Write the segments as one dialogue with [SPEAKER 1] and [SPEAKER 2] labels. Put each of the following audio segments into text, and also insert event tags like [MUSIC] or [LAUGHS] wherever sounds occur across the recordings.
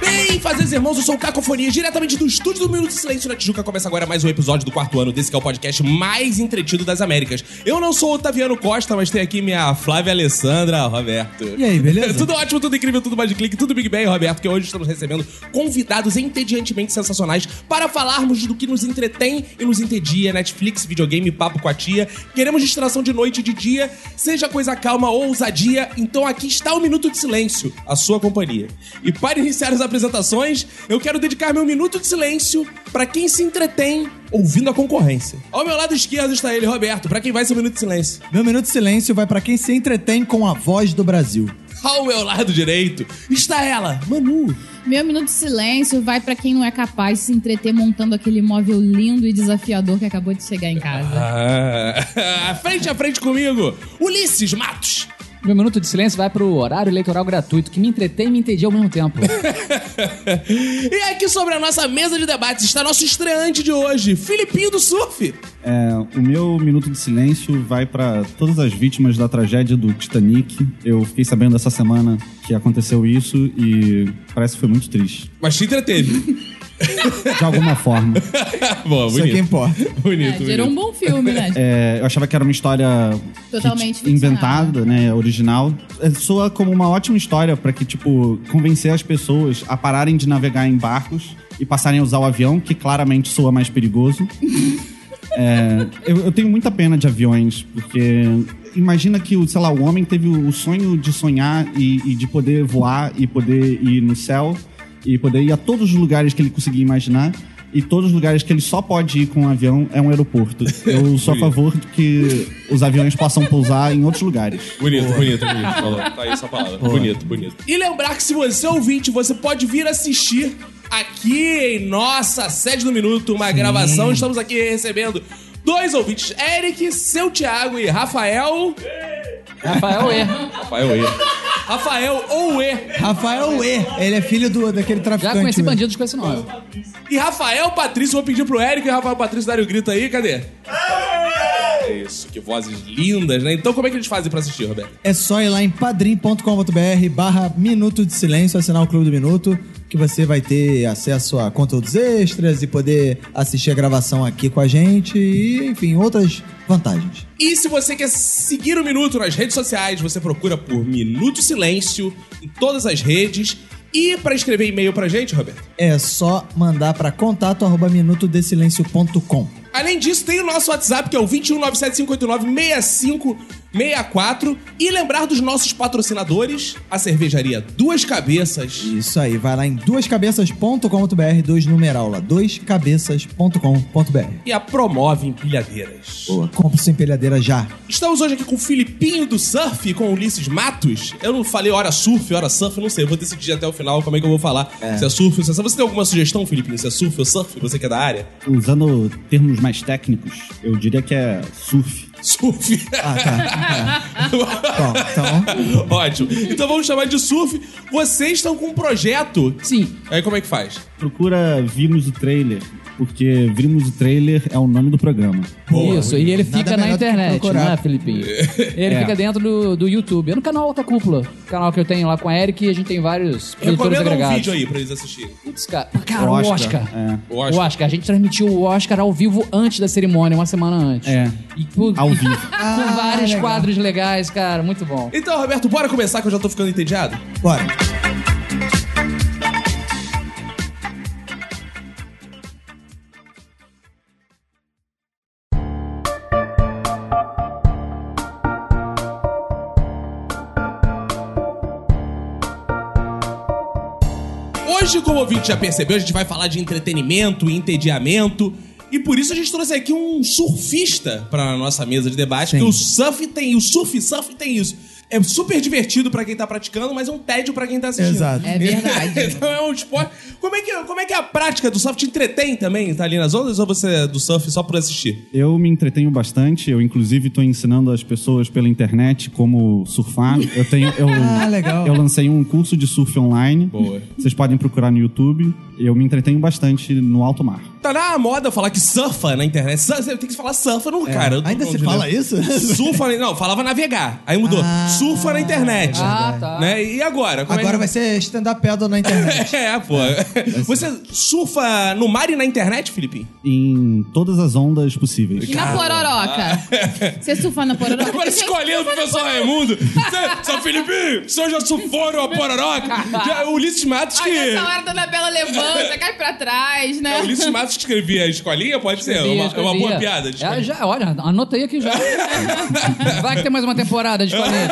[SPEAKER 1] Bem, fazeres irmãos, eu sou o Cacofonia, diretamente do estúdio do Minuto de Silêncio na Tijuca. Começa agora mais um episódio do quarto ano desse que é o podcast mais entretido das Américas. Eu não sou o Otaviano Costa, mas tem aqui minha Flávia Alessandra Roberto.
[SPEAKER 2] E aí, beleza?
[SPEAKER 1] [LAUGHS] tudo ótimo, tudo incrível, tudo mais de clique, tudo Big Bang, Roberto, que hoje estamos recebendo convidados entediantemente sensacionais para falarmos do que nos entretém e nos entedia, Netflix, videogame, papo com a tia. Queremos distração de noite e de dia, seja coisa calma ou ousadia, então aqui está o Minuto de Silêncio, a sua companhia. E para iniciar as apresentações, eu quero dedicar meu Minuto de Silêncio para quem se entretém ouvindo a concorrência. Ao meu lado esquerdo está ele, Roberto, para quem vai ser o Minuto de Silêncio.
[SPEAKER 2] Meu minuto de silêncio vai pra quem se entretém com a voz do Brasil.
[SPEAKER 1] Ao meu lado direito está ela, Manu.
[SPEAKER 3] Meu minuto de silêncio vai pra quem não é capaz de se entreter montando aquele móvel lindo e desafiador que acabou de chegar em casa.
[SPEAKER 1] Ah, [LAUGHS] frente a frente comigo, Ulisses Matos.
[SPEAKER 4] Meu minuto de silêncio vai pro horário eleitoral gratuito, que me entretém e me entedia ao mesmo tempo.
[SPEAKER 1] E aqui sobre a nossa mesa de debates está nosso estreante de hoje, Filipinho do Surf.
[SPEAKER 5] É, o meu minuto de silêncio vai para todas as vítimas da tragédia do Titanic. Eu fiquei sabendo essa semana que aconteceu isso e parece que foi muito triste.
[SPEAKER 1] Mas te [LAUGHS] entreteve.
[SPEAKER 5] De alguma forma.
[SPEAKER 1] Boa,
[SPEAKER 2] Isso é que importa.
[SPEAKER 1] bonito,
[SPEAKER 3] É, gerou um bom filme, né?
[SPEAKER 5] É, eu achava que era uma história
[SPEAKER 3] Totalmente
[SPEAKER 5] que- inventada, né, original. É, Soa como uma ótima história para que tipo convencer as pessoas a pararem de navegar em barcos e passarem a usar o avião, que claramente soa mais perigoso. É, eu, eu tenho muita pena de aviões, porque imagina que, o, sei lá, o homem teve o sonho de sonhar e, e de poder voar e poder ir no céu e poder ir a todos os lugares que ele conseguia imaginar. E todos os lugares que ele só pode ir com um avião é um [LAUGHS] aeroporto. Eu sou a favor de que os aviões possam pousar em outros lugares.
[SPEAKER 1] Bonito, bonito, [LAUGHS] bonito. Falou. Tá aí essa palavra. Bonito, bonito. E lembrar que se você é ouvinte, você pode vir assistir aqui em nossa sede do minuto, uma gravação. Estamos aqui recebendo dois ouvintes, Eric, seu Thiago e Rafael.
[SPEAKER 4] [LAUGHS] Rafael E.
[SPEAKER 1] Rafael E. Rafael ou E.
[SPEAKER 2] Rafael E. Ele é filho do, daquele
[SPEAKER 4] Já
[SPEAKER 2] traficante.
[SPEAKER 4] conheci
[SPEAKER 2] mesmo.
[SPEAKER 4] bandidos com esse nome.
[SPEAKER 1] E Rafael Patrício, vou pedir pro Eric e Rafael Patrício darem o grito aí, cadê? É Isso, que vozes lindas, né? Então como é que eles fazem pra assistir, Roberto?
[SPEAKER 2] É só ir lá em padrim.com.br barra Minuto de Silêncio, assinar o Clube do Minuto, que você vai ter acesso a conteúdos extras e poder assistir a gravação aqui com a gente e, enfim, outras vantagens.
[SPEAKER 1] E se você quer seguir o Minuto nas redes sociais, você procura por Minuto Silêncio em todas as redes. E pra escrever e-mail pra gente, Roberto?
[SPEAKER 2] É só mandar pra contato arroba minutodesilencio.com.
[SPEAKER 1] Além disso, tem o nosso WhatsApp, que é o 21975896564. E lembrar dos nossos patrocinadores, a cervejaria Duas Cabeças.
[SPEAKER 2] Isso aí, vai lá em duascabeças.com.br, dois numeral lá, duascabeças.com.br.
[SPEAKER 1] E a Promove Empilhadeiras.
[SPEAKER 2] Boa. Compre sua empilhadeira já.
[SPEAKER 1] Estamos hoje aqui com o Filipinho do Surf, com o Ulisses Matos. Eu não falei hora surf, hora surf, não sei. Eu vou decidir até o final como é que eu vou falar. Se é surf ou se é surf. Você tem alguma sugestão, Filipinho? Se é surf ou surf? Você que é da área?
[SPEAKER 5] Usando termos mais técnicos, eu diria que é surf.
[SPEAKER 1] Surf.
[SPEAKER 2] Ah, tá. É.
[SPEAKER 1] [LAUGHS]
[SPEAKER 2] Então,
[SPEAKER 1] Ótimo. Então vamos chamar de surf. Vocês estão com um projeto.
[SPEAKER 4] Sim.
[SPEAKER 1] Aí como é que faz?
[SPEAKER 5] Procura Vimos o Trailer, porque Vimos o Trailer é o nome do programa.
[SPEAKER 1] Boa,
[SPEAKER 4] Isso, e ele
[SPEAKER 2] Nada
[SPEAKER 4] fica na
[SPEAKER 2] melhor do que
[SPEAKER 4] internet,
[SPEAKER 2] procurar.
[SPEAKER 4] né,
[SPEAKER 2] [LAUGHS]
[SPEAKER 4] Felipinho? Ele
[SPEAKER 5] É.
[SPEAKER 4] fica dentro do, do YouTube. É no canal Alta Cúpula. Canal que eu tenho lá com a Eric e a gente tem vários produtores
[SPEAKER 1] Recomenda um vídeo
[SPEAKER 4] agregados.
[SPEAKER 1] aí pra eles assistirem.
[SPEAKER 4] Putz, cara. Cara, o
[SPEAKER 5] Oscar,
[SPEAKER 4] Oscar.
[SPEAKER 5] é.
[SPEAKER 1] O
[SPEAKER 4] O
[SPEAKER 1] Oscar.
[SPEAKER 4] Oscar. A gente transmitiu o Oscar ao vivo antes da cerimônia, uma semana antes.
[SPEAKER 5] É.
[SPEAKER 4] E com,
[SPEAKER 5] Ao vivo.
[SPEAKER 4] com
[SPEAKER 2] Ah,
[SPEAKER 4] vários quadros legais, cara. Muito bom.
[SPEAKER 1] Então, Roberto, bora começar que eu já tô ficando entediado?
[SPEAKER 2] bora.
[SPEAKER 1] Hoje, como o ouvinte já percebeu, a gente vai falar de entretenimento e entediamento. E por isso a gente trouxe aqui um surfista para nossa mesa de debate, que o surf tem, o surf surf tem isso. É super divertido para quem tá praticando, mas é um tédio para quem tá assistindo.
[SPEAKER 2] Exato.
[SPEAKER 3] É verdade.
[SPEAKER 1] [LAUGHS] então é um esporte. Como Como é, que, como é que é a prática do surf? Te entretém também? Tá ali nas ondas ou você é do surf só por assistir?
[SPEAKER 5] Eu me entretenho bastante. Eu, inclusive, estou ensinando as pessoas pela internet como surfar. Eu tenho. Eu,
[SPEAKER 6] [LAUGHS] Ah, legal.
[SPEAKER 5] Eu lancei um curso de surf online.
[SPEAKER 1] Boa.
[SPEAKER 5] Vocês podem procurar no YouTube. Eu me entretenho bastante no alto mar.
[SPEAKER 1] Tá na moda falar que surfa na internet. Sur- Você tem que falar surfa no cara. eu tô
[SPEAKER 6] É. Ainda
[SPEAKER 1] falando
[SPEAKER 6] se
[SPEAKER 1] de
[SPEAKER 6] fala
[SPEAKER 1] novo.
[SPEAKER 6] isso?
[SPEAKER 1] Surfa, na- não, falava navegar. Aí mudou.
[SPEAKER 6] Ah,
[SPEAKER 1] surfa na internet.
[SPEAKER 4] Ah, tá.
[SPEAKER 1] Né? E agora? Como é
[SPEAKER 6] Agora
[SPEAKER 1] que-
[SPEAKER 6] vai ser stand-up paddle na internet.
[SPEAKER 1] [LAUGHS] É, pô. Você surfa no mar e na internet, Felipe?
[SPEAKER 5] Em todas as ondas possíveis.
[SPEAKER 3] E na pororoca? Você surfa na pororoca?
[SPEAKER 1] Agora
[SPEAKER 3] Tem gente-
[SPEAKER 1] é escolheu o professor Raimundo. Seu- Seu Felipe, o senhor já suforam a pororoca? Já, o Ulisses Matos
[SPEAKER 3] Ai,
[SPEAKER 1] que... É
[SPEAKER 3] nessa hora toda bela levanta, cai pra trás, né?
[SPEAKER 1] O Ulisses Matos que escrevia a escolinha, pode ser? É uma, é uma boa piada. de
[SPEAKER 4] É,
[SPEAKER 1] escolinha.
[SPEAKER 4] já, olha, anota aí
[SPEAKER 1] [LAUGHS]
[SPEAKER 4] que já. Vai que tem mais uma temporada de escolinha.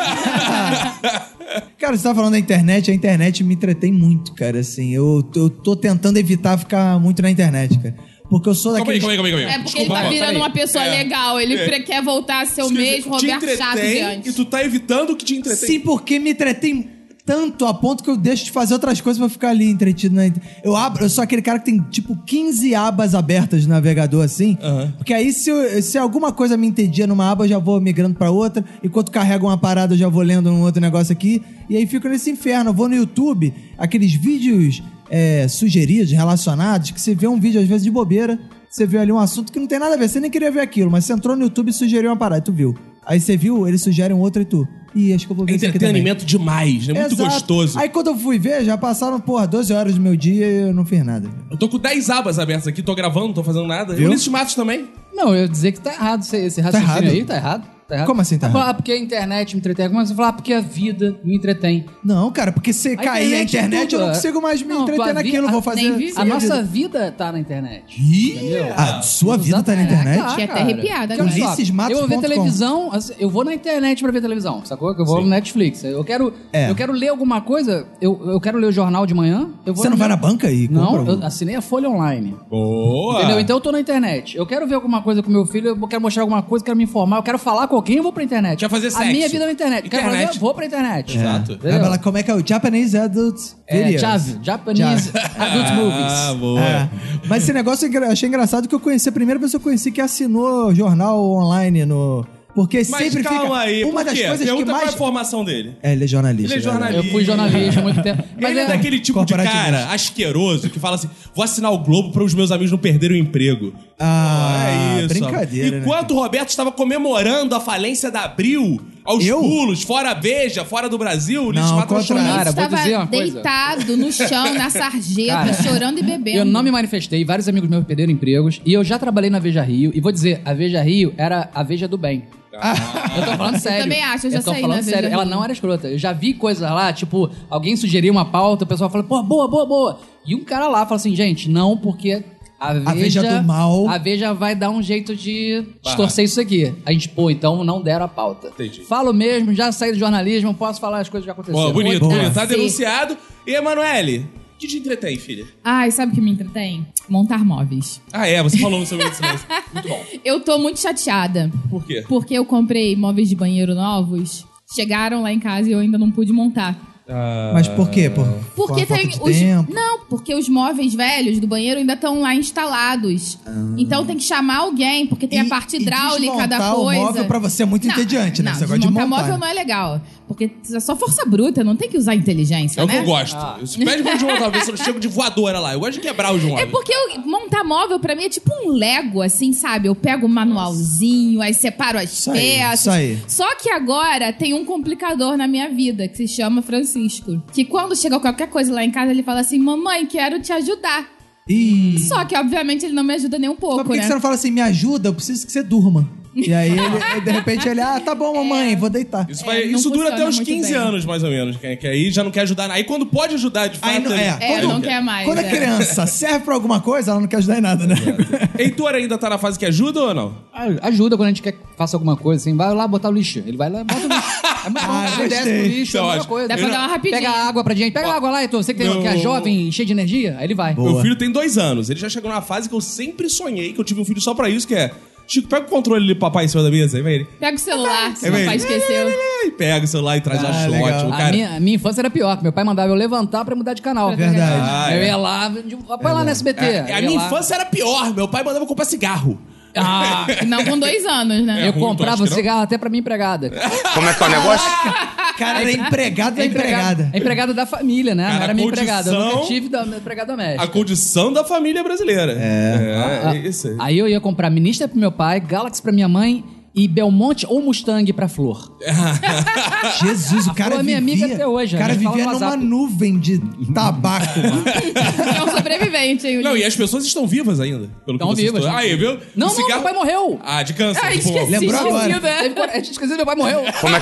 [SPEAKER 6] Cara, você tava falando da internet, a internet me entretém muito, cara. Assim, eu, eu tô tentando evitar ficar muito na internet, cara. Porque eu sou
[SPEAKER 1] [LAUGHS] Calma aí,
[SPEAKER 6] daqueles.
[SPEAKER 1] calma aí, calma aí. calma aí.
[SPEAKER 3] É porque
[SPEAKER 1] Desculpa,
[SPEAKER 3] ele tá
[SPEAKER 1] Paulo.
[SPEAKER 3] virando uma pessoa
[SPEAKER 1] É.
[SPEAKER 3] legal. Ele
[SPEAKER 1] É.
[SPEAKER 3] pre- quer voltar a ser o
[SPEAKER 1] Quer dizer,
[SPEAKER 3] mesmo
[SPEAKER 1] te
[SPEAKER 3] Roberto Chato de
[SPEAKER 1] entretém
[SPEAKER 3] antes.
[SPEAKER 1] E tu tá evitando o que te entretém.
[SPEAKER 6] Sim, porque me entretém tanto a ponto que eu deixo de fazer outras coisas pra ficar ali entretido na inter- Eu abro, eu sou aquele cara que tem tipo 15 abas abertas no navegador assim.
[SPEAKER 1] Aham.
[SPEAKER 6] Porque aí se, eu- se alguma coisa me entendia numa aba, eu já vou migrando pra outra. Enquanto carrego uma parada, eu já vou lendo um outro negócio aqui. E aí fico nesse inferno. Eu vou no YouTube, aqueles vídeos é, sugeridos, relacionados, que você vê um vídeo às vezes de bobeira. Você vê ali um assunto que não tem nada a ver, você nem queria ver aquilo, mas você entrou no YouTube e sugeriu uma parada, e tu viu. Aí você viu, ele sugere um outro e tu. Ih, acho é que eu vou ver esse aqui também.
[SPEAKER 1] Entretenimento demais, né? Muito
[SPEAKER 6] Exato.
[SPEAKER 1] gostoso.
[SPEAKER 6] Aí quando eu fui ver, já passaram, porra, 12 horas do meu dia e eu não fiz nada.
[SPEAKER 1] Eu tô com 10 abas abertas aqui, tô gravando, não tô fazendo nada.
[SPEAKER 6] Viu?
[SPEAKER 1] O Ulisses Matos também.
[SPEAKER 4] Não, eu ia dizer que tá errado esse, esse raciocínio
[SPEAKER 6] errado?
[SPEAKER 4] aí, tá errado. Tá errado.
[SPEAKER 6] Como assim tá
[SPEAKER 4] Ah,
[SPEAKER 6] errado?
[SPEAKER 4] porque a internet me entretém. Como você falar, ah, porque a vida me entretém.
[SPEAKER 6] Não, cara, porque se cair a internet,
[SPEAKER 4] tudo,
[SPEAKER 6] eu não
[SPEAKER 4] é.
[SPEAKER 6] consigo mais me
[SPEAKER 4] Não,
[SPEAKER 6] entreter
[SPEAKER 4] tua
[SPEAKER 6] naquilo,
[SPEAKER 4] vi-
[SPEAKER 6] vou
[SPEAKER 4] a-
[SPEAKER 6] fazer.
[SPEAKER 3] nem
[SPEAKER 6] minha
[SPEAKER 3] vi-
[SPEAKER 4] A
[SPEAKER 6] vida.
[SPEAKER 4] nossa vida tá na internet.
[SPEAKER 6] Ih, a sua vida tá na internet?
[SPEAKER 3] Fiquei até arrepiada
[SPEAKER 4] Porque
[SPEAKER 6] agora.
[SPEAKER 4] olha só,
[SPEAKER 6] ulisses.matos.com.
[SPEAKER 4] Eu vou ver televisão, assim, eu vou na internet pra ver televisão, sacou? Que eu vou no Netflix. Eu quero,
[SPEAKER 6] É.
[SPEAKER 4] eu quero ler alguma coisa, eu, eu quero ler o jornal de manhã. Eu vou
[SPEAKER 6] Você não vai na banca e compra?
[SPEAKER 4] Não,
[SPEAKER 6] o-
[SPEAKER 4] eu
[SPEAKER 1] um.
[SPEAKER 4] assim, assinei a Folha Online.
[SPEAKER 1] Boa!
[SPEAKER 4] Entendeu? Então eu tô na internet. Eu quero ver alguma coisa com meu filho, eu quero mostrar alguma coisa, quero me informar, eu quero falar com alguém, eu vou pra internet.
[SPEAKER 1] Quer fazer
[SPEAKER 4] A
[SPEAKER 1] sexo.
[SPEAKER 4] minha vida é na internet. Eu Quero
[SPEAKER 1] Internet.
[SPEAKER 4] fazer, eu vou pra internet.
[SPEAKER 1] Exato.
[SPEAKER 4] Entendeu?
[SPEAKER 6] Vai falar como é que é o Japanese Adult
[SPEAKER 4] É,
[SPEAKER 6] Videos.
[SPEAKER 4] Chave, Japanese Adult
[SPEAKER 1] Ah,
[SPEAKER 4] Movies.
[SPEAKER 1] boa.
[SPEAKER 6] É. Mas esse negócio eu engra- achei engraçado que eu conheci a primeira pessoa que eu conheci que assinou jornal online no. Porque
[SPEAKER 1] Mas
[SPEAKER 6] sempre
[SPEAKER 1] calma
[SPEAKER 6] fica.
[SPEAKER 1] aí,
[SPEAKER 6] uma
[SPEAKER 1] por
[SPEAKER 6] das
[SPEAKER 1] quê?
[SPEAKER 6] coisas
[SPEAKER 1] Pergunta
[SPEAKER 6] que mais.
[SPEAKER 1] qual é a formação dele.
[SPEAKER 6] É, ele é jornalista.
[SPEAKER 1] Ele é
[SPEAKER 6] galera.
[SPEAKER 1] jornalista.
[SPEAKER 4] Eu fui jornalista há muito tempo. Mas
[SPEAKER 1] ele é, daquele tipo de
[SPEAKER 6] Corporativismo.
[SPEAKER 1] cara asqueroso que fala assim: vou assinar o Globo para os meus amigos não perderem o emprego.
[SPEAKER 6] Ah,
[SPEAKER 1] é
[SPEAKER 6] brincadeira, né?
[SPEAKER 1] Enquanto o Roberto estava comemorando a falência da Abril, aos
[SPEAKER 6] Eu?
[SPEAKER 1] pulos, fora a Veja, fora do Brasil, o Ulisses
[SPEAKER 6] Não,
[SPEAKER 1] Matos
[SPEAKER 6] ao contrário.
[SPEAKER 4] Cara, vou
[SPEAKER 3] estava
[SPEAKER 4] dizer uma coisa.
[SPEAKER 3] deitado no chão, na sarjeta,
[SPEAKER 4] Cara,
[SPEAKER 3] chorando e bebendo.
[SPEAKER 4] Eu não me manifestei, vários amigos meus perderam empregos e eu já trabalhei na Veja Rio e vou dizer, a Veja Rio era a Veja do bem. [LAUGHS] Eu tô falando sério.
[SPEAKER 3] também acho, Ah. eu já
[SPEAKER 4] tô
[SPEAKER 3] saí
[SPEAKER 4] falando
[SPEAKER 3] na
[SPEAKER 4] sério.
[SPEAKER 3] Veja
[SPEAKER 4] Ela
[SPEAKER 3] Rio.
[SPEAKER 4] não era escrota. Eu já vi coisas lá, tipo, alguém sugeria uma pauta, o pessoal fala, pô, boa, boa, boa. E um cara lá fala assim, gente, não, porque a Veja,
[SPEAKER 6] Veja do mal.
[SPEAKER 4] A Veja vai dar um jeito de distorcer isso aqui. A gente, pô, então não deram a pauta.
[SPEAKER 1] Entendi.
[SPEAKER 4] Falo mesmo, já saí do jornalismo, posso falar as coisas que aconteceram.
[SPEAKER 1] Ó, bonito,
[SPEAKER 3] Boa.
[SPEAKER 1] bonito. Tá
[SPEAKER 3] Sim.
[SPEAKER 1] denunciado. E, Emanuele, o que te entretém, filha?
[SPEAKER 3] Ai, sabe o que me entretém? Montar móveis.
[SPEAKER 1] Ah, é, você falou no seu minuto de silêncio. Muito bom.
[SPEAKER 3] Eu tô muito chateada.
[SPEAKER 1] Por quê?
[SPEAKER 3] Porque eu comprei móveis de banheiro novos. Chegaram lá em casa e eu ainda não pude montar.
[SPEAKER 6] Mas por quê? Por, por
[SPEAKER 3] Porque
[SPEAKER 6] uma falta
[SPEAKER 3] tem
[SPEAKER 6] de
[SPEAKER 3] os.
[SPEAKER 6] tempo?
[SPEAKER 3] Não, porque os móveis velhos do banheiro ainda estão lá instalados. Então tem que chamar alguém, porque tem a
[SPEAKER 6] Ah. E-
[SPEAKER 3] parte
[SPEAKER 6] e
[SPEAKER 3] hidráulica
[SPEAKER 6] desmontar
[SPEAKER 3] da
[SPEAKER 6] o
[SPEAKER 3] coisa.
[SPEAKER 6] móvel pra você é muito entediante, né?
[SPEAKER 3] Não,
[SPEAKER 6] Você gosta de
[SPEAKER 3] desmontar
[SPEAKER 6] montar,
[SPEAKER 3] móvel
[SPEAKER 6] né?
[SPEAKER 3] não é legal. Porque é só força bruta, não tem que usar inteligência,
[SPEAKER 1] É o
[SPEAKER 3] né?
[SPEAKER 1] que eu gosto. Isso Pede pra eu montar uma vez, eu não chego tipo de voadora lá. Eu gosto de quebrar os móveis.
[SPEAKER 3] É porque eu- montar móvel pra mim é tipo um Lego, assim, sabe? Eu pego o manualzinho, aí separo as
[SPEAKER 6] Isso aí,
[SPEAKER 3] peças.
[SPEAKER 6] isso aí.
[SPEAKER 3] Só que agora tem um complicador na minha vida que se chama Francisco. Que quando chega qualquer coisa lá em casa, ele fala assim: Mamãe, quero te ajudar.
[SPEAKER 6] Ih.
[SPEAKER 3] Só que, obviamente, ele não me ajuda nem um pouco,
[SPEAKER 6] Hum. Mas por que,
[SPEAKER 3] né?
[SPEAKER 6] que você não fala assim, me ajuda, eu preciso que você durma? E aí,
[SPEAKER 3] [LAUGHS]
[SPEAKER 6] ele, de repente, ele, ah, tá bom, mamãe, vou deitar.
[SPEAKER 1] Isso, vai-
[SPEAKER 3] É, não
[SPEAKER 1] isso dura até
[SPEAKER 3] funciona
[SPEAKER 1] uns
[SPEAKER 3] muito
[SPEAKER 1] 15
[SPEAKER 3] bem.
[SPEAKER 1] anos, mais ou menos. Que, que aí já não quer ajudar. Aí quando pode ajudar, de fato.
[SPEAKER 6] Aí não- é.
[SPEAKER 3] É,
[SPEAKER 1] ele-
[SPEAKER 3] não quer mais.
[SPEAKER 6] Quando a
[SPEAKER 3] é.
[SPEAKER 6] criança serve pra alguma coisa, ela não quer ajudar em nada, né? [LAUGHS]
[SPEAKER 1] Heitor ainda tá na fase que ajuda ou não?
[SPEAKER 4] A- Ah, Ajuda quando a gente quer que faça alguma coisa, assim, vai lá botar o lixo. Ele vai lá e bota o
[SPEAKER 1] [LAUGHS]
[SPEAKER 4] lixo. É mais
[SPEAKER 6] Ah,
[SPEAKER 4] bom, desce
[SPEAKER 6] gostei.
[SPEAKER 4] pro lixo,
[SPEAKER 1] Isso é
[SPEAKER 4] é a melhor
[SPEAKER 1] ótimo.
[SPEAKER 4] coisa.
[SPEAKER 3] Dá pra dar uma rapidinha.
[SPEAKER 4] Pega água pra gente. Pega água lá, Heitor. Você que, tem,
[SPEAKER 1] Não.
[SPEAKER 4] que é jovem, cheio de energia, aí ele vai.
[SPEAKER 1] Meu filho tem dois anos. Ele já chegou numa fase que eu sempre sonhei que eu tive um filho só pra isso, que é. Chico, pega o controle ali pro papai em cima da mesa. Aí vai ele.
[SPEAKER 3] Pega o celular, se
[SPEAKER 1] É
[SPEAKER 3] o
[SPEAKER 1] bem.
[SPEAKER 3] papai esqueceu.
[SPEAKER 1] Aí pega o celular e traz lá shot.
[SPEAKER 2] legal.
[SPEAKER 1] O
[SPEAKER 4] A
[SPEAKER 1] cara.
[SPEAKER 4] minha, a minha infância era pior, que meu pai mandava eu levantar pra mudar de canal.
[SPEAKER 2] Verdade.
[SPEAKER 1] Ah,
[SPEAKER 4] eu
[SPEAKER 1] é.
[SPEAKER 4] ia lá, de- vai lá no SBT.
[SPEAKER 1] É,
[SPEAKER 4] Eu
[SPEAKER 1] a
[SPEAKER 4] ia
[SPEAKER 1] minha
[SPEAKER 4] lá.
[SPEAKER 1] infância era pior. Meu pai mandava eu comprar cigarro.
[SPEAKER 4] Ah,
[SPEAKER 3] Não
[SPEAKER 1] [LAUGHS]
[SPEAKER 3] com dois anos, né?
[SPEAKER 4] eu
[SPEAKER 1] É ruim, tu acha
[SPEAKER 4] comprava
[SPEAKER 1] que não?
[SPEAKER 4] cigarro até pra minha empregada.
[SPEAKER 7] é
[SPEAKER 2] Cara, é empregado é empregada.
[SPEAKER 4] A empregada da família, né?
[SPEAKER 1] Cara,
[SPEAKER 4] não era minha
[SPEAKER 1] a condição-
[SPEAKER 4] empregada. Eu nunca tive da minha empregada
[SPEAKER 3] É.
[SPEAKER 4] doméstica.
[SPEAKER 1] A condição da família brasileira. É. É, isso.
[SPEAKER 4] Aí eu ia comprar Ministra pro meu pai, Galaxy pra minha mãe e Belmonte ou Mustang pra Flor.
[SPEAKER 2] Jesus, o
[SPEAKER 4] A
[SPEAKER 2] cara
[SPEAKER 4] Flor é minha
[SPEAKER 2] vivia...
[SPEAKER 4] amiga até hoje,
[SPEAKER 2] o
[SPEAKER 4] a
[SPEAKER 2] cara
[SPEAKER 4] gente fala
[SPEAKER 2] vivia
[SPEAKER 4] no
[SPEAKER 2] numa
[SPEAKER 4] WhatsApp.
[SPEAKER 2] nuvem de
[SPEAKER 1] [LAUGHS]
[SPEAKER 2] tabaco, mano.
[SPEAKER 1] Ah,
[SPEAKER 3] É um sobrevivente, hein? o
[SPEAKER 1] Não, e
[SPEAKER 3] Lino?
[SPEAKER 1] as pessoas estão vivas ainda. Pelo
[SPEAKER 4] Estão
[SPEAKER 1] que você
[SPEAKER 4] vivas,
[SPEAKER 1] citou.
[SPEAKER 4] né?
[SPEAKER 1] Aí, viu?
[SPEAKER 4] Não,
[SPEAKER 1] O
[SPEAKER 4] não, meu pai É, morreu.
[SPEAKER 1] Ah, de câncer.
[SPEAKER 3] Ah,
[SPEAKER 1] de pulmão.
[SPEAKER 3] esqueci,
[SPEAKER 2] Lembrou agora.
[SPEAKER 3] esqueci, né?
[SPEAKER 4] A gente esqueceu, meu pai morreu.
[SPEAKER 7] é
[SPEAKER 1] Pra tu ver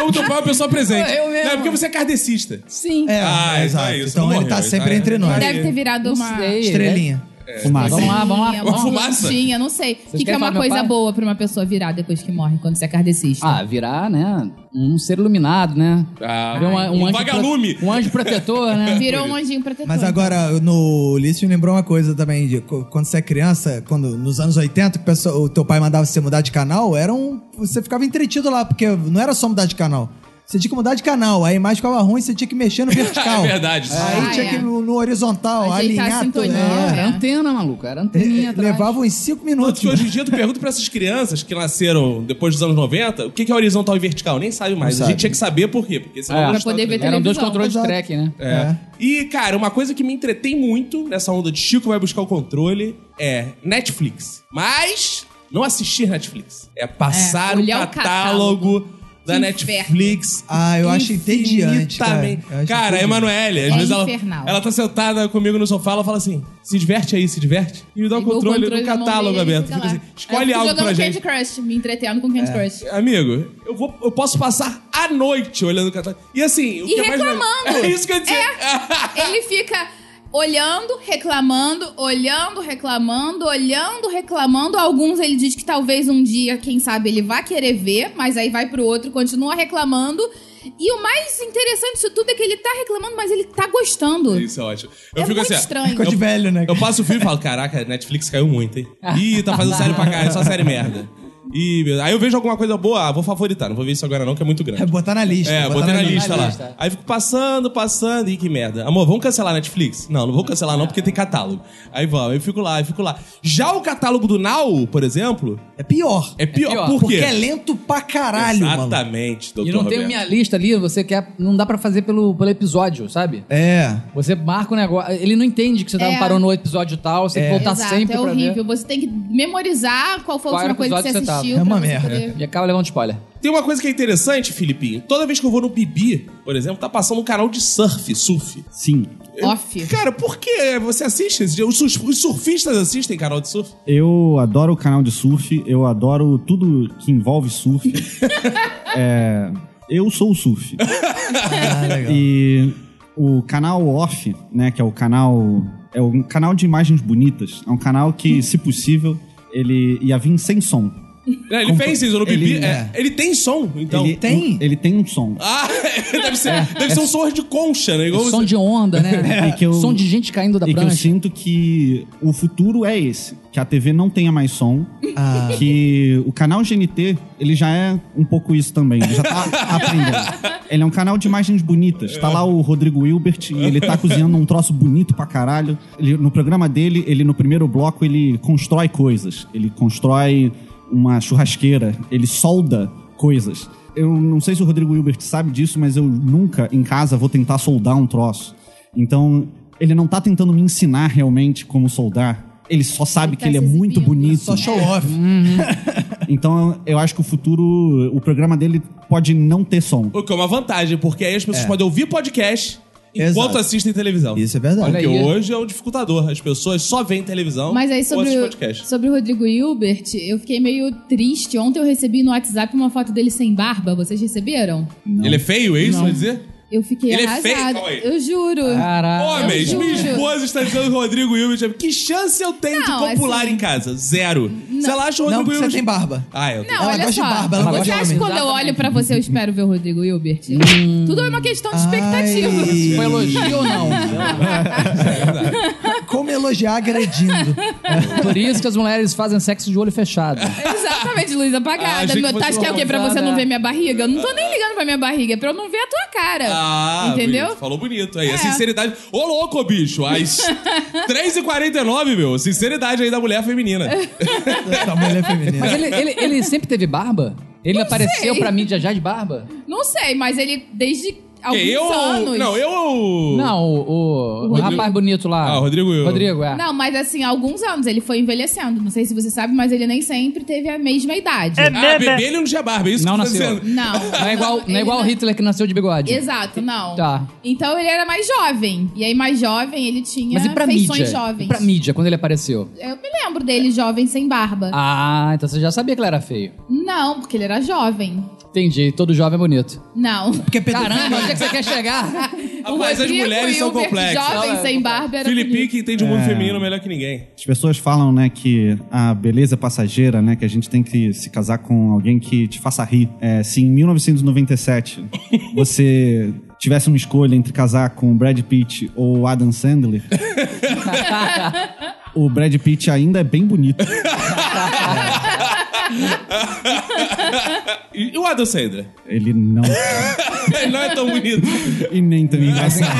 [SPEAKER 1] como teu pai é uma pessoa presente.
[SPEAKER 4] Eu mesmo.
[SPEAKER 1] Não, é porque você é kardecista.
[SPEAKER 4] Sim.
[SPEAKER 2] É,
[SPEAKER 1] Ah, então é
[SPEAKER 2] exato.
[SPEAKER 1] isso,
[SPEAKER 2] então
[SPEAKER 1] não
[SPEAKER 2] ele
[SPEAKER 1] morreu, é
[SPEAKER 2] tá
[SPEAKER 1] isso
[SPEAKER 2] sempre
[SPEAKER 1] aí.
[SPEAKER 2] entre nós.
[SPEAKER 3] Deve ter virado uma
[SPEAKER 1] né?
[SPEAKER 4] sei.
[SPEAKER 2] Estrelinha.
[SPEAKER 5] Fumaça.
[SPEAKER 4] Vamos lá, vamos lá.
[SPEAKER 3] uma
[SPEAKER 4] Vamos lá.
[SPEAKER 1] fumaça?
[SPEAKER 3] plantinha, não sei. O que, que é
[SPEAKER 4] querem
[SPEAKER 3] uma
[SPEAKER 4] falar meu
[SPEAKER 3] coisa
[SPEAKER 4] pai?
[SPEAKER 3] boa pra uma pessoa virar depois que morre, quando você é kardecista?
[SPEAKER 4] Ah, virar, né? Um ser iluminado, né?
[SPEAKER 1] Ah,
[SPEAKER 4] Virar
[SPEAKER 1] um
[SPEAKER 4] anjo
[SPEAKER 1] vagalume.
[SPEAKER 4] pro- Um anjo protetor,
[SPEAKER 1] é
[SPEAKER 3] [LAUGHS]
[SPEAKER 4] né?
[SPEAKER 3] Virou um anjinho protetor.
[SPEAKER 2] Mas agora, no Ulisses me lembrou uma coisa também. De, co- quando você é criança, quando, nos anos 80, que o, pessoal- o teu pai mandava você mudar de canal, era um, você ficava entretido lá, porque não era só mudar de canal. Você tinha que mudar de canal, aí a imagem ficava ruim, você tinha que mexer
[SPEAKER 1] [LAUGHS]
[SPEAKER 2] no vertical.
[SPEAKER 1] É verdade.
[SPEAKER 2] Aí
[SPEAKER 3] Ah,
[SPEAKER 2] tinha
[SPEAKER 3] é.
[SPEAKER 2] que ir no, no horizontal,
[SPEAKER 3] Ajeitar a
[SPEAKER 2] alinhar tudo.
[SPEAKER 3] sintonia,
[SPEAKER 2] É.
[SPEAKER 3] né?
[SPEAKER 4] Era antena, maluco. Era anteninha atrás.
[SPEAKER 2] Levava uns 5
[SPEAKER 1] Tanto
[SPEAKER 2] minutos.
[SPEAKER 1] que hoje em dia tu pergunta pra essas crianças que nasceram depois dos anos 90 o que que é horizontal e vertical. Nem sabe mais.
[SPEAKER 2] Não
[SPEAKER 1] a gente
[SPEAKER 2] sabe.
[SPEAKER 1] tinha que saber por quê. Porque senão
[SPEAKER 4] É.
[SPEAKER 1] não
[SPEAKER 4] Pra
[SPEAKER 1] gostava
[SPEAKER 3] poder
[SPEAKER 1] do
[SPEAKER 3] ver
[SPEAKER 1] negócio.
[SPEAKER 4] Eram dois
[SPEAKER 3] televisão,
[SPEAKER 4] controles de
[SPEAKER 2] exato.
[SPEAKER 4] track, né?
[SPEAKER 1] É. E, cara, uma coisa que me entretém muito nessa onda de Chico vai buscar o controle é Netflix. Mas não assistir Netflix. É passar
[SPEAKER 3] É,
[SPEAKER 1] o
[SPEAKER 3] olhar o
[SPEAKER 1] catálogo da
[SPEAKER 3] Que
[SPEAKER 1] Netflix.
[SPEAKER 2] Ah, eu acho entediante, cara.
[SPEAKER 1] infinitamente.
[SPEAKER 2] Eu acho
[SPEAKER 1] Cara, a
[SPEAKER 2] entediante.
[SPEAKER 1] Emanuele, às
[SPEAKER 3] É
[SPEAKER 1] vezes ela,
[SPEAKER 3] infernal.
[SPEAKER 1] ela tá sentada comigo no sofá, ela fala assim: se diverte aí, se diverte. E me dá o
[SPEAKER 3] E dou
[SPEAKER 1] controle, do
[SPEAKER 3] na mão
[SPEAKER 1] catálogo
[SPEAKER 3] dele,
[SPEAKER 1] aberto.
[SPEAKER 3] fica
[SPEAKER 1] Fica
[SPEAKER 3] lá. É,
[SPEAKER 1] assim, escolhe
[SPEAKER 3] Eu fico
[SPEAKER 1] algo pra
[SPEAKER 3] jogando
[SPEAKER 1] gente. É.
[SPEAKER 3] Candy Crush, me entretendo com Candy Crush.
[SPEAKER 1] Amigo, eu, vou, eu posso passar a noite olhando o catálogo. E assim, o que
[SPEAKER 3] E
[SPEAKER 1] é mais legal-
[SPEAKER 3] reclamando.
[SPEAKER 1] [LAUGHS] É
[SPEAKER 3] É.
[SPEAKER 1] isso que eu ia dizer. [LAUGHS]
[SPEAKER 3] Ele fica olhando, reclamando, olhando, reclamando, olhando, reclamando. Alguns ele diz que talvez um dia, quem sabe, ele vá querer ver, mas aí vai pro outro, continua reclamando. E o mais interessante disso tudo é que ele tá reclamando, mas ele tá gostando.
[SPEAKER 1] Isso é ótimo. Eu
[SPEAKER 3] É
[SPEAKER 1] fico
[SPEAKER 3] muito
[SPEAKER 1] assim, ó,
[SPEAKER 3] estranho.
[SPEAKER 2] Ficou de
[SPEAKER 1] Eu-
[SPEAKER 2] velho, né?
[SPEAKER 1] Eu passo o filme e falo, caraca, Netflix caiu muito, hein? Ih, tá fazendo série pra cá, é só série merda. Ih, meu- aí eu vejo alguma coisa boa, ah, vou favoritar, não vou ver isso agora não, que é muito grande.
[SPEAKER 2] [LAUGHS] É botar na lista.
[SPEAKER 1] É,
[SPEAKER 2] botar
[SPEAKER 1] botei na
[SPEAKER 2] lista.
[SPEAKER 1] lista
[SPEAKER 4] Na
[SPEAKER 1] lá.
[SPEAKER 4] lista.
[SPEAKER 1] Aí fico passando, passando, e que merda. Amor, vamos cancelar a Netflix? Não, não vou cancelar não, porque tem catálogo. Aí vamos, eu fico lá, eu fico lá. Já o catálogo do Now, por exemplo,
[SPEAKER 2] É pior.
[SPEAKER 1] é pior,
[SPEAKER 4] pior,
[SPEAKER 1] por
[SPEAKER 2] Porque
[SPEAKER 1] quê?
[SPEAKER 2] é lento pra caralho, mano.
[SPEAKER 1] Exatamente, doutor
[SPEAKER 4] E não tem
[SPEAKER 1] Roberto.
[SPEAKER 4] minha lista ali, você quer. Não dá pra fazer pelo, pelo episódio, sabe?
[SPEAKER 2] É.
[SPEAKER 4] Você marca o negócio. Ele não entende que você tá-
[SPEAKER 3] É.
[SPEAKER 4] parou no episódio tal, você tem que voltar
[SPEAKER 3] Exato,
[SPEAKER 4] sempre
[SPEAKER 3] é
[SPEAKER 4] pra ver.
[SPEAKER 3] horrível. Você tem que memorizar qual foi a
[SPEAKER 4] Qual
[SPEAKER 3] última
[SPEAKER 4] era o
[SPEAKER 3] coisa que você
[SPEAKER 4] episódio que você
[SPEAKER 3] assistiu.
[SPEAKER 2] tava. É
[SPEAKER 3] pra
[SPEAKER 2] uma
[SPEAKER 3] você
[SPEAKER 2] merda.
[SPEAKER 3] poder-
[SPEAKER 4] E acaba levando um spoiler.
[SPEAKER 1] Tem uma coisa que é interessante, Filipinho. Toda vez que eu vou no Bibi, por exemplo, tá passando um canal de surf, surf.
[SPEAKER 5] Sim.
[SPEAKER 3] Off.
[SPEAKER 1] Cara, por que você assiste? esse dia? Os surf- os surfistas assistem canal de surf?
[SPEAKER 5] Eu adoro o canal de surf, eu adoro tudo que
[SPEAKER 2] [LAUGHS]
[SPEAKER 5] envolve surf. É, eu sou o surf.
[SPEAKER 2] Ah, legal.
[SPEAKER 5] E o canal off, né, que é o canal é um canal de imagens bonitas, é um canal que, se possível, ele ia vir sem som.
[SPEAKER 1] É, ele
[SPEAKER 5] Compa-
[SPEAKER 1] fez isso no Bibi.
[SPEAKER 5] ele-
[SPEAKER 1] é,
[SPEAKER 5] é.
[SPEAKER 1] ele tem som, então.
[SPEAKER 5] ele
[SPEAKER 2] tem?
[SPEAKER 5] Ele tem um som.
[SPEAKER 1] Ah, [LAUGHS] deve ser,
[SPEAKER 2] É,
[SPEAKER 1] deve ser um som de concha, né? Igual
[SPEAKER 4] Som de onda, né?
[SPEAKER 5] É, que eu-
[SPEAKER 4] Som de gente caindo da
[SPEAKER 5] e que eu
[SPEAKER 4] prancha.
[SPEAKER 5] sinto que o futuro é esse, que a TV não tenha
[SPEAKER 1] [LAUGHS]
[SPEAKER 5] mais som,
[SPEAKER 2] Ah.
[SPEAKER 5] que o canal GNT, ele já é um pouco isso também, ele já tá aprendendo. Ele é um canal de imagens bonitas, tá lá o Rodrigo Hilbert e ele tá cozinhando um troço bonito pra caralho. Ele- no programa dele, ele no primeiro bloco, ele constrói coisas, ele constrói uma churrasqueira, ele solda coisas. Eu não sei se o Rodrigo Hilbert sabe disso, mas eu nunca em casa vou tentar soldar um troço. Então, ele não tá tentando me ensinar realmente como soldar. Ele só sabe
[SPEAKER 3] Ele tá
[SPEAKER 5] que ele é
[SPEAKER 3] se
[SPEAKER 5] muito
[SPEAKER 3] exibindo.
[SPEAKER 5] bonito.
[SPEAKER 2] Só show off.
[SPEAKER 5] Então eu acho que o futuro, o programa dele pode não ter som.
[SPEAKER 1] O que é uma vantagem, porque aí as pessoas podem ouvir podcast enquanto
[SPEAKER 2] É. Exato.
[SPEAKER 1] assistem televisão.
[SPEAKER 2] Isso é verdade.
[SPEAKER 4] Olha
[SPEAKER 1] Porque
[SPEAKER 4] aí.
[SPEAKER 1] hoje é um dificultador. As pessoas só veem televisão
[SPEAKER 3] Mas aí
[SPEAKER 1] ou
[SPEAKER 3] sobre,
[SPEAKER 1] assistem
[SPEAKER 3] o-
[SPEAKER 1] podcast.
[SPEAKER 3] sobre o Rodrigo Hilbert, eu fiquei meio triste. Ontem eu recebi no WhatsApp uma foto dele sem barba. Vocês receberam?
[SPEAKER 1] Ele é feio, é isso? Quer dizer?
[SPEAKER 3] Eu fiquei
[SPEAKER 1] Ele é
[SPEAKER 3] arrasada.
[SPEAKER 1] feio? Calma aí.
[SPEAKER 3] eu juro. Ah, é um
[SPEAKER 4] Caraca.
[SPEAKER 1] Homens,
[SPEAKER 3] eu
[SPEAKER 1] minha
[SPEAKER 3] juro.
[SPEAKER 1] esposa está dizendo Rodrigo Hilbert. é- Que chance eu tenho
[SPEAKER 3] Não,
[SPEAKER 1] de popular
[SPEAKER 3] assim-
[SPEAKER 1] em casa? Zero. Se ela acha o
[SPEAKER 2] Não,
[SPEAKER 1] Rodrigo
[SPEAKER 2] porque você
[SPEAKER 1] Hilbert...
[SPEAKER 2] tem barba.
[SPEAKER 1] Ah, eu tenho.
[SPEAKER 3] Não,
[SPEAKER 2] Ela
[SPEAKER 3] olha
[SPEAKER 2] gosta de
[SPEAKER 3] só.
[SPEAKER 2] barba, ela
[SPEAKER 3] Você
[SPEAKER 4] gosta de
[SPEAKER 3] acha
[SPEAKER 4] homem.
[SPEAKER 3] que quando eu olho pra você eu espero ver o Rodrigo Hilbert?
[SPEAKER 4] Hum.
[SPEAKER 3] Tudo é uma questão de expectativa.
[SPEAKER 2] Ai.
[SPEAKER 4] Foi elogio ou não?
[SPEAKER 2] [LAUGHS] Como elogiar agredindo.
[SPEAKER 4] Por isso que as mulheres fazem sexo de olho fechado.
[SPEAKER 3] Exatamente, luz
[SPEAKER 1] Ah,
[SPEAKER 3] apagada.
[SPEAKER 1] achei que
[SPEAKER 3] Meu,
[SPEAKER 1] fosse
[SPEAKER 3] tá, acho que é o quê? Pra você não ver minha barriga? Eu não tô nem ligando pra minha barriga, é pra eu não ver a tua cara.
[SPEAKER 1] Ah,
[SPEAKER 3] [LAUGHS] entendeu?
[SPEAKER 1] bonito. Falou bonito aí.
[SPEAKER 3] É.
[SPEAKER 1] A sinceridade. Ô, louco, bicho!
[SPEAKER 3] [LAUGHS]
[SPEAKER 1] Às 3h49, meu. Sinceridade aí da mulher feminina.
[SPEAKER 3] É,
[SPEAKER 2] da mulher feminina.
[SPEAKER 4] Mas ele, ele, ele sempre teve barba? Ele apareceu
[SPEAKER 3] sei.
[SPEAKER 4] pra mídia já de barba?
[SPEAKER 3] Não sei, mas ele desde alguns
[SPEAKER 1] Que eu.
[SPEAKER 3] anos.
[SPEAKER 1] Não, eu.
[SPEAKER 4] Não, o, o- o
[SPEAKER 1] Rodrigo.
[SPEAKER 4] rapaz bonito lá.
[SPEAKER 1] Ah, o Rodrigo e o-
[SPEAKER 4] Rodrigo, é.
[SPEAKER 3] Não, mas assim, há alguns anos ele foi envelhecendo. Não sei se você sabe, mas ele nem sempre teve a mesma idade.
[SPEAKER 1] Ah, bebê ele não tinha barba, é isso
[SPEAKER 4] Não
[SPEAKER 1] que eu tô
[SPEAKER 4] nasceu.
[SPEAKER 1] dizendo.
[SPEAKER 3] Não.
[SPEAKER 4] [LAUGHS] Não é igual, não
[SPEAKER 3] ele
[SPEAKER 4] é igual o Hitler que nasceu de bigode.
[SPEAKER 3] Exato, não.
[SPEAKER 4] Tá.
[SPEAKER 3] Então ele era mais jovem. E aí, mais jovem, ele tinha
[SPEAKER 4] Mas e pra
[SPEAKER 3] feições
[SPEAKER 4] mídia?
[SPEAKER 3] jovens.
[SPEAKER 4] E pra mídia, quando ele apareceu?
[SPEAKER 3] Eu me lembro dele jovem sem barba.
[SPEAKER 4] Ah, então você já sabia que ele era feio.
[SPEAKER 3] Não, porque ele era jovem.
[SPEAKER 4] Entendi, todo jovem é bonito.
[SPEAKER 3] Não. [LAUGHS]
[SPEAKER 2] Porque pedofilia-
[SPEAKER 4] Caramba, onde é que você quer chegar?
[SPEAKER 1] Rapaz, as
[SPEAKER 3] Rodrigo
[SPEAKER 1] mulheres são
[SPEAKER 3] Hilbert,
[SPEAKER 1] complexas.
[SPEAKER 3] Jovem
[SPEAKER 4] Não, é
[SPEAKER 3] sem barba era
[SPEAKER 1] Felipe
[SPEAKER 3] bonito.
[SPEAKER 1] que entende o
[SPEAKER 2] É.
[SPEAKER 1] mundo feminino melhor que ninguém.
[SPEAKER 5] As pessoas falam, né, que a beleza é passageira, né, que a gente tem que se casar com alguém que te faça rir. É, se
[SPEAKER 2] [LAUGHS]
[SPEAKER 5] em 1997 você tivesse uma escolha entre casar com Brad Pitt ou
[SPEAKER 2] [LAUGHS]
[SPEAKER 5] Adam Sandler, o Brad Pitt ainda é bem bonito.
[SPEAKER 1] E e o Adam Sandler? [LAUGHS]
[SPEAKER 5] Ele
[SPEAKER 2] [LAUGHS]
[SPEAKER 5] não
[SPEAKER 1] Ele não é tão bonito.
[SPEAKER 5] e nem tão
[SPEAKER 2] é
[SPEAKER 5] engraçado.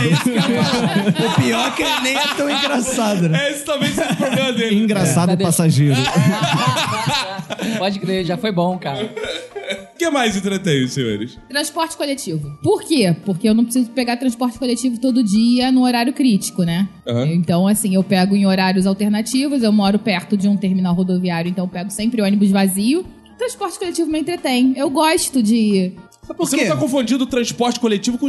[SPEAKER 2] O pior é que ele nem é
[SPEAKER 1] [LAUGHS]
[SPEAKER 2] tão engraçado, né?
[SPEAKER 1] É, Esse talvez seja o problema dele.
[SPEAKER 5] Engraçado
[SPEAKER 4] É.
[SPEAKER 5] e passageiro.
[SPEAKER 2] [LAUGHS]
[SPEAKER 4] Pode crer, já foi bom, cara.
[SPEAKER 1] O que mais entretém os senhores?
[SPEAKER 3] Transporte coletivo. Por quê? Porque eu não preciso pegar transporte coletivo todo dia no horário crítico, né?
[SPEAKER 1] Aham.
[SPEAKER 3] Então, assim, eu pego em horários alternativos, eu moro perto de um terminal rodoviário, então eu pego sempre ônibus vazio. Transporte coletivo me entretém. Eu gosto de.
[SPEAKER 2] Mas por
[SPEAKER 1] Você não
[SPEAKER 2] quê?
[SPEAKER 1] tá confundindo o transporte coletivo com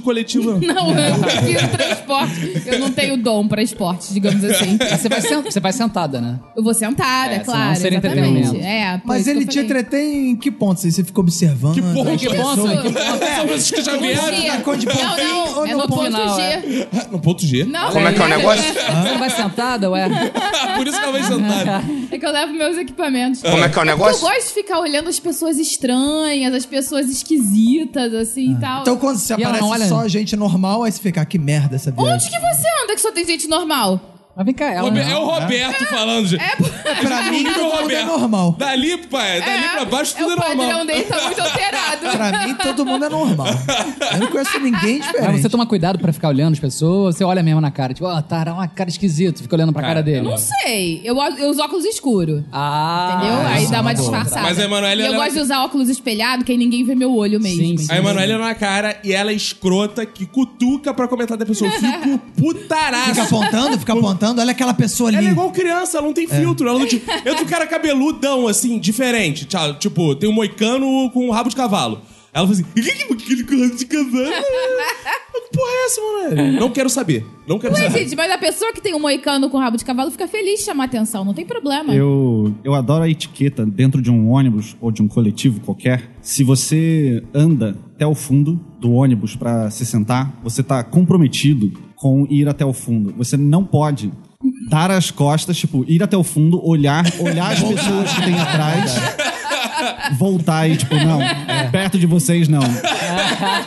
[SPEAKER 2] [LAUGHS]
[SPEAKER 1] coletivo. não.
[SPEAKER 3] [LAUGHS] Não,
[SPEAKER 6] É.
[SPEAKER 3] eu prefiro transporte. Eu não tenho dom pra esporte, digamos assim.
[SPEAKER 4] Você vai, sen- você vai sentada, né?
[SPEAKER 3] Eu vou sentada,
[SPEAKER 4] É, senão
[SPEAKER 3] claro.
[SPEAKER 4] seria
[SPEAKER 3] exatamente.
[SPEAKER 4] entretenimento.
[SPEAKER 3] É, por
[SPEAKER 2] Mas
[SPEAKER 3] isso que
[SPEAKER 2] ele
[SPEAKER 3] eu
[SPEAKER 2] te
[SPEAKER 3] falei.
[SPEAKER 2] entretém em que ponto? assim, Você você ficou observando?
[SPEAKER 1] Que ponto?
[SPEAKER 2] as
[SPEAKER 4] Que
[SPEAKER 2] pessoas?
[SPEAKER 4] ponto? Que ponto?
[SPEAKER 1] É,
[SPEAKER 2] É.
[SPEAKER 1] São esses que já vieram.
[SPEAKER 2] da Conde
[SPEAKER 3] Não,
[SPEAKER 2] Bonfim
[SPEAKER 3] não,
[SPEAKER 2] ou
[SPEAKER 3] é
[SPEAKER 2] no
[SPEAKER 3] no
[SPEAKER 2] ponto
[SPEAKER 3] ponto
[SPEAKER 4] final,
[SPEAKER 3] G.
[SPEAKER 1] [LAUGHS] No ponto G.
[SPEAKER 3] assim? Não,
[SPEAKER 6] Como é que é o negócio?
[SPEAKER 4] Você vai sentada, ué?
[SPEAKER 1] Por isso que ela vai sentar.
[SPEAKER 3] É que eu levo meus equipamentos.
[SPEAKER 6] Como é que é o
[SPEAKER 3] Eu
[SPEAKER 6] negócio?
[SPEAKER 3] gosto de ficar olhando as pessoas estranhas, as pessoas esquisitas, assim e tal.
[SPEAKER 2] Então quando você
[SPEAKER 4] ela
[SPEAKER 2] aparece
[SPEAKER 4] não olha?
[SPEAKER 2] só gente normal, aí você fica, ah, que merda essa viagem.
[SPEAKER 3] Onde que você anda que só tem gente normal?
[SPEAKER 4] Mas vem cá, ela.
[SPEAKER 1] Robe- É o Roberto falando, gente.
[SPEAKER 2] Pra mim,
[SPEAKER 1] Incrível,
[SPEAKER 2] todo mundo é
[SPEAKER 1] Roberto.
[SPEAKER 2] normal.
[SPEAKER 1] Dali, pai, dali pra baixo,
[SPEAKER 3] É. é,
[SPEAKER 1] tudo é
[SPEAKER 3] o padrão
[SPEAKER 1] normal.
[SPEAKER 3] dele tá muito alterado.
[SPEAKER 2] Pra mim, todo mundo é normal. Eu não conheço ninguém
[SPEAKER 4] Mas
[SPEAKER 2] diferente.
[SPEAKER 4] você toma cuidado pra ficar olhando as pessoas, você olha mesmo na cara, tipo, ó, tá uma cara esquisita, fica olhando pra cara,
[SPEAKER 1] Cara,
[SPEAKER 4] dele.
[SPEAKER 1] eu
[SPEAKER 3] Não sei, eu, eu uso óculos escuros.
[SPEAKER 4] Ah,
[SPEAKER 3] Entendeu? Aí dá uma disfarçada.
[SPEAKER 1] Mas a Emanuele,
[SPEAKER 3] E
[SPEAKER 1] ela-
[SPEAKER 3] eu
[SPEAKER 1] é
[SPEAKER 3] gosto de usar óculos espelhado, que aí ninguém vê meu olho mesmo.
[SPEAKER 4] Sim, sim.
[SPEAKER 1] A Emanuela na cara e ela é escrota que cutuca pra comentar da pessoa. Eu
[SPEAKER 3] [LAUGHS]
[SPEAKER 1] Fico putaraço.
[SPEAKER 2] Fica apontando, fica apontando, olha aquela pessoa ali.
[SPEAKER 1] Ela é igual criança, ela não tem filtro. Ela não te... Entra um cara cabeludão, assim, diferente. Tchau, Tipo, tem um moicano com um rabo de cavalo. Ela fala assim: "Que que- aquele com rabo de cavalo?
[SPEAKER 3] [LAUGHS]
[SPEAKER 1] Que porra é essa, mano? Não quero saber. Não quero
[SPEAKER 3] Ué,
[SPEAKER 1] saber.
[SPEAKER 3] gente, mas a pessoa que tem um moicano com rabo de cavalo fica feliz de chamar atenção, não tem problema.
[SPEAKER 5] Eu, eu adoro a etiqueta dentro de um ônibus ou de um coletivo qualquer. Se você anda até o fundo do ônibus pra se sentar, você tá comprometido com ir até o fundo. Você não pode dar as costas, tipo, ir até o fundo, olhar,
[SPEAKER 1] [LAUGHS]
[SPEAKER 5] olhar as pessoas que tem atrás, voltar e, tipo, não,
[SPEAKER 1] É.
[SPEAKER 5] perto de vocês não.
[SPEAKER 1] Mas-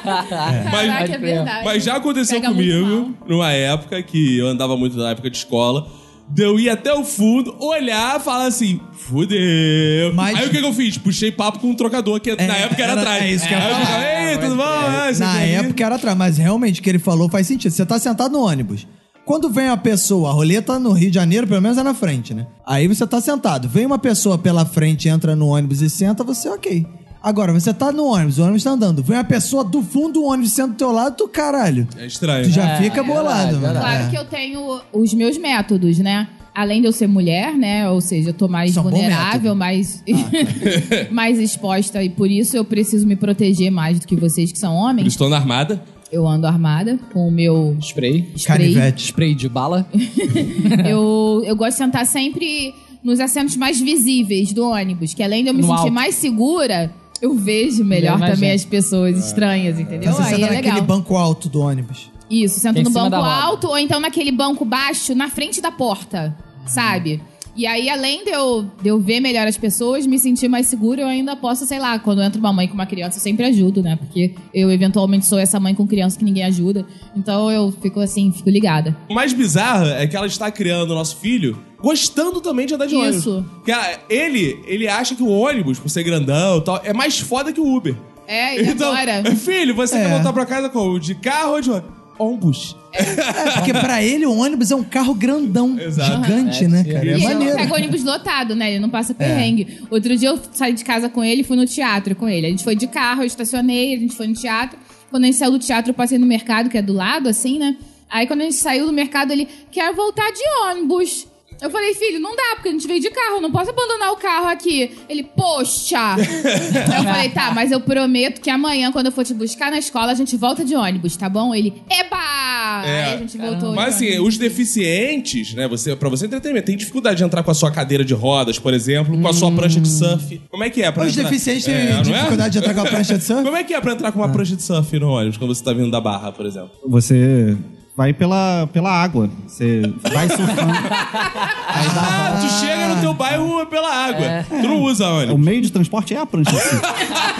[SPEAKER 3] Caraca, é
[SPEAKER 4] Mas-
[SPEAKER 3] verdade.
[SPEAKER 1] Mas já aconteceu
[SPEAKER 3] Pega muito mal.
[SPEAKER 1] comigo, numa época que eu andava muito na época de escola, de eu ir até o fundo, olhar, falar assim, fudeu.
[SPEAKER 2] Mas-
[SPEAKER 1] Aí o que, que eu fiz? Puxei papo com um trocador que na época era,
[SPEAKER 2] era-
[SPEAKER 1] atrás.
[SPEAKER 2] é isso que eu ia
[SPEAKER 1] Aí
[SPEAKER 2] falar.
[SPEAKER 1] ficava, Ei, tudo bom? Ah, isso
[SPEAKER 2] Na
[SPEAKER 1] aqui é
[SPEAKER 2] época era atrás, mas realmente o que ele falou faz sentido. Você tá sentado no ônibus. Quando vem a pessoa, a roleta no Rio de Janeiro, pelo menos é na frente, né? Aí você tá sentado. Vem uma pessoa pela frente, entra no ônibus e senta, você é ok. Agora, você tá no ônibus, o ônibus tá andando. Vem uma pessoa do fundo do ônibus senta do teu lado, tu caralho.
[SPEAKER 1] É estranho.
[SPEAKER 2] Tu já
[SPEAKER 4] É,
[SPEAKER 2] fica
[SPEAKER 4] é verdade,
[SPEAKER 2] bolado,
[SPEAKER 6] Tá.
[SPEAKER 2] mano.
[SPEAKER 6] É.
[SPEAKER 3] Claro que eu tenho os meus métodos, né? Além de eu ser mulher, né? Ou seja, eu tô mais
[SPEAKER 2] Isso é um bom método.
[SPEAKER 3] vulnerável, mais, [LAUGHS] mais exposta. E por isso eu preciso me proteger mais do que vocês que são
[SPEAKER 1] Por
[SPEAKER 3] homens.
[SPEAKER 1] isso tô na armada.
[SPEAKER 3] Eu ando armada com o meu [LAUGHS]
[SPEAKER 4] Spray.
[SPEAKER 3] spray.
[SPEAKER 2] Canivete.
[SPEAKER 4] Spray de bala.
[SPEAKER 3] Eu, eu gosto de sentar sempre nos assentos mais visíveis do ônibus. Que além de eu me
[SPEAKER 4] No
[SPEAKER 3] sentir
[SPEAKER 4] alto.
[SPEAKER 3] mais segura, eu vejo melhor
[SPEAKER 4] Eu imagino.
[SPEAKER 3] também as pessoas estranhas, entendeu?
[SPEAKER 2] Você
[SPEAKER 3] Aí
[SPEAKER 2] senta
[SPEAKER 3] é
[SPEAKER 2] tá naquele
[SPEAKER 3] legal.
[SPEAKER 2] banco alto do ônibus.
[SPEAKER 3] Isso, senta
[SPEAKER 4] Em
[SPEAKER 3] no
[SPEAKER 4] cima
[SPEAKER 3] banco
[SPEAKER 4] da roda.
[SPEAKER 3] alto ou então naquele banco baixo na frente da porta, sabe? E aí, além de eu, de eu ver melhor as pessoas, me sentir mais segura, eu ainda posso, sei lá, quando entra uma mãe com uma criança, eu sempre ajudo, né? Porque eu eventualmente sou essa mãe com criança que ninguém ajuda. Então eu fico assim, fico ligada.
[SPEAKER 1] O mais bizarro é que ela está criando o nosso filho gostando também de andar de ônibus.
[SPEAKER 3] Isso.
[SPEAKER 1] Porque ela- ele, ele acha que o ônibus, por ser grandão e tal, é mais foda que o Uber.
[SPEAKER 3] É,
[SPEAKER 4] [LAUGHS]
[SPEAKER 3] e
[SPEAKER 4] Então,
[SPEAKER 3] agora?
[SPEAKER 1] Então, filho, você
[SPEAKER 6] É. um
[SPEAKER 1] quer voltar pra casa como? De carro ou de ô- ônibus?
[SPEAKER 6] É, porque pra ele o ônibus é um carro grandão,
[SPEAKER 1] Exato.
[SPEAKER 6] gigante, né, cara?
[SPEAKER 3] E
[SPEAKER 6] É
[SPEAKER 3] ele não
[SPEAKER 6] maneiro.
[SPEAKER 3] pega ônibus lotado, né? Ele não passa perrengue. Outro dia eu saí de casa com ele e fui no teatro com ele. A gente foi de carro, eu estacionei, a gente foi no teatro. Quando a gente saiu do teatro, eu passei no mercado, que é do lado, assim, né? Aí quando a gente saiu do mercado, ele quer voltar de ônibus. Eu falei, filho, não dá, porque a gente veio de carro, eu não posso abandonar o carro aqui. Ele, poxa! eu falei, tá, mas eu prometo que amanhã, quando eu for te buscar na escola, a gente volta de ônibus, tá bom? Ele, eba!
[SPEAKER 1] É,
[SPEAKER 3] Aí a gente voltou. de
[SPEAKER 1] Mas assim,
[SPEAKER 3] ônibus.
[SPEAKER 1] os deficientes, né? Você, pra você entretenimento, tem dificuldade de entrar com a sua cadeira de rodas, por exemplo, com a sua prancha de surf. Como é que é? pra
[SPEAKER 6] Hum. Os
[SPEAKER 1] entrar-
[SPEAKER 6] deficientes têm
[SPEAKER 1] É, não é?
[SPEAKER 6] dificuldade de atracar a prancha de surf? Ah.
[SPEAKER 1] Como é que é pra entrar com uma prancha de surf no ônibus quando você tá vindo da barra, por exemplo?
[SPEAKER 5] Você vai pela, pela água. Você vai surfando.
[SPEAKER 1] [LAUGHS] Ah, tu chega no teu bairro pela água.
[SPEAKER 6] É.
[SPEAKER 1] Tu não usa
[SPEAKER 5] o
[SPEAKER 1] ônibus.
[SPEAKER 5] meio de transporte é a prancha de surf.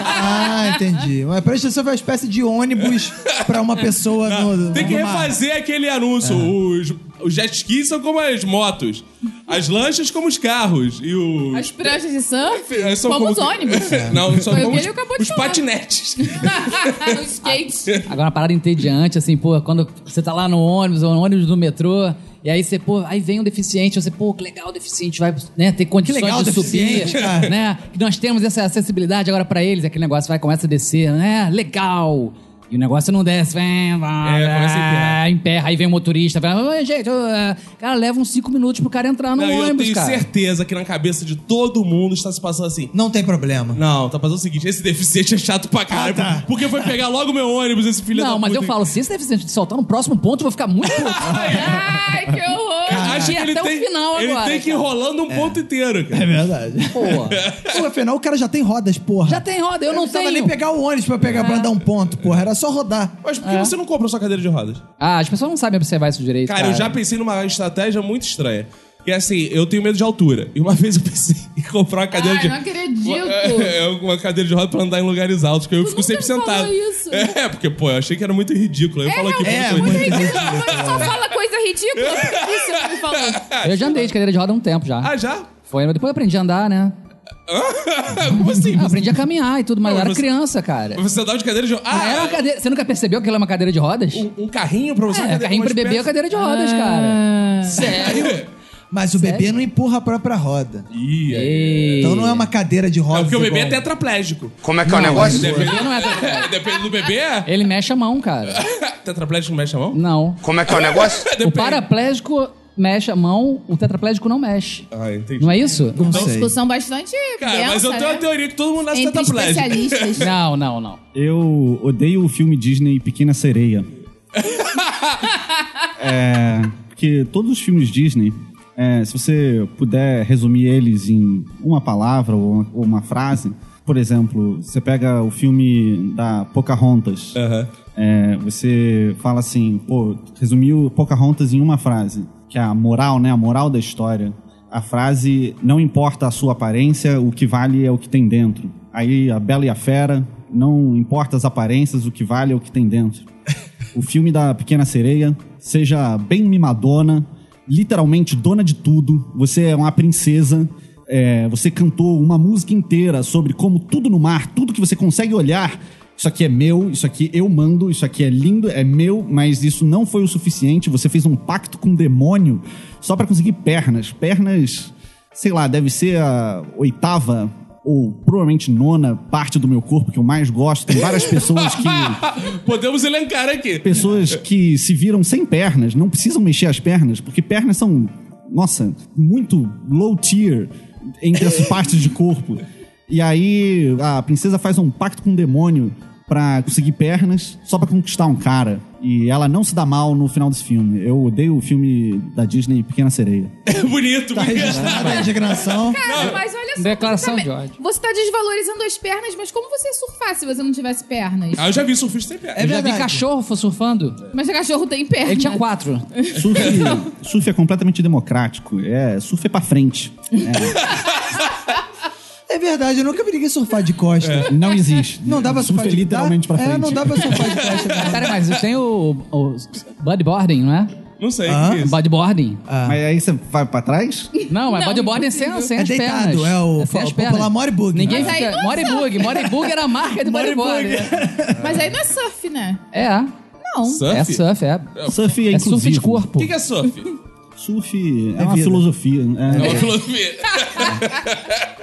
[SPEAKER 6] Ah, entendi. Mas a prancha de surf é uma espécie de ônibus pra uma pessoa no.
[SPEAKER 1] Tem que
[SPEAKER 6] numa-
[SPEAKER 1] refazer aquele anúncio.
[SPEAKER 6] É.
[SPEAKER 1] Os, os jet skis são como as motos, as lanchas como os carros e os...
[SPEAKER 3] As pranchas de surf?
[SPEAKER 1] É, são
[SPEAKER 3] como,
[SPEAKER 1] como
[SPEAKER 3] os
[SPEAKER 1] que-
[SPEAKER 3] ônibus.
[SPEAKER 1] [LAUGHS] Não, são
[SPEAKER 3] Foi o
[SPEAKER 1] como
[SPEAKER 3] que
[SPEAKER 1] os,
[SPEAKER 3] ele acabou de
[SPEAKER 1] os
[SPEAKER 3] falar.
[SPEAKER 1] patinetes.
[SPEAKER 3] no skate.
[SPEAKER 4] Agora, uma parada entediante, assim, pô, quando você tá lá no ônibus, ou no ônibus do metrô, e aí você, pô, aí vem um deficiente, você, pô, que legal, o deficiente vai né, ter condições
[SPEAKER 6] legal,
[SPEAKER 4] de subir,
[SPEAKER 6] deficiente, cara.
[SPEAKER 4] né? Que nós temos essa acessibilidade agora pra eles, aquele negócio vai, começa a descer, né? Legal! E o negócio não desce, vem, vai,
[SPEAKER 1] É, começa a emperrar.
[SPEAKER 4] emperra. aí vem o motorista, vai, "Oi, gente, ô, é." cara, leva uns cinco minutos pro cara entrar no
[SPEAKER 1] Não, eu
[SPEAKER 4] ônibus,
[SPEAKER 1] tenho
[SPEAKER 4] cara.
[SPEAKER 1] certeza que na cabeça de todo mundo está se passando assim.
[SPEAKER 6] Não tem problema.
[SPEAKER 1] Não, tá passando o seguinte, esse deficiente é chato pra caralho. Porque foi pegar logo meu ônibus, esse filho da
[SPEAKER 4] Não, mas
[SPEAKER 1] puta.
[SPEAKER 4] eu falo, se esse deficiente soltar no próximo ponto, eu vou ficar muito
[SPEAKER 1] [LAUGHS]
[SPEAKER 3] [LAUGHS]
[SPEAKER 4] puto.
[SPEAKER 3] Ai, que horror!
[SPEAKER 1] Acho
[SPEAKER 4] e
[SPEAKER 1] que ele
[SPEAKER 4] até o
[SPEAKER 1] tem,
[SPEAKER 4] final
[SPEAKER 1] ele
[SPEAKER 4] agora,
[SPEAKER 1] tem que ir
[SPEAKER 4] cara.
[SPEAKER 1] rolando um ponto inteiro, cara.
[SPEAKER 6] É verdade.
[SPEAKER 4] Pô,
[SPEAKER 6] Pô, afinal, o cara já tem rodas, porra.
[SPEAKER 4] já tem Ah. roda, eu não
[SPEAKER 6] precisava
[SPEAKER 4] tenho.
[SPEAKER 6] nem pegar o ônibus pra, pegar, pra dar um ponto, porra. Era só rodar.
[SPEAKER 1] Mas por que você não comprou sua cadeira de rodas?
[SPEAKER 4] Ah, as pessoas não sabem observar isso direito.
[SPEAKER 1] Cara, eu já pensei numa estratégia muito estranha. Que é assim, eu tenho medo de altura. E uma [LAUGHS] vez eu pensei em comprar uma cadeira
[SPEAKER 3] Ai,
[SPEAKER 1] de...
[SPEAKER 3] não acredito!
[SPEAKER 1] É, uma cadeira de roda pra andar em lugares altos, que eu
[SPEAKER 3] Tu
[SPEAKER 1] fico sempre
[SPEAKER 3] nunca me falou
[SPEAKER 1] sentado.
[SPEAKER 3] isso.
[SPEAKER 1] É, porque, pô, eu achei que era muito ridículo. Eu falo aqui
[SPEAKER 3] realmente,
[SPEAKER 1] pra
[SPEAKER 6] é muito
[SPEAKER 1] vocês.
[SPEAKER 3] Mas só fala coisa
[SPEAKER 1] [LAUGHS]
[SPEAKER 3] ridícula. Isso que ele falou.
[SPEAKER 4] Eu já andei de cadeira de roda há um tempo já.
[SPEAKER 1] Ah, já? [LAUGHS]
[SPEAKER 4] Foi, mas depois eu aprendi a andar, né?
[SPEAKER 1] Como assim?
[SPEAKER 4] Ah, aprendi a caminhar e tudo, mas
[SPEAKER 1] Não,
[SPEAKER 4] eu era
[SPEAKER 1] você-
[SPEAKER 4] criança, cara.
[SPEAKER 1] Você andava de cadeira de roda. Ah,
[SPEAKER 4] Era é uma cadeira... Você nunca percebeu que ela é uma cadeira de rodas?
[SPEAKER 1] um, um carrinho pra você?
[SPEAKER 4] É, carrinho pra bebê é cadeira de
[SPEAKER 1] Ah.
[SPEAKER 4] rodas, cara.
[SPEAKER 1] Sério?
[SPEAKER 6] Mas o bebê não empurra a própria roda.
[SPEAKER 4] Então
[SPEAKER 1] Ih, é.
[SPEAKER 4] E...
[SPEAKER 6] Então não é uma cadeira de rodas.
[SPEAKER 1] É porque o bebê é
[SPEAKER 6] igual.
[SPEAKER 1] tetraplégico.
[SPEAKER 7] Como é que é o negócio?
[SPEAKER 4] Ele não é tetra-
[SPEAKER 1] Depende do bebê, é.
[SPEAKER 4] [LAUGHS] Ele mexe a mão, cara.
[SPEAKER 1] Tetraplégico não mexe a mão?
[SPEAKER 4] Não.
[SPEAKER 7] Como é que é o negócio?
[SPEAKER 4] O paraplégico mexe a mão, o tetraplégico não mexe.
[SPEAKER 1] Ah, entendi.
[SPEAKER 4] Não é isso?
[SPEAKER 6] Não
[SPEAKER 3] Uma
[SPEAKER 6] sei.
[SPEAKER 3] discussão bastante
[SPEAKER 1] Cara,
[SPEAKER 3] densa,
[SPEAKER 1] mas eu tenho
[SPEAKER 3] né?
[SPEAKER 1] a teoria que todo mundo nasce
[SPEAKER 3] Entre
[SPEAKER 1] tetraplégico. [LAUGHS]
[SPEAKER 3] especialistas.
[SPEAKER 4] Não, não, não.
[SPEAKER 1] É
[SPEAKER 5] Eu odeio o filme Disney Pequena Sereia. é, porque todos os filmes Disney, é, se você puder resumir eles em uma palavra ou uma, ou uma frase, por exemplo, você pega o filme da Pocahontas.
[SPEAKER 1] Aham.
[SPEAKER 5] É, você fala assim, pô, resumiu Pocahontas em uma frase, que é a moral, né? A moral da história. A frase, não importa a sua aparência, o que vale é o que tem dentro. Aí a Bela e a Fera, não importa as aparências, o que vale é o que tem dentro. O filme da Pequena Sereia, seja bem mimadona, literalmente dona de tudo, você é uma princesa, é, você cantou uma música inteira sobre como tudo no mar, tudo que você consegue olhar, isso aqui é meu, isso aqui eu mando, isso aqui é lindo, é meu, mas isso não foi o suficiente, você fez um pacto com o demônio só pra conseguir pernas. Pernas, sei lá, deve ser a oitava ou provavelmente nona parte do meu corpo que eu mais gosto. Tem várias
[SPEAKER 1] [LAUGHS]
[SPEAKER 5] pessoas que
[SPEAKER 1] Podemos elencar aqui.
[SPEAKER 5] pessoas que se viram sem pernas, não precisam mexer as pernas, porque pernas são, nossa, muito low tier entre as partes de corpo. E aí a princesa faz um pacto com o demônio pra conseguir pernas, só pra conquistar um cara. E ela não se dá mal no final desse filme. Eu odeio o filme da Disney Pequena Sereia.
[SPEAKER 1] Bonito,
[SPEAKER 6] Tá
[SPEAKER 1] É bonito.
[SPEAKER 6] registrada a indignação.
[SPEAKER 3] Cara, mas olha isso
[SPEAKER 4] Declaração
[SPEAKER 3] também-
[SPEAKER 4] de ódio.
[SPEAKER 3] Você tá desvalorizando as pernas, mas como você ia surfar se você não tivesse pernas?
[SPEAKER 1] Ah, eu já vi surfista sem perna.
[SPEAKER 4] Eu já vi cachorro surfando.
[SPEAKER 3] Mas o cachorro tem pernas.
[SPEAKER 4] Ele tinha quatro.
[SPEAKER 5] Surf, surf é completamente democrático. É, surf é pra frente.
[SPEAKER 6] É verdade, eu nunca vi ninguém surfar de costa.
[SPEAKER 5] Não existe.
[SPEAKER 6] Não dá pra
[SPEAKER 5] surf
[SPEAKER 6] surfar
[SPEAKER 5] é
[SPEAKER 6] de
[SPEAKER 5] literalmente
[SPEAKER 6] dá,
[SPEAKER 5] pra frente.
[SPEAKER 6] É, não dá pra surfar de costa. não.
[SPEAKER 4] Cara, mas tem o, o bodyboarding, não é?
[SPEAKER 1] Não sei, o que que é isso?
[SPEAKER 4] Bodyboarding.
[SPEAKER 6] Ah.
[SPEAKER 5] Mas aí você vai pra trás?
[SPEAKER 4] Não, mas
[SPEAKER 3] Não,
[SPEAKER 4] bodyboarding é sem, sem
[SPEAKER 6] É
[SPEAKER 4] as
[SPEAKER 6] deitado,
[SPEAKER 4] pernas.
[SPEAKER 6] é o
[SPEAKER 4] sem
[SPEAKER 6] fa-
[SPEAKER 4] as
[SPEAKER 6] o popular
[SPEAKER 4] pernas.
[SPEAKER 6] moribug.
[SPEAKER 4] Ninguém
[SPEAKER 3] Mas aí
[SPEAKER 4] fica...
[SPEAKER 3] não é
[SPEAKER 4] Moribug. Moribug era a marca do bodyboarding.
[SPEAKER 3] Mas aí não é surf, né?
[SPEAKER 4] É,
[SPEAKER 3] Não.
[SPEAKER 4] é
[SPEAKER 1] Surf?
[SPEAKER 4] surf, é.
[SPEAKER 5] Surf é,
[SPEAKER 4] É surf de
[SPEAKER 5] inclusivo.
[SPEAKER 4] corpo.
[SPEAKER 1] O que, que é surf?
[SPEAKER 5] Surf é, uma
[SPEAKER 6] vida.
[SPEAKER 5] filosofia.
[SPEAKER 1] É
[SPEAKER 5] É.
[SPEAKER 1] uma filosofia.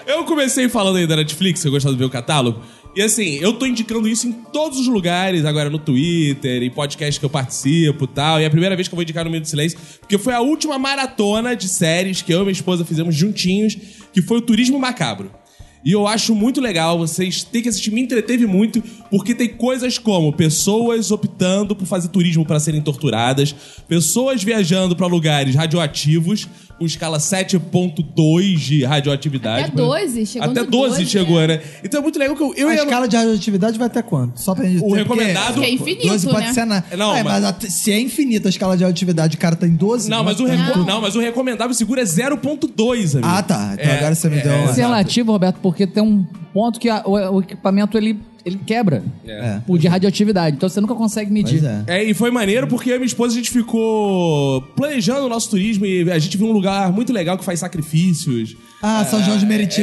[SPEAKER 1] eu comecei falando aí da Netflix, que eu gostava de ver o catálogo. E assim, eu tô indicando isso em todos os lugares, agora no Twitter, em podcast que eu participo e tal. E é a primeira vez que eu vou indicar no meio do silêncio, porque foi a última maratona de séries que eu e minha esposa fizemos juntinhos, que foi o Turismo Macabro. E eu acho muito legal, vocês têm que assistir, me entreteve muito, porque tem coisas como pessoas optando por fazer turismo para serem torturadas, pessoas viajando para lugares radioativos, com escala 7.2 de radioatividade.
[SPEAKER 3] Até 12, chegou
[SPEAKER 1] Até
[SPEAKER 3] no
[SPEAKER 1] 12,
[SPEAKER 3] 12,
[SPEAKER 1] chegou, né? Então é muito legal que eu, eu
[SPEAKER 6] A
[SPEAKER 1] ia-
[SPEAKER 6] escala de radioatividade vai até quanto? Só pra gente
[SPEAKER 1] O recomendado-
[SPEAKER 3] Que é infinito,
[SPEAKER 6] 12 pode
[SPEAKER 3] né?
[SPEAKER 6] ser na...
[SPEAKER 1] Não,
[SPEAKER 6] Ah, é,
[SPEAKER 1] mas-
[SPEAKER 6] mas... a- se é infinita a escala de radioatividade, o cara tá em 12.
[SPEAKER 1] Não, mas o
[SPEAKER 6] tá-
[SPEAKER 1] reco- não, mas o recomendável seguro é 0.2, amigo.
[SPEAKER 6] Ah, tá. Então agora você me deu uma...
[SPEAKER 4] Isso é relativo, Roberto, porque tem um ponto que a- o, o equipamento ele, ele quebra
[SPEAKER 1] É.
[SPEAKER 4] por de radioatividade. Então você nunca consegue medir.
[SPEAKER 6] Pois é.
[SPEAKER 1] É, e foi maneiro porque eu e minha esposa a gente ficou planejando o nosso turismo e a gente viu um lugar muito legal que faz sacrifícios.
[SPEAKER 6] Ah, São João de Meriti.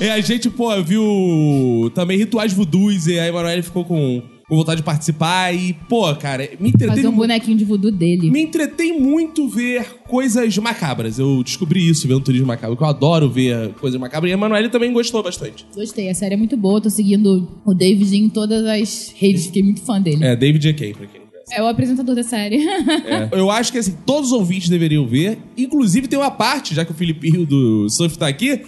[SPEAKER 1] E a gente, pô, viu também rituais vudus e a Emanuele ficou com, com vontade de participar e, pô, cara, me entretei,
[SPEAKER 3] Fazer um
[SPEAKER 1] mu-
[SPEAKER 3] bonequinho de voodoo dele.
[SPEAKER 1] me entretei muito ver coisas macabras. Eu descobri isso vendo turismo macabro, que eu adoro ver coisas macabras. E a Emanuele também gostou bastante.
[SPEAKER 3] Gostei, a série é muito boa. Tô seguindo o David em todas as redes. Fiquei muito fã dele.
[SPEAKER 1] É, David J.K., pra quem não conhece.
[SPEAKER 3] É o apresentador da série.
[SPEAKER 1] É, Eu acho que assim, todos os ouvintes deveriam ver. Inclusive, tem uma parte, já que o Filipinho do Surf tá aqui,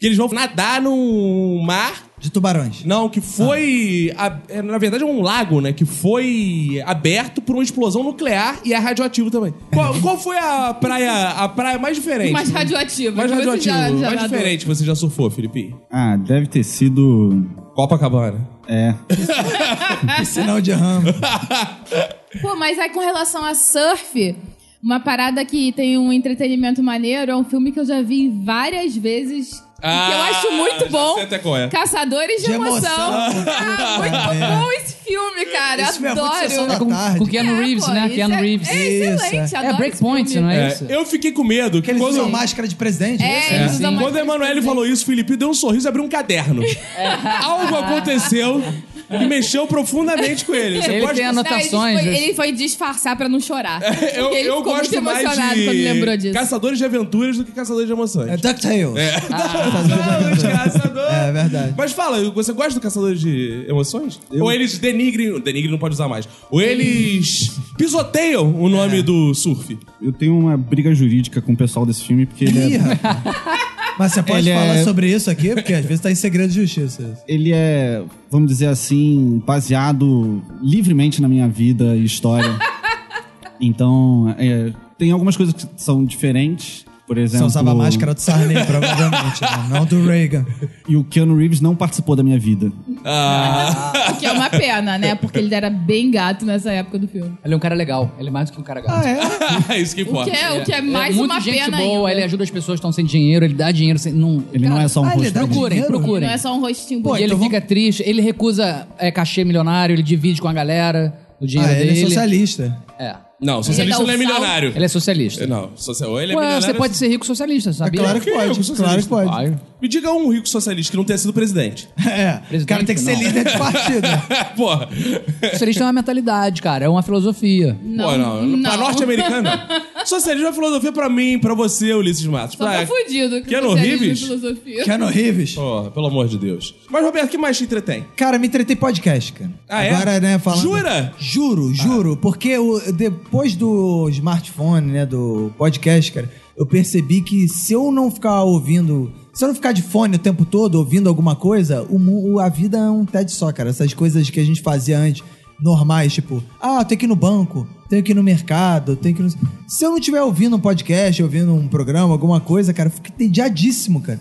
[SPEAKER 1] que eles vão nadar num mar
[SPEAKER 6] De tubarões.
[SPEAKER 1] Não, que foi. a- é, na verdade, é um lago, né? Que foi aberto por uma explosão nuclear e é radioativo também. Qual, qual foi a praia, a praia mais diferente?
[SPEAKER 3] [LAUGHS] Mais radioativo.
[SPEAKER 1] né? mais
[SPEAKER 3] Você
[SPEAKER 1] radioativo,
[SPEAKER 3] já- já
[SPEAKER 1] mais
[SPEAKER 3] nadou.
[SPEAKER 1] diferente que você já surfou, Felipe?
[SPEAKER 5] Ah, deve ter sido.
[SPEAKER 1] Copacabana.
[SPEAKER 5] É.
[SPEAKER 1] [LAUGHS]
[SPEAKER 6] Sinal de ramo.
[SPEAKER 3] Pô, mas aí com relação a surf, uma parada que tem um entretenimento maneiro é um filme que eu já vi várias vezes. e que eu
[SPEAKER 1] Ah,
[SPEAKER 3] acho muito bom.
[SPEAKER 1] Sei até qual é.
[SPEAKER 3] Caçadores de,
[SPEAKER 6] De
[SPEAKER 3] emoção.
[SPEAKER 6] emoção. É.
[SPEAKER 3] Ah, muito bom esse filme, cara.
[SPEAKER 6] Esse filme é muito
[SPEAKER 3] Adoro.
[SPEAKER 6] sessão da
[SPEAKER 4] É com,
[SPEAKER 6] Tarde.
[SPEAKER 4] com Keanu Reeves,
[SPEAKER 3] pô,
[SPEAKER 4] né?
[SPEAKER 3] isso
[SPEAKER 4] Keanu
[SPEAKER 3] é-
[SPEAKER 4] Reeves.
[SPEAKER 3] É excelente,
[SPEAKER 6] Isso,
[SPEAKER 3] adoro
[SPEAKER 4] É
[SPEAKER 3] esse
[SPEAKER 4] Breakpoint,
[SPEAKER 3] filme.
[SPEAKER 4] não é
[SPEAKER 1] É,
[SPEAKER 4] isso?
[SPEAKER 1] eu fiquei com medo. Que
[SPEAKER 6] Eles
[SPEAKER 1] quando,
[SPEAKER 6] usam máscara de presidente? né?
[SPEAKER 3] É, eles usam mais
[SPEAKER 1] quando a Emanuele
[SPEAKER 3] coisas.
[SPEAKER 1] falou isso, o Felipe deu um sorriso e abriu um caderno.
[SPEAKER 3] É.
[SPEAKER 1] Algo aconteceu que mexeu profundamente com ele. Você
[SPEAKER 4] Ele
[SPEAKER 1] pode [LAUGHS] É,
[SPEAKER 4] tem a
[SPEAKER 3] Não,
[SPEAKER 4] anotações.
[SPEAKER 3] ele, foi,
[SPEAKER 4] né?
[SPEAKER 3] ele foi disfarçar pra não chorar.
[SPEAKER 1] Eu,
[SPEAKER 3] Porque ele
[SPEAKER 1] eu
[SPEAKER 3] ficou
[SPEAKER 1] gosto
[SPEAKER 3] muito
[SPEAKER 1] mais
[SPEAKER 3] emocionado
[SPEAKER 1] de
[SPEAKER 3] quando lembrou disso. Ah,
[SPEAKER 1] Caçadores de Aventuras do que Caçadores de Emoções.
[SPEAKER 6] É DuckTales.
[SPEAKER 1] [LAUGHS]
[SPEAKER 6] É.
[SPEAKER 3] tá
[SPEAKER 1] Não, os caçadores.
[SPEAKER 6] É verdade.
[SPEAKER 1] Mas fala, você gosta do Caçadores de Emoções? Ou eles denigrem. Denigre não pode usar mais. Ou
[SPEAKER 3] [LAUGHS]
[SPEAKER 1] eles pisoteiam o nome
[SPEAKER 3] É.
[SPEAKER 1] do surf.
[SPEAKER 5] Eu tenho uma briga jurídica com o pessoal desse filme, porque ele
[SPEAKER 6] Ih,
[SPEAKER 5] é,
[SPEAKER 6] rapaz. Mas você pode
[SPEAKER 5] Ele
[SPEAKER 6] falar
[SPEAKER 5] é-
[SPEAKER 6] sobre isso aqui? Porque às vezes tá em segredo de justiça.
[SPEAKER 5] ele é, vamos dizer assim, baseado livremente na minha vida
[SPEAKER 6] [LAUGHS]
[SPEAKER 5] e história. então, é, tem algumas coisas que são diferentes. Por
[SPEAKER 6] Você
[SPEAKER 5] exemplo,
[SPEAKER 6] usava a máscara do Sarney, provavelmente, né? não do Reagan.
[SPEAKER 5] e o Keanu Reeves não participou da minha vida.
[SPEAKER 3] O que é uma pena, né? Porque ele era bem gato nessa época do filme.
[SPEAKER 4] Ele é um cara legal. Ele é mais do que um cara gato.
[SPEAKER 1] [LAUGHS]
[SPEAKER 6] Ah,
[SPEAKER 1] Isso que
[SPEAKER 3] O
[SPEAKER 1] importa.
[SPEAKER 3] que é, o que é
[SPEAKER 4] Ele
[SPEAKER 3] mais
[SPEAKER 4] muito
[SPEAKER 3] uma
[SPEAKER 4] gente
[SPEAKER 3] pena
[SPEAKER 4] boa,
[SPEAKER 3] ainda.
[SPEAKER 4] ele é ajuda as pessoas que estão sem dinheiro, ele dá dinheiro sem. Não,
[SPEAKER 5] Ele não é só um
[SPEAKER 6] ah, ele
[SPEAKER 5] rosto.
[SPEAKER 6] dá
[SPEAKER 5] bonito.
[SPEAKER 4] Procurem,
[SPEAKER 6] dinheiro?
[SPEAKER 4] procurem.
[SPEAKER 3] Não é só um rostinho
[SPEAKER 6] Pô,
[SPEAKER 3] bonito.
[SPEAKER 4] E ele
[SPEAKER 6] então vamos-
[SPEAKER 4] fica triste, ele recusa é, cachê milionário, ele divide com a galera o dinheiro
[SPEAKER 6] Ah, ele é
[SPEAKER 4] dele.
[SPEAKER 6] socialista.
[SPEAKER 4] É.
[SPEAKER 1] Não, socialista
[SPEAKER 3] Ele
[SPEAKER 1] não
[SPEAKER 3] dá
[SPEAKER 1] é
[SPEAKER 3] o sal.
[SPEAKER 1] milionário.
[SPEAKER 4] Ele é socialista.
[SPEAKER 1] Não, social... ou ele é
[SPEAKER 4] Ué,
[SPEAKER 1] milionário.
[SPEAKER 4] você pode ser rico socialista,
[SPEAKER 6] É
[SPEAKER 4] sabia?
[SPEAKER 6] claro
[SPEAKER 1] Que
[SPEAKER 6] que
[SPEAKER 1] eu sou
[SPEAKER 6] pode, claro que
[SPEAKER 1] socialista.
[SPEAKER 6] pode.
[SPEAKER 4] Claro.
[SPEAKER 1] Me diga um rico socialista que não tenha sido presidente. [LAUGHS]
[SPEAKER 6] É, o cara tem que ser
[SPEAKER 4] não.
[SPEAKER 6] líder de partido.
[SPEAKER 1] Porra.
[SPEAKER 4] Socialista é uma mentalidade, cara, é uma filosofia.
[SPEAKER 3] Não,
[SPEAKER 1] Pô, não. Pra
[SPEAKER 3] não.
[SPEAKER 1] norte-americano, não. Socialismo é filosofia pra mim, pra você, Ulisses Matos.
[SPEAKER 3] [LAUGHS] Só tá
[SPEAKER 1] pra...
[SPEAKER 3] fudido.
[SPEAKER 1] Keanu Reeves?
[SPEAKER 3] Filosofia.
[SPEAKER 6] Keanu Reeves.
[SPEAKER 1] Porra, pelo amor de Deus. Mas, Roberto, o que mais te entretém?
[SPEAKER 6] Cara, me tretei podcast, cara.
[SPEAKER 1] Ah, é?
[SPEAKER 6] Agora, né, falando...
[SPEAKER 1] Jura?
[SPEAKER 6] Juro, juro. Porque o- depois do smartphone, né, do podcast, cara, eu percebi que se eu não ficar ouvindo... Se eu não ficar de fone o tempo todo, ouvindo alguma coisa, o mu- o- a vida é um TED só, cara. Essas coisas que a gente fazia antes normais, tipo, ah, eu tenho que ir no banco, tenho que ir no mercado, tenho que ir no... Se eu não estiver ouvindo um podcast, ouvindo um programa, alguma coisa, cara, eu fico entediadíssimo, cara.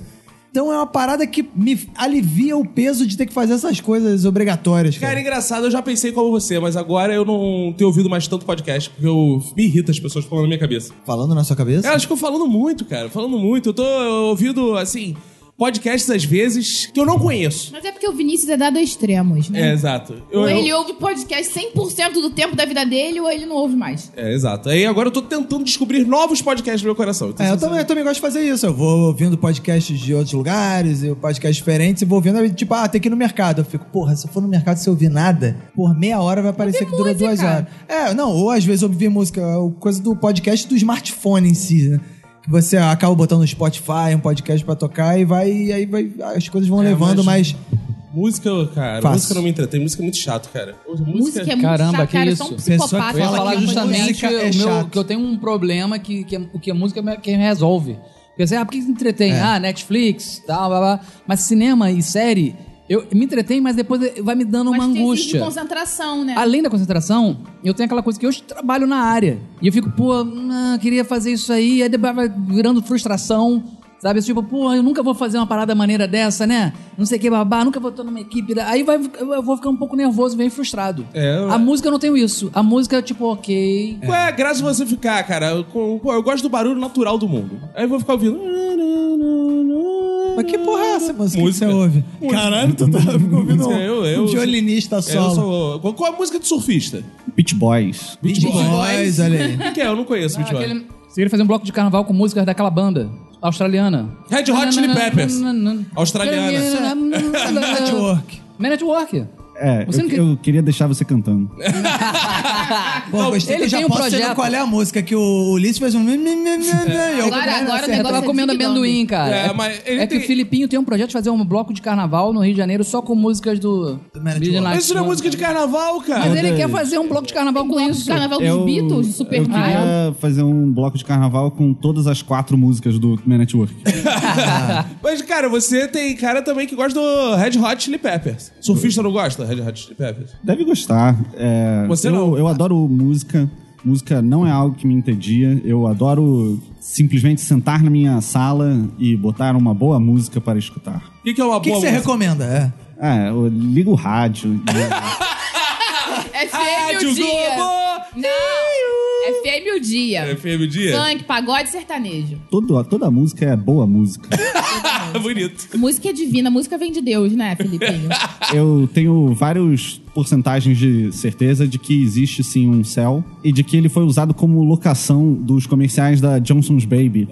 [SPEAKER 6] Então é uma parada que me alivia o peso de ter que fazer essas coisas obrigatórias,
[SPEAKER 1] Cara, é
[SPEAKER 6] cara.
[SPEAKER 1] engraçado, eu já pensei como você, mas agora eu não tenho ouvido mais tanto podcast, porque eu me irrita as pessoas falando na minha cabeça.
[SPEAKER 6] Falando na sua cabeça?
[SPEAKER 1] Elas ficam falando muito, cara, falando muito. Eu tô ouvindo, assim, podcasts às vezes que eu não conheço.
[SPEAKER 3] Mas é porque o Vinícius é dado a extremos,
[SPEAKER 1] É,
[SPEAKER 3] né?
[SPEAKER 1] exato. Eu-
[SPEAKER 3] Ou
[SPEAKER 1] eu-
[SPEAKER 3] ele ouve podcast 100% do tempo da vida dele, ou ele não ouve mais.
[SPEAKER 1] É, exato. Aí agora eu tô tentando descobrir novos podcasts no meu coração. Então,
[SPEAKER 6] É, eu
[SPEAKER 1] assim,
[SPEAKER 6] também, eu também gosto de fazer isso. Eu vou ouvindo podcasts de outros lugares, eu podcasts diferentes, e vou ouvindo, aí, tipo, ah, tem que ir no mercado. Eu fico, porra, se eu for no mercado e se eu ouvir nada, por meia hora vai parecer que dura
[SPEAKER 3] música.
[SPEAKER 6] duas horas. É, não, ou às vezes ouvir música, é o- coisa do podcast do smartphone em si, né? Que você acaba botando no Spotify, um podcast pra tocar e vai, e aí vai, as coisas
[SPEAKER 1] É,
[SPEAKER 6] vão levando, mas...
[SPEAKER 1] assim, Música, cara,
[SPEAKER 6] Fácil.
[SPEAKER 1] música não me entretém, música é muito chato, cara.
[SPEAKER 3] Música é muito
[SPEAKER 4] Caramba,
[SPEAKER 3] chata,
[SPEAKER 4] que
[SPEAKER 3] cara,
[SPEAKER 4] isso.
[SPEAKER 3] são
[SPEAKER 4] Pessoa
[SPEAKER 3] psicopatas.
[SPEAKER 4] Eu ia
[SPEAKER 6] Fala
[SPEAKER 4] falar
[SPEAKER 6] que a
[SPEAKER 4] justamente
[SPEAKER 6] música é
[SPEAKER 4] o meu-
[SPEAKER 6] chato.
[SPEAKER 4] que eu tenho um problema que, que, que a música me, que me resolve. Porque assim, ah, por que se entretém?
[SPEAKER 6] É.
[SPEAKER 4] Ah, Netflix, tal, blá, blá. Mas cinema e série, eu me entretém, mas depois vai me dando uma
[SPEAKER 3] Mas tem exercício de
[SPEAKER 4] angústia.
[SPEAKER 3] concentração, né?
[SPEAKER 4] Além da concentração, eu tenho aquela coisa que eu trabalho na área. E eu fico, pô, ah, queria fazer isso aí. Aí depois vai virando frustração. Sabe? Tipo, pô, eu nunca vou fazer uma parada maneira dessa, né? Não sei o que, babá, nunca vou estar numa equipe. da- Aí vai, eu vou ficar um pouco nervoso, bem frustrado.
[SPEAKER 1] É, eu-
[SPEAKER 4] A música eu não tenho isso. A música é tipo, ok.
[SPEAKER 1] Qual é a graça de você ficar, cara? Com, pô, eu gosto do barulho natural do mundo. Aí eu vou ficar ouvindo.
[SPEAKER 6] Mas que porra é essa música,
[SPEAKER 1] Música.
[SPEAKER 6] que você ouve? Caralho, tu tá ouvindo um,
[SPEAKER 1] Música, eu- eu-
[SPEAKER 6] um violinista
[SPEAKER 1] É, eu
[SPEAKER 6] solo.
[SPEAKER 1] sou- qual- Qual é a música de surfista?
[SPEAKER 5] é Beach Boys.
[SPEAKER 6] Beach Boys, olha aí.
[SPEAKER 1] Que é? Eu não conheço Beach Boy.
[SPEAKER 4] Aquele... Você queria fazer um bloco de carnaval com músicas daquela banda australiana.
[SPEAKER 1] Red Hot Chili Peppers. Australiana. [LAUGHS]
[SPEAKER 4] [LAUGHS] Network. Network.
[SPEAKER 5] É,
[SPEAKER 4] Você
[SPEAKER 5] eu,
[SPEAKER 4] não que-
[SPEAKER 5] eu queria deixar você cantando.
[SPEAKER 6] Bom, gostei
[SPEAKER 4] ele
[SPEAKER 6] que eu
[SPEAKER 4] tem
[SPEAKER 6] já
[SPEAKER 4] um
[SPEAKER 6] posso
[SPEAKER 4] projeto.
[SPEAKER 6] saber qual é a música que o Ulisses fez um...
[SPEAKER 3] É. Agora- agora o
[SPEAKER 4] Eu
[SPEAKER 3] negócio
[SPEAKER 4] tava
[SPEAKER 3] é
[SPEAKER 4] comendo
[SPEAKER 3] Big Bang.
[SPEAKER 4] amendoim, cara.
[SPEAKER 1] É, mas ele
[SPEAKER 4] é que
[SPEAKER 1] tem-
[SPEAKER 4] o Filipinho tem um projeto de fazer um bloco de carnaval no Rio de Janeiro só com músicas do.
[SPEAKER 6] Man at
[SPEAKER 4] Billie
[SPEAKER 6] Work.
[SPEAKER 4] Eilish.
[SPEAKER 1] Isso não é música de carnaval, cara.
[SPEAKER 4] Mas ele quer fazer um bloco de carnaval com
[SPEAKER 3] Bloco de
[SPEAKER 4] isso.
[SPEAKER 3] Carnaval dos
[SPEAKER 5] Eu-
[SPEAKER 3] Beatles, de Super
[SPEAKER 5] Eu queria fazer um bloco de carnaval com todas as quatro músicas do Man Network.
[SPEAKER 1] Mas, cara, você tem cara também que gosta do Red Hot Chili Peppers. Surfista não gosta do Red Hot Chili Peppers?
[SPEAKER 5] Deve gostar. é,
[SPEAKER 1] Você
[SPEAKER 5] eu,
[SPEAKER 1] não.
[SPEAKER 5] Eu adoro música. Música não é algo que me entedia. Eu adoro simplesmente sentar na minha sala e botar uma boa música para escutar.
[SPEAKER 1] O que, que é uma
[SPEAKER 6] O que, que
[SPEAKER 1] boa
[SPEAKER 6] você
[SPEAKER 1] música?
[SPEAKER 6] recomenda? É.
[SPEAKER 5] É, eu ligo o rádio. [LAUGHS]
[SPEAKER 3] É
[SPEAKER 1] Rádio
[SPEAKER 3] FM o dia.
[SPEAKER 1] Ah, Globo! É
[SPEAKER 3] Não, FM o dia.
[SPEAKER 1] FM Dia?
[SPEAKER 3] Funk, pagode sertanejo.
[SPEAKER 5] Todo, toda música é boa música.
[SPEAKER 1] Ah, [LAUGHS] bonito.
[SPEAKER 3] Música é divina, música vem de Deus, né, Felipinho?
[SPEAKER 5] Eu tenho vários porcentagens de certeza de que existe sim um céu e de que ele foi usado como locação dos comerciais da Johnson's Baby,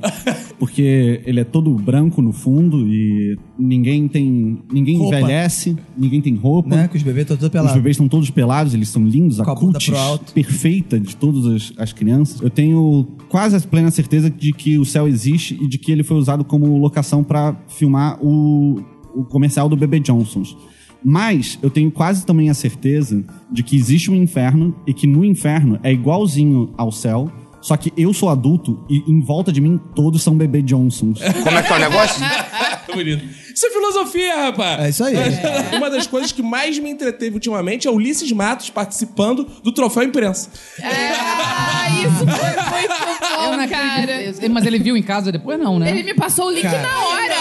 [SPEAKER 5] porque ele é todo branco no fundo e ninguém tem, ninguém
[SPEAKER 6] Roupa.
[SPEAKER 5] envelhece, ninguém tem roupa.
[SPEAKER 6] Né? Que os bebês estão todos
[SPEAKER 5] Os
[SPEAKER 6] pelados.
[SPEAKER 5] bebês estão todos pelados, eles são lindos, a,
[SPEAKER 6] Com a bunda
[SPEAKER 5] cutis
[SPEAKER 6] pro alto.
[SPEAKER 5] perfeita de todas as, as crianças. Eu tenho quase a plena certeza de que o céu existe e de que ele foi usado como locação para filmar o, o comercial do Bebê Johnsons. Mas eu tenho quase também a certeza de que existe um inferno e que no inferno é igualzinho ao céu, só que eu sou adulto e em volta de mim todos são Bebê Johnsons.
[SPEAKER 7] é
[SPEAKER 1] Ah, bonito. Isso é filosofia, rapaz.
[SPEAKER 6] É isso aí.
[SPEAKER 1] [LAUGHS] Uma das coisas que mais me entreteve ultimamente é o Ulisses Matos participando do Troféu Imprensa.
[SPEAKER 3] ah, isso foi muito
[SPEAKER 4] [LAUGHS] Eu não
[SPEAKER 3] bom, cara.
[SPEAKER 4] acreditei. Mas ele viu em casa depois, não, né?
[SPEAKER 3] Ele me passou o link na hora.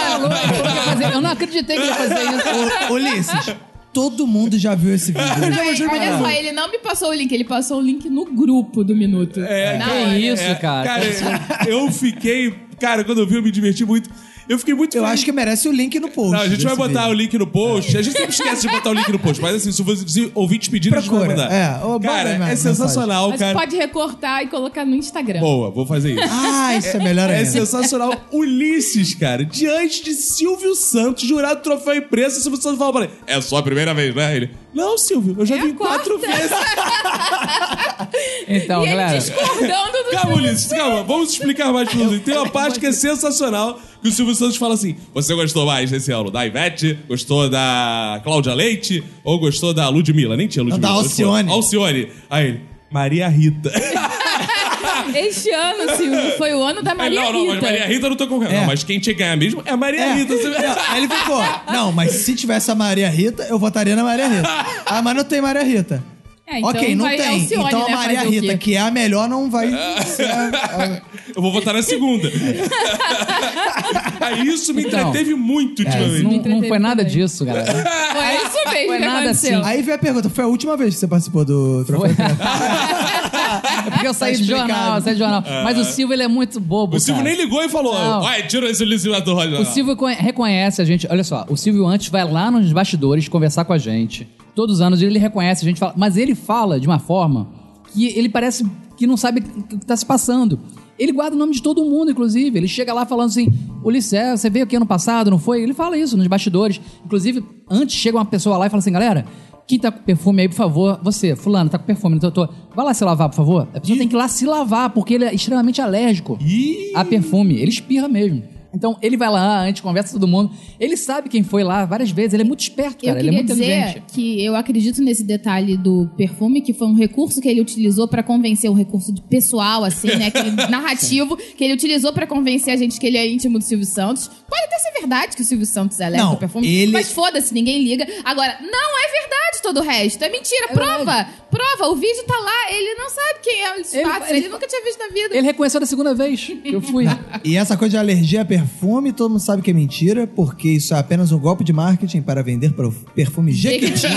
[SPEAKER 4] Mas eu não acreditei que ele ia fazer isso.
[SPEAKER 6] Ô, Ulisses, todo mundo já viu esse
[SPEAKER 3] [LAUGHS]
[SPEAKER 6] vídeo. né?
[SPEAKER 3] Não, e olha só, ele não me passou o link, ele passou o link no grupo do Minuto.
[SPEAKER 1] É,
[SPEAKER 3] na
[SPEAKER 4] que
[SPEAKER 3] hora.
[SPEAKER 4] isso, cara.
[SPEAKER 1] Cara, eu eu fiquei. Cara, quando eu vi, eu me diverti muito. Eu fiquei muito
[SPEAKER 6] Eu
[SPEAKER 1] feliz.
[SPEAKER 6] acho que merece o link no post.
[SPEAKER 1] Não, a gente vai
[SPEAKER 6] desse
[SPEAKER 1] botar o
[SPEAKER 6] vídeo.
[SPEAKER 1] link no post. A gente sempre esquece de botar o link no post. Mas assim, se vocês ouvintes pedirem, a gente vai
[SPEAKER 6] Procura,
[SPEAKER 1] mandar.
[SPEAKER 6] é. Ô, bota aí,
[SPEAKER 1] cara, é
[SPEAKER 6] mensagem.
[SPEAKER 1] sensacional,
[SPEAKER 3] Mas
[SPEAKER 1] cara.
[SPEAKER 3] pode recortar e colocar no Instagram.
[SPEAKER 1] Boa, vou fazer isso.
[SPEAKER 6] Ah, isso é melhor
[SPEAKER 1] É
[SPEAKER 6] ainda.
[SPEAKER 1] sensacional. Ulisses, cara, diante de Silvio Santos, jurado do troféu imprensa, Silvio Santos fala pra ele: É só a primeira vez, né? Ele: Não, Silvio, eu já
[SPEAKER 3] É a
[SPEAKER 1] vim quatro
[SPEAKER 3] quarta."
[SPEAKER 1] vezes.
[SPEAKER 4] Então,
[SPEAKER 3] e ele
[SPEAKER 4] galera.
[SPEAKER 3] discordando do
[SPEAKER 1] Calma, Ulisses, calma, vamos explicar mais pra vocês. Tem uma parte que é sensacional que o Silvio Santos fala assim: Você gostou mais desse ano da Ivete? Gostou da Cláudia Leite? Ou gostou da Ludmilla? Nem tinha Ludmilla. né?
[SPEAKER 6] Da Alcione.
[SPEAKER 1] Alcione. Aí ele: Maria Rita.
[SPEAKER 3] [LAUGHS] Este ano, Silvio, foi o ano da Maria
[SPEAKER 1] É, não, não, mas
[SPEAKER 3] Rita.
[SPEAKER 1] Maria Rita eu não tô concorrendo.
[SPEAKER 6] É.
[SPEAKER 1] Não, mas quem tinha que ganhar mesmo é a Maria
[SPEAKER 6] É.
[SPEAKER 1] Rita. Você-
[SPEAKER 6] Não, aí
[SPEAKER 1] [LAUGHS]
[SPEAKER 6] ele ficou, não, mas se tivesse a Maria Rita, eu votaria na Maria Rita. Ah, mas não tem Maria Rita.
[SPEAKER 3] É, então
[SPEAKER 6] ok, não
[SPEAKER 3] vai-
[SPEAKER 6] tem.
[SPEAKER 3] Alcione,
[SPEAKER 6] então a
[SPEAKER 3] né,
[SPEAKER 6] Maria
[SPEAKER 3] fazer o quê?
[SPEAKER 6] Rita, que é a melhor, não vai.
[SPEAKER 1] É.
[SPEAKER 6] ser a- a-
[SPEAKER 1] Eu vou votar na
[SPEAKER 6] É.
[SPEAKER 1] segunda. Aí isso me
[SPEAKER 4] Então.
[SPEAKER 1] entreteve
[SPEAKER 6] É.
[SPEAKER 1] muito ultimamente.
[SPEAKER 4] Não,
[SPEAKER 3] Me
[SPEAKER 4] não foi
[SPEAKER 3] entreteve
[SPEAKER 4] nada
[SPEAKER 3] também.
[SPEAKER 4] disso, galera.
[SPEAKER 3] Foi isso mesmo
[SPEAKER 4] Foi
[SPEAKER 3] que
[SPEAKER 4] nada
[SPEAKER 3] aconteceu.
[SPEAKER 4] assim.
[SPEAKER 6] Aí vem a pergunta: foi a última vez que você participou do troféu?
[SPEAKER 1] [LAUGHS]
[SPEAKER 4] É porque eu saí do
[SPEAKER 6] explicado.
[SPEAKER 4] jornal, eu saí do jornal. Mas o Silvio, ele é muito bobo,
[SPEAKER 1] Tá O Silvio
[SPEAKER 4] cara.
[SPEAKER 1] nem ligou e falou:
[SPEAKER 4] Não.
[SPEAKER 1] Olha, tira esse legislador, Roger.
[SPEAKER 4] O Silvio conhe- reconhece a gente. Olha só, o Silvio antes vai lá nos bastidores conversar com a gente. Todos os anos ele reconhece a gente, fala- mas ele fala de uma forma que ele parece que não sabe o que está se passando. Ele guarda o nome de todo mundo, inclusive. Ele chega lá falando assim: Ulisses, você veio aqui ano passado, não foi? Ele fala isso nos bastidores. Inclusive, antes chega uma pessoa lá e fala assim: galera, quem tá com perfume aí, por favor, você, fulano, tá com perfume, tô, tô, vai lá se lavar, por favor. A pessoa tem que ir lá se lavar, porque ele é extremamente alérgico a perfume. Ele espirra mesmo. Então ele vai lá antes, conversa com todo mundo. Ele sabe quem foi lá várias vezes. Ele é muito esperto,
[SPEAKER 3] Eu
[SPEAKER 4] cara. Ele é
[SPEAKER 3] queria
[SPEAKER 4] muito
[SPEAKER 3] dizer
[SPEAKER 4] inteligente.
[SPEAKER 3] que eu acredito nesse detalhe do perfume, que foi um recurso que ele utilizou pra convencer, um recurso de pessoal, assim, né?
[SPEAKER 4] [LAUGHS]
[SPEAKER 3] aquele narrativo que ele utilizou pra convencer a gente que ele é íntimo do Silvio Santos. Pode até ser verdade que o Silvio Santos é alérgico
[SPEAKER 6] Não,
[SPEAKER 3] ao perfume,
[SPEAKER 6] ele-
[SPEAKER 3] mas foda-se, ninguém liga. Agora, não é verdade todo o resto, é mentira. prova, prova, o vídeo tá lá, ele não sabe quem é o
[SPEAKER 4] Ele-
[SPEAKER 3] Spatz, ele,
[SPEAKER 4] ele-
[SPEAKER 3] nunca tinha visto na vida.
[SPEAKER 4] Ele reconheceu da segunda vez que
[SPEAKER 3] [LAUGHS]
[SPEAKER 4] eu fui.
[SPEAKER 6] E essa coisa de alergia a perfume, todo mundo sabe que é mentira, porque isso é apenas um golpe de marketing para vender pro- perfume Jequiti,
[SPEAKER 3] [LAUGHS]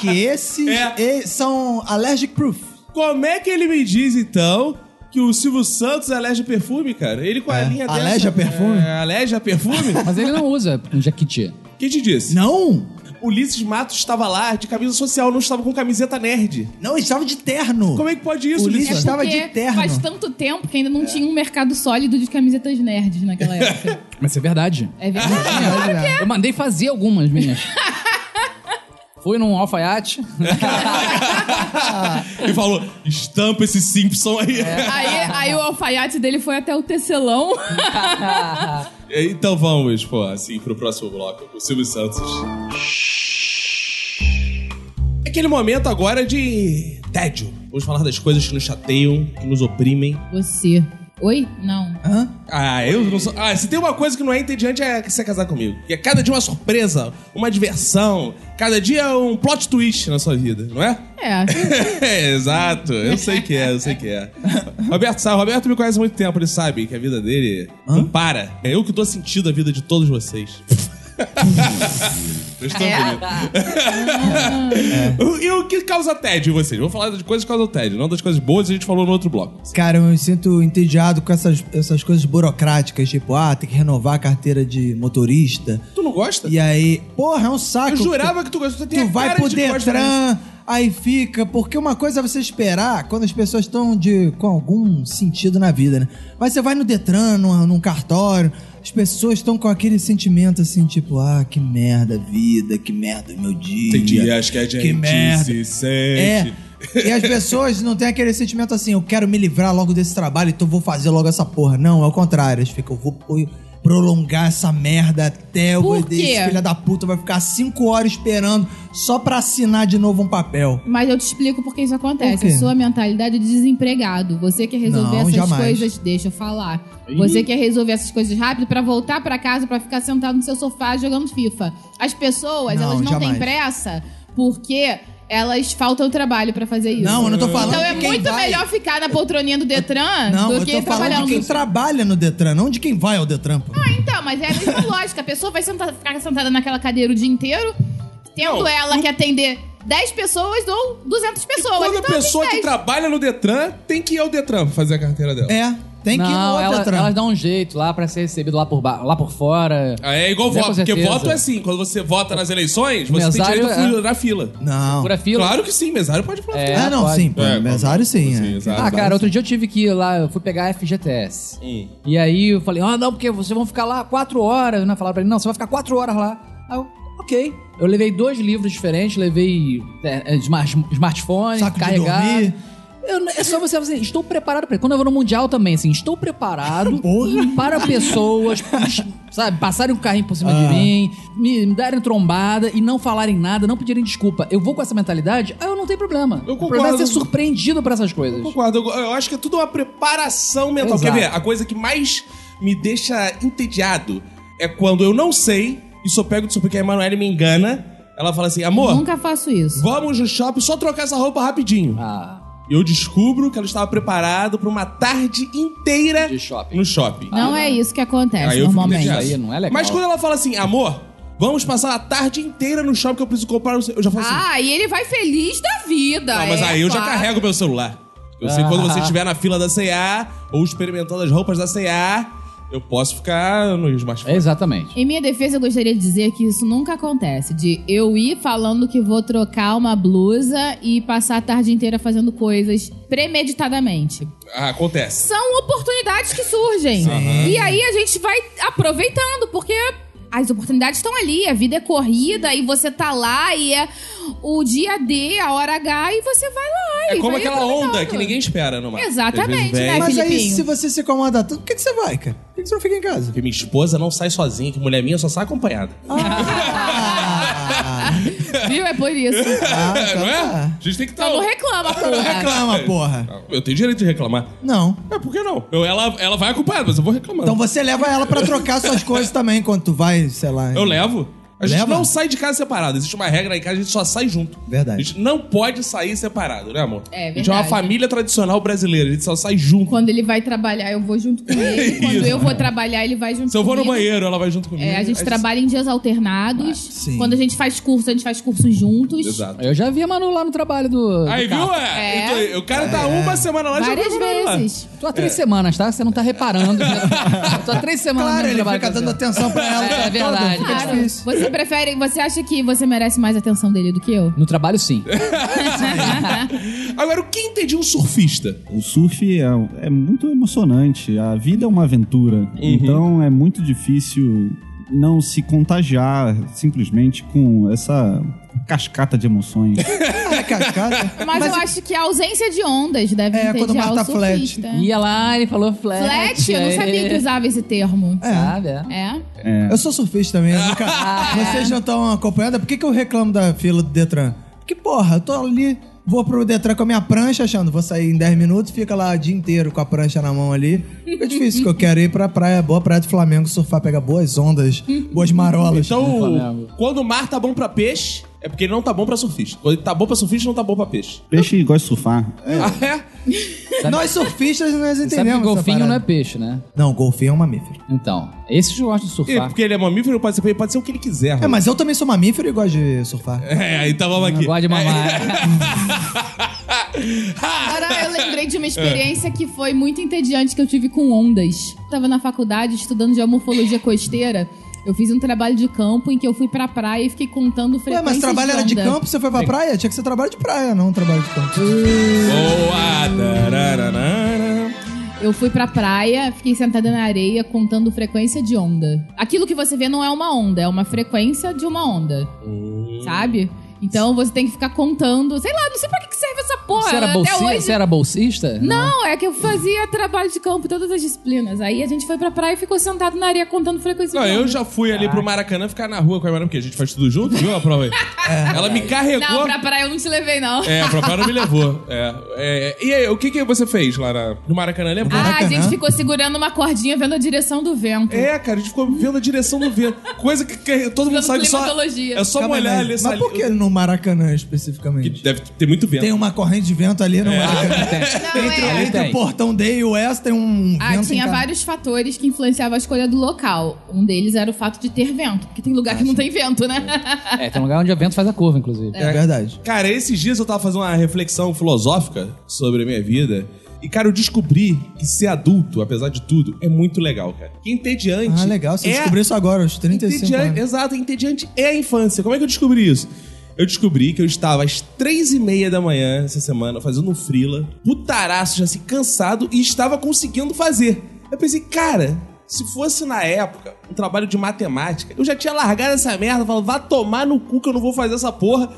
[SPEAKER 6] que esses
[SPEAKER 1] É.
[SPEAKER 6] e- são allergic proof.
[SPEAKER 1] Como é que ele me diz, então, que o Silvio Santos aleja perfume, cara? Ele com a
[SPEAKER 6] É.
[SPEAKER 1] linha dessa...
[SPEAKER 6] Aleja perfume?
[SPEAKER 1] É, aleja
[SPEAKER 6] [LAUGHS]
[SPEAKER 1] perfume?
[SPEAKER 4] Mas ele não usa um jaquiti.
[SPEAKER 1] Quem te disse?
[SPEAKER 6] Não,
[SPEAKER 1] Ulisses Matos estava lá de camisa social, não estava com camiseta nerd.
[SPEAKER 6] não, estava de terno.
[SPEAKER 1] Como é que pode isso,
[SPEAKER 6] Ulisses
[SPEAKER 1] Ulisses?
[SPEAKER 6] estava
[SPEAKER 3] É Porque
[SPEAKER 6] de terno.
[SPEAKER 3] Faz tanto tempo que ainda
[SPEAKER 4] É.
[SPEAKER 3] não tinha um mercado sólido de camisetas nerds naquela época.
[SPEAKER 4] Mas isso é verdade.
[SPEAKER 3] É
[SPEAKER 4] [LAUGHS]
[SPEAKER 3] verdade.
[SPEAKER 4] Eu mandei fazer algumas minhas. Fui num alfaiate.
[SPEAKER 1] [LAUGHS] E falou, estampa esse Simpson aí. [LAUGHS]
[SPEAKER 3] Aí, aí o alfaiate dele foi até
[SPEAKER 6] [LAUGHS]
[SPEAKER 3] o tecelão.
[SPEAKER 1] Então vamos, pô, assim, pro próximo bloco, com o Silvio Santos. Aquele momento agora de tédio. Vamos falar das coisas que nos chateiam, que nos oprimem.
[SPEAKER 3] Você. Oi? Não.
[SPEAKER 6] Hã?
[SPEAKER 1] Ah, eu não sou. Ah, se tem uma coisa que não é entediante é você casar comigo. Que é cada dia uma surpresa, uma diversão, cada dia um plot twist na sua vida, não é? [LAUGHS]
[SPEAKER 3] É.
[SPEAKER 1] Exato, eu sei que é, eu sei que é. Roberto sabe, Roberto me conhece há muito tempo, ele sabe que a vida dele não para. É eu que dou sentido à vida de todos vocês. Vocês estão bonito. [LAUGHS] E o que causa tédio em vocês? Vou falar das coisas que causam tédio, não das coisas boas, a gente falou no outro bloco.
[SPEAKER 6] Cara, eu me sinto entediado com essas, essas coisas burocráticas, tipo, ah, tem que renovar a carteira de motorista.
[SPEAKER 1] Tu não gosta?
[SPEAKER 6] E aí, porra, é um
[SPEAKER 4] Ah,
[SPEAKER 6] saco.
[SPEAKER 1] Eu jurava que tu gostava.
[SPEAKER 6] Tu vai pro
[SPEAKER 1] né?
[SPEAKER 6] Detran, aí fica. Porque uma coisa é você esperar quando as pessoas estão de com algum sentido na vida, né? Mas você vai no Detran, num, num cartório, as pessoas estão com aquele sentimento assim, tipo, ah, que merda a vida, que merda o meu dia.
[SPEAKER 1] Tem dias que a gente
[SPEAKER 6] Que merda.
[SPEAKER 1] se
[SPEAKER 6] É.
[SPEAKER 1] sente.
[SPEAKER 6] E as pessoas não têm aquele sentimento assim, eu quero me livrar logo desse trabalho, então vou fazer logo essa porra. Não, é o contrário. Eles ficam, eu vou pro- prolongar essa merda até eu
[SPEAKER 3] Por
[SPEAKER 6] vou-
[SPEAKER 3] quê?
[SPEAKER 6] esse filho da puta vai ficar cinco horas esperando só pra assinar de novo um papel.
[SPEAKER 3] Mas eu te explico por que isso
[SPEAKER 6] Por
[SPEAKER 3] acontece.
[SPEAKER 6] quê?
[SPEAKER 3] A sua mentalidade de desempregado. Você quer resolver
[SPEAKER 6] Não,
[SPEAKER 3] essas
[SPEAKER 6] jamais.
[SPEAKER 3] coisas, deixa eu falar. Você quer resolver essas coisas rápido pra voltar pra casa pra ficar sentado no seu sofá jogando FIFA. As pessoas,
[SPEAKER 6] Não,
[SPEAKER 3] elas não
[SPEAKER 6] jamais.
[SPEAKER 3] têm pressa porque elas faltam trabalho pra fazer isso.
[SPEAKER 6] Não, eu não tô falando
[SPEAKER 3] Então é
[SPEAKER 6] de quem
[SPEAKER 3] muito
[SPEAKER 6] vai.
[SPEAKER 3] melhor ficar na poltroninha do Detran
[SPEAKER 6] Não,
[SPEAKER 3] do
[SPEAKER 6] eu
[SPEAKER 3] que
[SPEAKER 6] tô
[SPEAKER 3] trabalhar
[SPEAKER 6] falando de quem tá
[SPEAKER 3] no
[SPEAKER 6] trabalha no Detran, não de quem vai ao Detran. pô.
[SPEAKER 3] Então, mas é a mesma
[SPEAKER 1] [LAUGHS]
[SPEAKER 3] lógica. A pessoa vai sentar- ficar sentada naquela cadeira o dia inteiro, tendo
[SPEAKER 1] Não,
[SPEAKER 3] ela que atender 10 pessoas ou 200 pessoas.
[SPEAKER 1] Toda
[SPEAKER 3] então,
[SPEAKER 1] pessoa que
[SPEAKER 3] tem 10.
[SPEAKER 1] trabalha no Detran tem que ir ao Detran pra fazer a carteira dela.
[SPEAKER 6] É, tem que ir no
[SPEAKER 4] não,
[SPEAKER 6] outro
[SPEAKER 4] ela-
[SPEAKER 6] Detran.
[SPEAKER 4] elas dão um jeito lá pra ser recebido lá por, ba- lá por fora.
[SPEAKER 1] Ah, É igual
[SPEAKER 4] É,
[SPEAKER 1] voto,
[SPEAKER 4] com
[SPEAKER 1] porque
[SPEAKER 4] certeza.
[SPEAKER 1] voto é assim, quando você vota nas eleições, você
[SPEAKER 4] Mesário,
[SPEAKER 1] tem direito a
[SPEAKER 4] é.
[SPEAKER 1] furar a fila.
[SPEAKER 6] Não.
[SPEAKER 4] Por a fila.
[SPEAKER 1] Claro que sim, mesário pode furar a fila.
[SPEAKER 4] É,
[SPEAKER 6] ah, não,
[SPEAKER 4] pode.
[SPEAKER 6] sim, pô.
[SPEAKER 1] É,
[SPEAKER 6] Mesário sim. é.
[SPEAKER 1] exato.
[SPEAKER 4] Ah, cara, outro dia eu tive que ir lá, eu fui pegar a FGTS.
[SPEAKER 1] Hum.
[SPEAKER 4] E aí eu falei, ah, não, porque vocês vão ficar lá quatro horas, né? Falaram pra ele, não, você vai ficar quatro horas lá. Aí eu, ok. Eu levei dois livros diferentes, levei é, é, smart- smartphone,
[SPEAKER 6] Saco de
[SPEAKER 4] carregado.
[SPEAKER 6] dormir.
[SPEAKER 4] Eu não- é só você fazer, estou preparado pra. Quando eu vou no Mundial também, assim, estou preparado para pessoas, sabe, passarem o carrinho por cima de mim, me, me darem trombada e não falarem nada, não pedirem desculpa. Eu vou com essa mentalidade, aí eu não tenho problema.
[SPEAKER 1] Eu
[SPEAKER 4] O problema é ser
[SPEAKER 1] concordo.
[SPEAKER 4] surpreendido por essas coisas.
[SPEAKER 1] Eu Concordo, eu, eu acho que é tudo uma preparação mental.
[SPEAKER 4] Exato.
[SPEAKER 1] Quer ver? A coisa que mais me deixa entediado é quando eu não sei e só pego de supor que a Emanuele me engana Ela fala assim: amor,
[SPEAKER 3] Nunca faço isso.
[SPEAKER 1] vamos no shopping só trocar essa roupa rapidinho.
[SPEAKER 4] Ah,
[SPEAKER 1] Eu descubro que ela estava preparada para uma tarde inteira
[SPEAKER 4] De shopping.
[SPEAKER 1] no shopping.
[SPEAKER 3] Não é isso que acontece
[SPEAKER 1] Aí eu fico
[SPEAKER 3] normalmente.
[SPEAKER 1] chateado.
[SPEAKER 4] aí não é legal.
[SPEAKER 1] Mas quando ela fala assim, amor, vamos passar a tarde inteira no shopping que eu preciso comprar. o seu-" Eu já falo assim.
[SPEAKER 3] Ah, e ele vai feliz da vida.
[SPEAKER 1] Não, mas
[SPEAKER 3] é,
[SPEAKER 1] aí eu já
[SPEAKER 3] claro.
[SPEAKER 1] carrego meu celular. Eu sei que quando você estiver na fila da CA ou experimentando as roupas da CA, eu posso ficar no smartphone.
[SPEAKER 4] é Exatamente.
[SPEAKER 3] Em minha defesa, eu gostaria de dizer que isso nunca acontece. De eu ir falando que vou trocar uma blusa e passar a tarde inteira fazendo coisas premeditadamente.
[SPEAKER 1] Ah, acontece.
[SPEAKER 3] São oportunidades que surgem. E aí a gente vai aproveitando, porque as oportunidades estão ali, a vida é corrida e você tá lá e é o dia D, a hora H, e você vai lá.
[SPEAKER 1] É
[SPEAKER 3] e
[SPEAKER 1] como
[SPEAKER 3] vai
[SPEAKER 1] aquela onda
[SPEAKER 3] aproveitando.
[SPEAKER 1] que
[SPEAKER 3] [LAUGHS]
[SPEAKER 1] ninguém espera no mar.
[SPEAKER 3] Exatamente,
[SPEAKER 1] Às vezes vem.
[SPEAKER 3] né?
[SPEAKER 6] Mas aí,
[SPEAKER 3] Filipinho.
[SPEAKER 6] se você se incomoda tanto, por que, que você vai, cara? Por que, que você não fica em casa?
[SPEAKER 3] [LAUGHS]
[SPEAKER 1] Porque minha esposa não sai sozinha, que mulher minha só sai acompanhada.
[SPEAKER 6] Ah,
[SPEAKER 3] Viu? É por isso.
[SPEAKER 1] [LAUGHS]
[SPEAKER 6] ah, então
[SPEAKER 1] não é?
[SPEAKER 6] tá.
[SPEAKER 1] A gente tem que estar.
[SPEAKER 3] Então não reclama, porra.
[SPEAKER 1] É.
[SPEAKER 6] Reclama, porra.
[SPEAKER 1] Eu tenho direito de reclamar.
[SPEAKER 6] Não.
[SPEAKER 1] É, por que não? Eu, ela, ela vai acompanhada, mas eu vou reclamando.
[SPEAKER 6] Então você leva ela pra trocar suas coisas também quando tu vai, sei lá.
[SPEAKER 1] Eu levo. A gente
[SPEAKER 6] Leva?
[SPEAKER 1] não sai de casa separado. Existe uma regra aí que a gente só sai junto.
[SPEAKER 6] Verdade.
[SPEAKER 1] A gente não pode sair separado, né, amor?
[SPEAKER 3] É
[SPEAKER 1] A gente é uma
[SPEAKER 3] verdade.
[SPEAKER 1] família tradicional brasileira. A gente só sai junto.
[SPEAKER 3] Quando ele vai trabalhar, eu vou junto
[SPEAKER 1] [LAUGHS]
[SPEAKER 3] com ele. Quando
[SPEAKER 1] É Isso.
[SPEAKER 3] eu vou trabalhar, ele vai junto
[SPEAKER 1] Se eu vou no
[SPEAKER 3] comigo.
[SPEAKER 1] banheiro, ela vai junto comigo.
[SPEAKER 3] É, a gente
[SPEAKER 1] Aí
[SPEAKER 3] trabalha em dias alternados.
[SPEAKER 6] sim.
[SPEAKER 3] Quando a gente faz curso, a gente faz curso juntos.
[SPEAKER 1] Exato.
[SPEAKER 4] Eu já vi a Manu lá no trabalho do. do
[SPEAKER 1] Aí, viu?
[SPEAKER 4] carro.
[SPEAKER 1] É.
[SPEAKER 3] É.
[SPEAKER 1] Então, aí, o cara tá uma semana lá e já
[SPEAKER 3] Várias
[SPEAKER 1] tá trabalhando lá.
[SPEAKER 3] vezes.
[SPEAKER 4] Tô há três semanas, tá? Você não tá reparando. Eu Tô há três semanas
[SPEAKER 6] Claro,
[SPEAKER 4] no
[SPEAKER 6] ele
[SPEAKER 4] trabalho.
[SPEAKER 6] fica
[SPEAKER 4] com você.
[SPEAKER 6] dando atenção pra ela.
[SPEAKER 4] [LAUGHS] É, é verdade.
[SPEAKER 6] Fica
[SPEAKER 4] Claro.
[SPEAKER 6] difícil.
[SPEAKER 3] Você prefere, você acha que você merece mais atenção dele do que
[SPEAKER 1] [LAUGHS]
[SPEAKER 3] eu?
[SPEAKER 4] No trabalho, sim.
[SPEAKER 1] Agora, o que entendi um surfista?
[SPEAKER 5] O surf é, é muito emocionante. A vida é uma aventura.
[SPEAKER 6] Uhum.
[SPEAKER 5] Então é muito difícil não se contagiar simplesmente com essa cascata
[SPEAKER 6] [LAUGHS]
[SPEAKER 5] de emoções.
[SPEAKER 6] É
[SPEAKER 4] [LAUGHS]
[SPEAKER 6] cascata.
[SPEAKER 3] Mas, eu acho que a ausência de ondas deve
[SPEAKER 6] É,
[SPEAKER 3] entediar
[SPEAKER 6] quando mata
[SPEAKER 3] o surfista.
[SPEAKER 4] Ia lá, ele falou flat.
[SPEAKER 3] Flat, eu não sabia que usava esse termo.
[SPEAKER 4] Sabe? é.
[SPEAKER 3] É?
[SPEAKER 6] Eu sou surfista também. eu nunca-
[SPEAKER 4] Ah,
[SPEAKER 6] Vocês não estão acompanhando? Por que, que eu reclamo da fila do Detran? Porque, porra, eu tô ali, vou pro Detran com a minha prancha, achando, vou sair em 10 minutos, fica lá o dia inteiro com a prancha na mão ali. É difícil, que eu quero ir pra praia, boa praia do Flamengo, surfar, pegar boas ondas, boas marolas.
[SPEAKER 1] Então,
[SPEAKER 4] Flamengo.
[SPEAKER 1] quando o mar tá bom pra peixe, é porque ele não tá bom pra surfista. Quando ele tá bom pra surfista, não tá bom pra peixe.
[SPEAKER 5] Peixe gosta de surfar.
[SPEAKER 1] Ah, [LAUGHS] é?
[SPEAKER 6] Nós surfistas, nós
[SPEAKER 4] Sabe que
[SPEAKER 6] entendemos.
[SPEAKER 4] golfinho não é
[SPEAKER 6] não é...
[SPEAKER 4] peixe, né?
[SPEAKER 6] Não, golfinho é um mamífero.
[SPEAKER 4] Então, esses gostam de
[SPEAKER 1] E
[SPEAKER 4] surfar.
[SPEAKER 1] porque ele é mamífero, pode ser, ele pode ser o que ele quiser.
[SPEAKER 6] É, mas eu também sou mamífero e gosto de surfar.
[SPEAKER 1] É, então vamos
[SPEAKER 4] Não
[SPEAKER 1] aqui. É.
[SPEAKER 4] gosta de
[SPEAKER 1] [LAUGHS]
[SPEAKER 4] mamar.
[SPEAKER 3] Agora eu lembrei de uma experiência que foi muito entediante que eu tive com ondas. Eu tava na faculdade estudando geomorfologia costeira. Eu fiz um trabalho de campo em que eu fui pra praia e fiquei contando
[SPEAKER 6] Ué,
[SPEAKER 3] frequências
[SPEAKER 6] mas trabalho
[SPEAKER 3] de
[SPEAKER 6] era de
[SPEAKER 3] onda.
[SPEAKER 6] campo, você foi pra praia? Tinha que ser trabalho de praia, não um trabalho de campo.
[SPEAKER 1] Boa! Tarararara.
[SPEAKER 3] Eu fui pra praia, fiquei sentada na areia contando frequência de onda. Aquilo que você vê não é uma onda, é uma frequência de uma onda.
[SPEAKER 1] Hum.
[SPEAKER 3] Sabe? Então você tem que ficar contando. Sei lá, não sei pra que que serve essa porra.
[SPEAKER 4] Você era,
[SPEAKER 3] Até
[SPEAKER 4] bolsi...
[SPEAKER 3] hoje.
[SPEAKER 4] Você era bolsista?
[SPEAKER 3] Não, é que eu fazia trabalho de campo, todas as disciplinas. Aí a gente foi pra praia e ficou sentado na areia contando frequência
[SPEAKER 1] Não,
[SPEAKER 3] de onda.
[SPEAKER 1] Ah, eu já fui ali pro Maracanã ficar na rua com a Maracanã, porque a gente faz tudo junto, viu a prova aí?
[SPEAKER 4] É.
[SPEAKER 1] Ela me carregou.
[SPEAKER 3] Não, pra praia eu não te levei, não.
[SPEAKER 1] É, a prova não me levou. É, é, e aí, o que, que você fez lá na- no Maracanã, lembra?
[SPEAKER 3] Ah, a gente
[SPEAKER 6] Maracanã?
[SPEAKER 3] ficou segurando uma cordinha vendo a direção do vento.
[SPEAKER 1] É, cara, a gente ficou vendo a direção do vento. Coisa que, que todo mundo
[SPEAKER 3] Estudando
[SPEAKER 1] sabe só.
[SPEAKER 3] climatologia.
[SPEAKER 1] É só
[SPEAKER 6] Calma aí,
[SPEAKER 1] molhar
[SPEAKER 6] mas-
[SPEAKER 1] ali essa
[SPEAKER 6] Mas por que no Maracanã especificamente?
[SPEAKER 1] Que É. deve ter muito vento.
[SPEAKER 6] Tem um- uma corrente de vento ali no
[SPEAKER 1] [LAUGHS]
[SPEAKER 6] Maracanã.
[SPEAKER 3] Não,
[SPEAKER 6] Entre,
[SPEAKER 3] é.
[SPEAKER 6] entre
[SPEAKER 4] Tem.
[SPEAKER 6] o portão D e o S tem um
[SPEAKER 3] Ah,
[SPEAKER 6] vento
[SPEAKER 3] tinha
[SPEAKER 6] encar-
[SPEAKER 3] vários fatores que influenciavam a escolha do local. Um deles era o fato de ter vento, porque tem
[SPEAKER 1] Ah,
[SPEAKER 3] lugar que não tem vento, né?
[SPEAKER 4] É, tem um lugar onde o vento faz a curva, inclusive.
[SPEAKER 6] É verdade.
[SPEAKER 1] Cara, esses dias eu tava fazendo uma reflexão filosófica sobre a minha vida. E, cara, eu descobri que ser adulto, apesar de tudo, é muito legal, cara. Que entediante.
[SPEAKER 6] Ah, legal. Você
[SPEAKER 1] é
[SPEAKER 6] descobriu isso agora, aos 35
[SPEAKER 1] Entediante,
[SPEAKER 6] anos.
[SPEAKER 1] exato, entediante é a infância. Como é que eu descobri isso? Eu descobri que eu estava às três e meia da manhã essa semana, fazendo um frila, putaraço, já assim, cansado, e estava conseguindo fazer. Eu pensei, cara, se fosse na época um trabalho de matemática, eu já tinha largado essa merda, falando, vá tomar no cu que eu não vou fazer essa porra.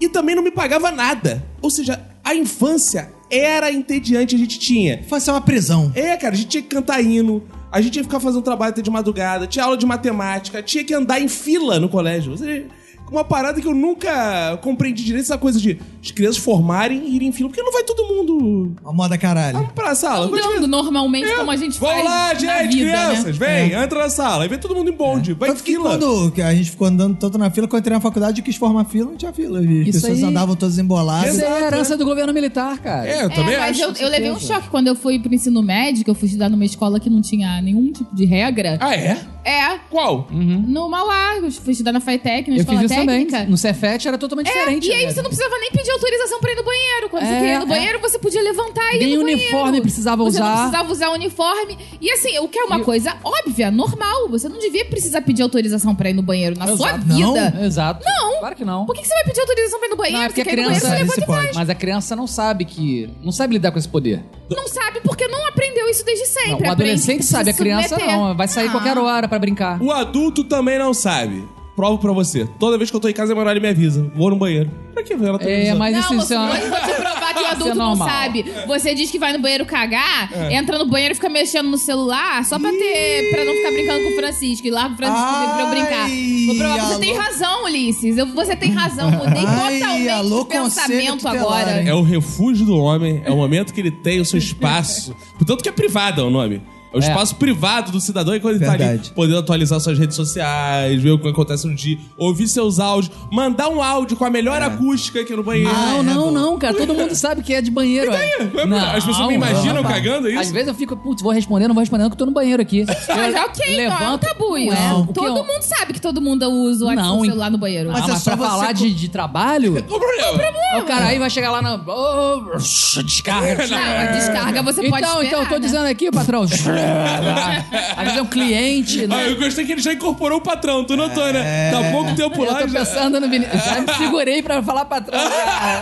[SPEAKER 1] E também não me pagava nada. Ou seja, a infância era entediante, a gente tinha
[SPEAKER 6] Fazer uma prisão.
[SPEAKER 1] é, cara, a gente tinha que cantar hino, a gente ia ficar fazendo trabalho até de madrugada, tinha aula de matemática, tinha que andar em fila no colégio. Você- uma parada que eu nunca compreendi direito, essa coisa de as crianças formarem e irem em fila. Porque não vai todo mundo
[SPEAKER 6] A moda caralho.
[SPEAKER 1] Vamos pra sala. Continua-
[SPEAKER 3] [LAUGHS] Andando normalmente, como a gente
[SPEAKER 1] Vão
[SPEAKER 3] faz
[SPEAKER 1] é. lá, gente,
[SPEAKER 3] na vida, né?
[SPEAKER 1] crianças, vem, entra na sala. Aí vem todo mundo em bonde, vai em
[SPEAKER 6] É. Tanto que
[SPEAKER 1] fila.
[SPEAKER 6] quando a gente ficou andando tanto na fila, quando eu entrei na faculdade, eu quis formar fila, não tinha fila. As
[SPEAKER 4] Isso
[SPEAKER 6] pessoas
[SPEAKER 4] aí-
[SPEAKER 6] andavam todas emboladas.
[SPEAKER 4] Isso é
[SPEAKER 1] Exato,
[SPEAKER 4] a herança do governo militar, cara.
[SPEAKER 1] É, eu também
[SPEAKER 3] é, mas
[SPEAKER 1] acho.
[SPEAKER 3] eu, eu levei um choque quando eu fui pro ensino médio, que eu fui estudar numa escola que não tinha nenhum tipo de regra.
[SPEAKER 1] Ah, é?
[SPEAKER 3] É,
[SPEAKER 1] Qual?
[SPEAKER 6] Hum.
[SPEAKER 3] no Mauá, eu fui estudar na FATEC, na
[SPEAKER 4] Eu fiz
[SPEAKER 3] escola
[SPEAKER 4] isso também.
[SPEAKER 3] técnica.
[SPEAKER 4] No Cefet era totalmente
[SPEAKER 3] É,
[SPEAKER 4] diferente.
[SPEAKER 3] e aí
[SPEAKER 4] né?
[SPEAKER 3] você não precisava nem pedir autorização pra ir no banheiro. Quando você
[SPEAKER 4] É,
[SPEAKER 3] queria ir no
[SPEAKER 4] é.
[SPEAKER 3] banheiro, você podia levantar e ir
[SPEAKER 4] Nem
[SPEAKER 3] no banheiro.
[SPEAKER 4] uniforme precisava
[SPEAKER 3] você
[SPEAKER 4] usar.
[SPEAKER 3] não precisava usar uniforme. E assim, o que é uma coisa óbvia, normal. Você não devia precisar pedir autorização pra ir no banheiro na sua
[SPEAKER 4] Exato.
[SPEAKER 3] vida.
[SPEAKER 4] Não, exato.
[SPEAKER 3] Não.
[SPEAKER 4] Claro que não.
[SPEAKER 3] Por que, que você vai pedir autorização pra ir no banheiro?
[SPEAKER 4] Não, é porque
[SPEAKER 3] você
[SPEAKER 4] a
[SPEAKER 3] quer ir no
[SPEAKER 4] criança-
[SPEAKER 3] banheiro, você
[SPEAKER 6] Esse
[SPEAKER 3] levanta e vai.
[SPEAKER 4] Mas a criança não sabe que. Não sabe lidar com esse poder.
[SPEAKER 3] Não sabe porque não aprendeu isso desde sempre.
[SPEAKER 4] Não, o
[SPEAKER 3] Aprende
[SPEAKER 4] adolescente
[SPEAKER 3] que
[SPEAKER 4] sabe, a
[SPEAKER 3] precisa
[SPEAKER 4] criança
[SPEAKER 3] submeter.
[SPEAKER 4] não. Vai sair
[SPEAKER 3] Ah.
[SPEAKER 4] qualquer hora pra brincar.
[SPEAKER 1] O adulto também não sabe. Provo pra você. Toda vez que eu tô em casa, a Emanuele me avisa. Vou no banheiro. Pra que ver ela tá
[SPEAKER 4] É,
[SPEAKER 1] televisão?
[SPEAKER 4] mas
[SPEAKER 3] Não,
[SPEAKER 4] isso, isso é
[SPEAKER 3] eu
[SPEAKER 4] uma... é
[SPEAKER 3] vou te provar
[SPEAKER 6] [LAUGHS] é
[SPEAKER 3] que o adulto não
[SPEAKER 4] normal.
[SPEAKER 3] sabe. Você diz que vai no banheiro cagar,
[SPEAKER 6] É.
[SPEAKER 3] entra no banheiro e fica mexendo no celular só pra ter. pra não ficar brincando com o Francisco. E larga o Francisco comigo pra eu brincar. Vou provar. Você
[SPEAKER 6] alô.
[SPEAKER 3] tem razão, Ulisses. Eu- você tem razão. Mudei
[SPEAKER 6] Ai,
[SPEAKER 3] totalmente
[SPEAKER 6] alô,
[SPEAKER 3] o pensamento
[SPEAKER 6] conselho tutelar,
[SPEAKER 3] agora.
[SPEAKER 6] hein?
[SPEAKER 1] É o refúgio do homem, é o momento que ele tem o seu espaço. Portanto que é privado é o nome. É o espaço privado do cidadão e quando ele tá ali
[SPEAKER 6] Verdade.
[SPEAKER 1] podendo atualizar suas redes sociais, ver o que acontece no dia, ouvir seus áudios, mandar um áudio com a melhor acústica aqui no banheiro.
[SPEAKER 4] Não, não, não, cara. Todo mundo sabe que é de banheiro. ué.
[SPEAKER 1] Não, As pessoas me imaginam
[SPEAKER 4] rapaz.
[SPEAKER 1] cagando é isso?
[SPEAKER 4] Às vezes eu fico, putz, vou responder, não vou responder, não, que eu tô no banheiro
[SPEAKER 3] [LAUGHS]
[SPEAKER 4] aqui.
[SPEAKER 3] Mas
[SPEAKER 4] Eu
[SPEAKER 3] ok, não é um
[SPEAKER 4] levanto-
[SPEAKER 3] tabu isso.
[SPEAKER 4] Não, o que
[SPEAKER 3] Todo
[SPEAKER 4] eu-
[SPEAKER 3] mundo sabe que todo mundo usa o
[SPEAKER 4] Não,
[SPEAKER 3] o celular no banheiro.
[SPEAKER 4] Ah, mas, pra falar de, de trabalho,
[SPEAKER 1] Qual o problema?
[SPEAKER 4] o cara aí vai chegar lá
[SPEAKER 3] né?
[SPEAKER 4] na. Ô, descarga.
[SPEAKER 3] Não, a descarga você
[SPEAKER 4] então,
[SPEAKER 3] pode esperar,
[SPEAKER 4] então, eu tô
[SPEAKER 3] né?
[SPEAKER 4] dizendo aqui, patrão. [LAUGHS] Às vezes é um cliente,
[SPEAKER 1] Ah,
[SPEAKER 4] né?
[SPEAKER 1] eu gostei que ele já incorporou o patrão, tu notou, né? Tá pouco tempo
[SPEAKER 4] Eu
[SPEAKER 1] lá
[SPEAKER 4] tô
[SPEAKER 1] já.
[SPEAKER 4] pensando no Vinícius. Já
[SPEAKER 1] [LAUGHS]
[SPEAKER 4] me segurei pra falar patrão. cara.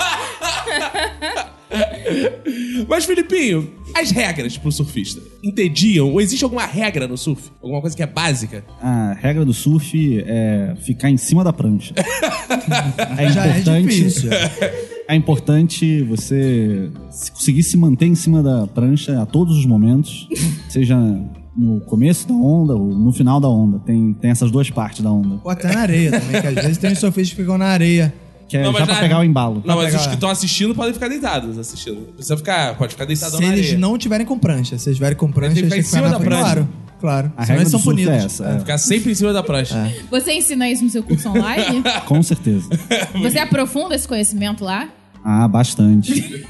[SPEAKER 1] Mas, Filipinho, as regras pro surfista entendiam? Ou existe alguma regra no surf? Alguma coisa que é básica?
[SPEAKER 5] A regra do surf é ficar em cima
[SPEAKER 6] [LAUGHS]
[SPEAKER 5] da prancha. é
[SPEAKER 6] Já é
[SPEAKER 5] importante.
[SPEAKER 6] difícil.
[SPEAKER 5] É importante você se- conseguir se manter em cima da prancha a todos os momentos, seja no começo da onda ou no final da onda. Tem, tem essas duas partes da onda,
[SPEAKER 6] Ou até na areia também, que às vezes tem os sofistas que ficam na areia.
[SPEAKER 5] que é
[SPEAKER 1] Não, mas
[SPEAKER 5] já pra
[SPEAKER 1] na-
[SPEAKER 5] pegar o embalo.
[SPEAKER 1] Não, mas
[SPEAKER 6] pegar,
[SPEAKER 1] os que
[SPEAKER 6] né?
[SPEAKER 1] estão assistindo podem ficar deitados assistindo. Não Precisa ficar, pode ficar deitado
[SPEAKER 6] Se
[SPEAKER 1] Tá na
[SPEAKER 6] eles
[SPEAKER 1] areia.
[SPEAKER 6] não tiverem com prancha. Se eles tiverem com prancha,
[SPEAKER 1] Eles
[SPEAKER 6] eles
[SPEAKER 1] têm que
[SPEAKER 6] têm que
[SPEAKER 1] ficar
[SPEAKER 6] ficar
[SPEAKER 1] em
[SPEAKER 6] na
[SPEAKER 1] cima da
[SPEAKER 6] prancha. Claro, claro.
[SPEAKER 5] A
[SPEAKER 6] Senão
[SPEAKER 5] regra
[SPEAKER 6] eles
[SPEAKER 5] do
[SPEAKER 6] são
[SPEAKER 5] surf
[SPEAKER 6] punidos.
[SPEAKER 5] é essa. é.
[SPEAKER 1] Ficar sempre em cima da prancha.
[SPEAKER 6] É.
[SPEAKER 3] Você ensina isso no seu curso
[SPEAKER 4] [LAUGHS]
[SPEAKER 3] online?
[SPEAKER 5] Com
[SPEAKER 1] [LAUGHS]
[SPEAKER 5] certeza.
[SPEAKER 3] você aprofunda esse conhecimento lá?
[SPEAKER 5] Ah, bastante.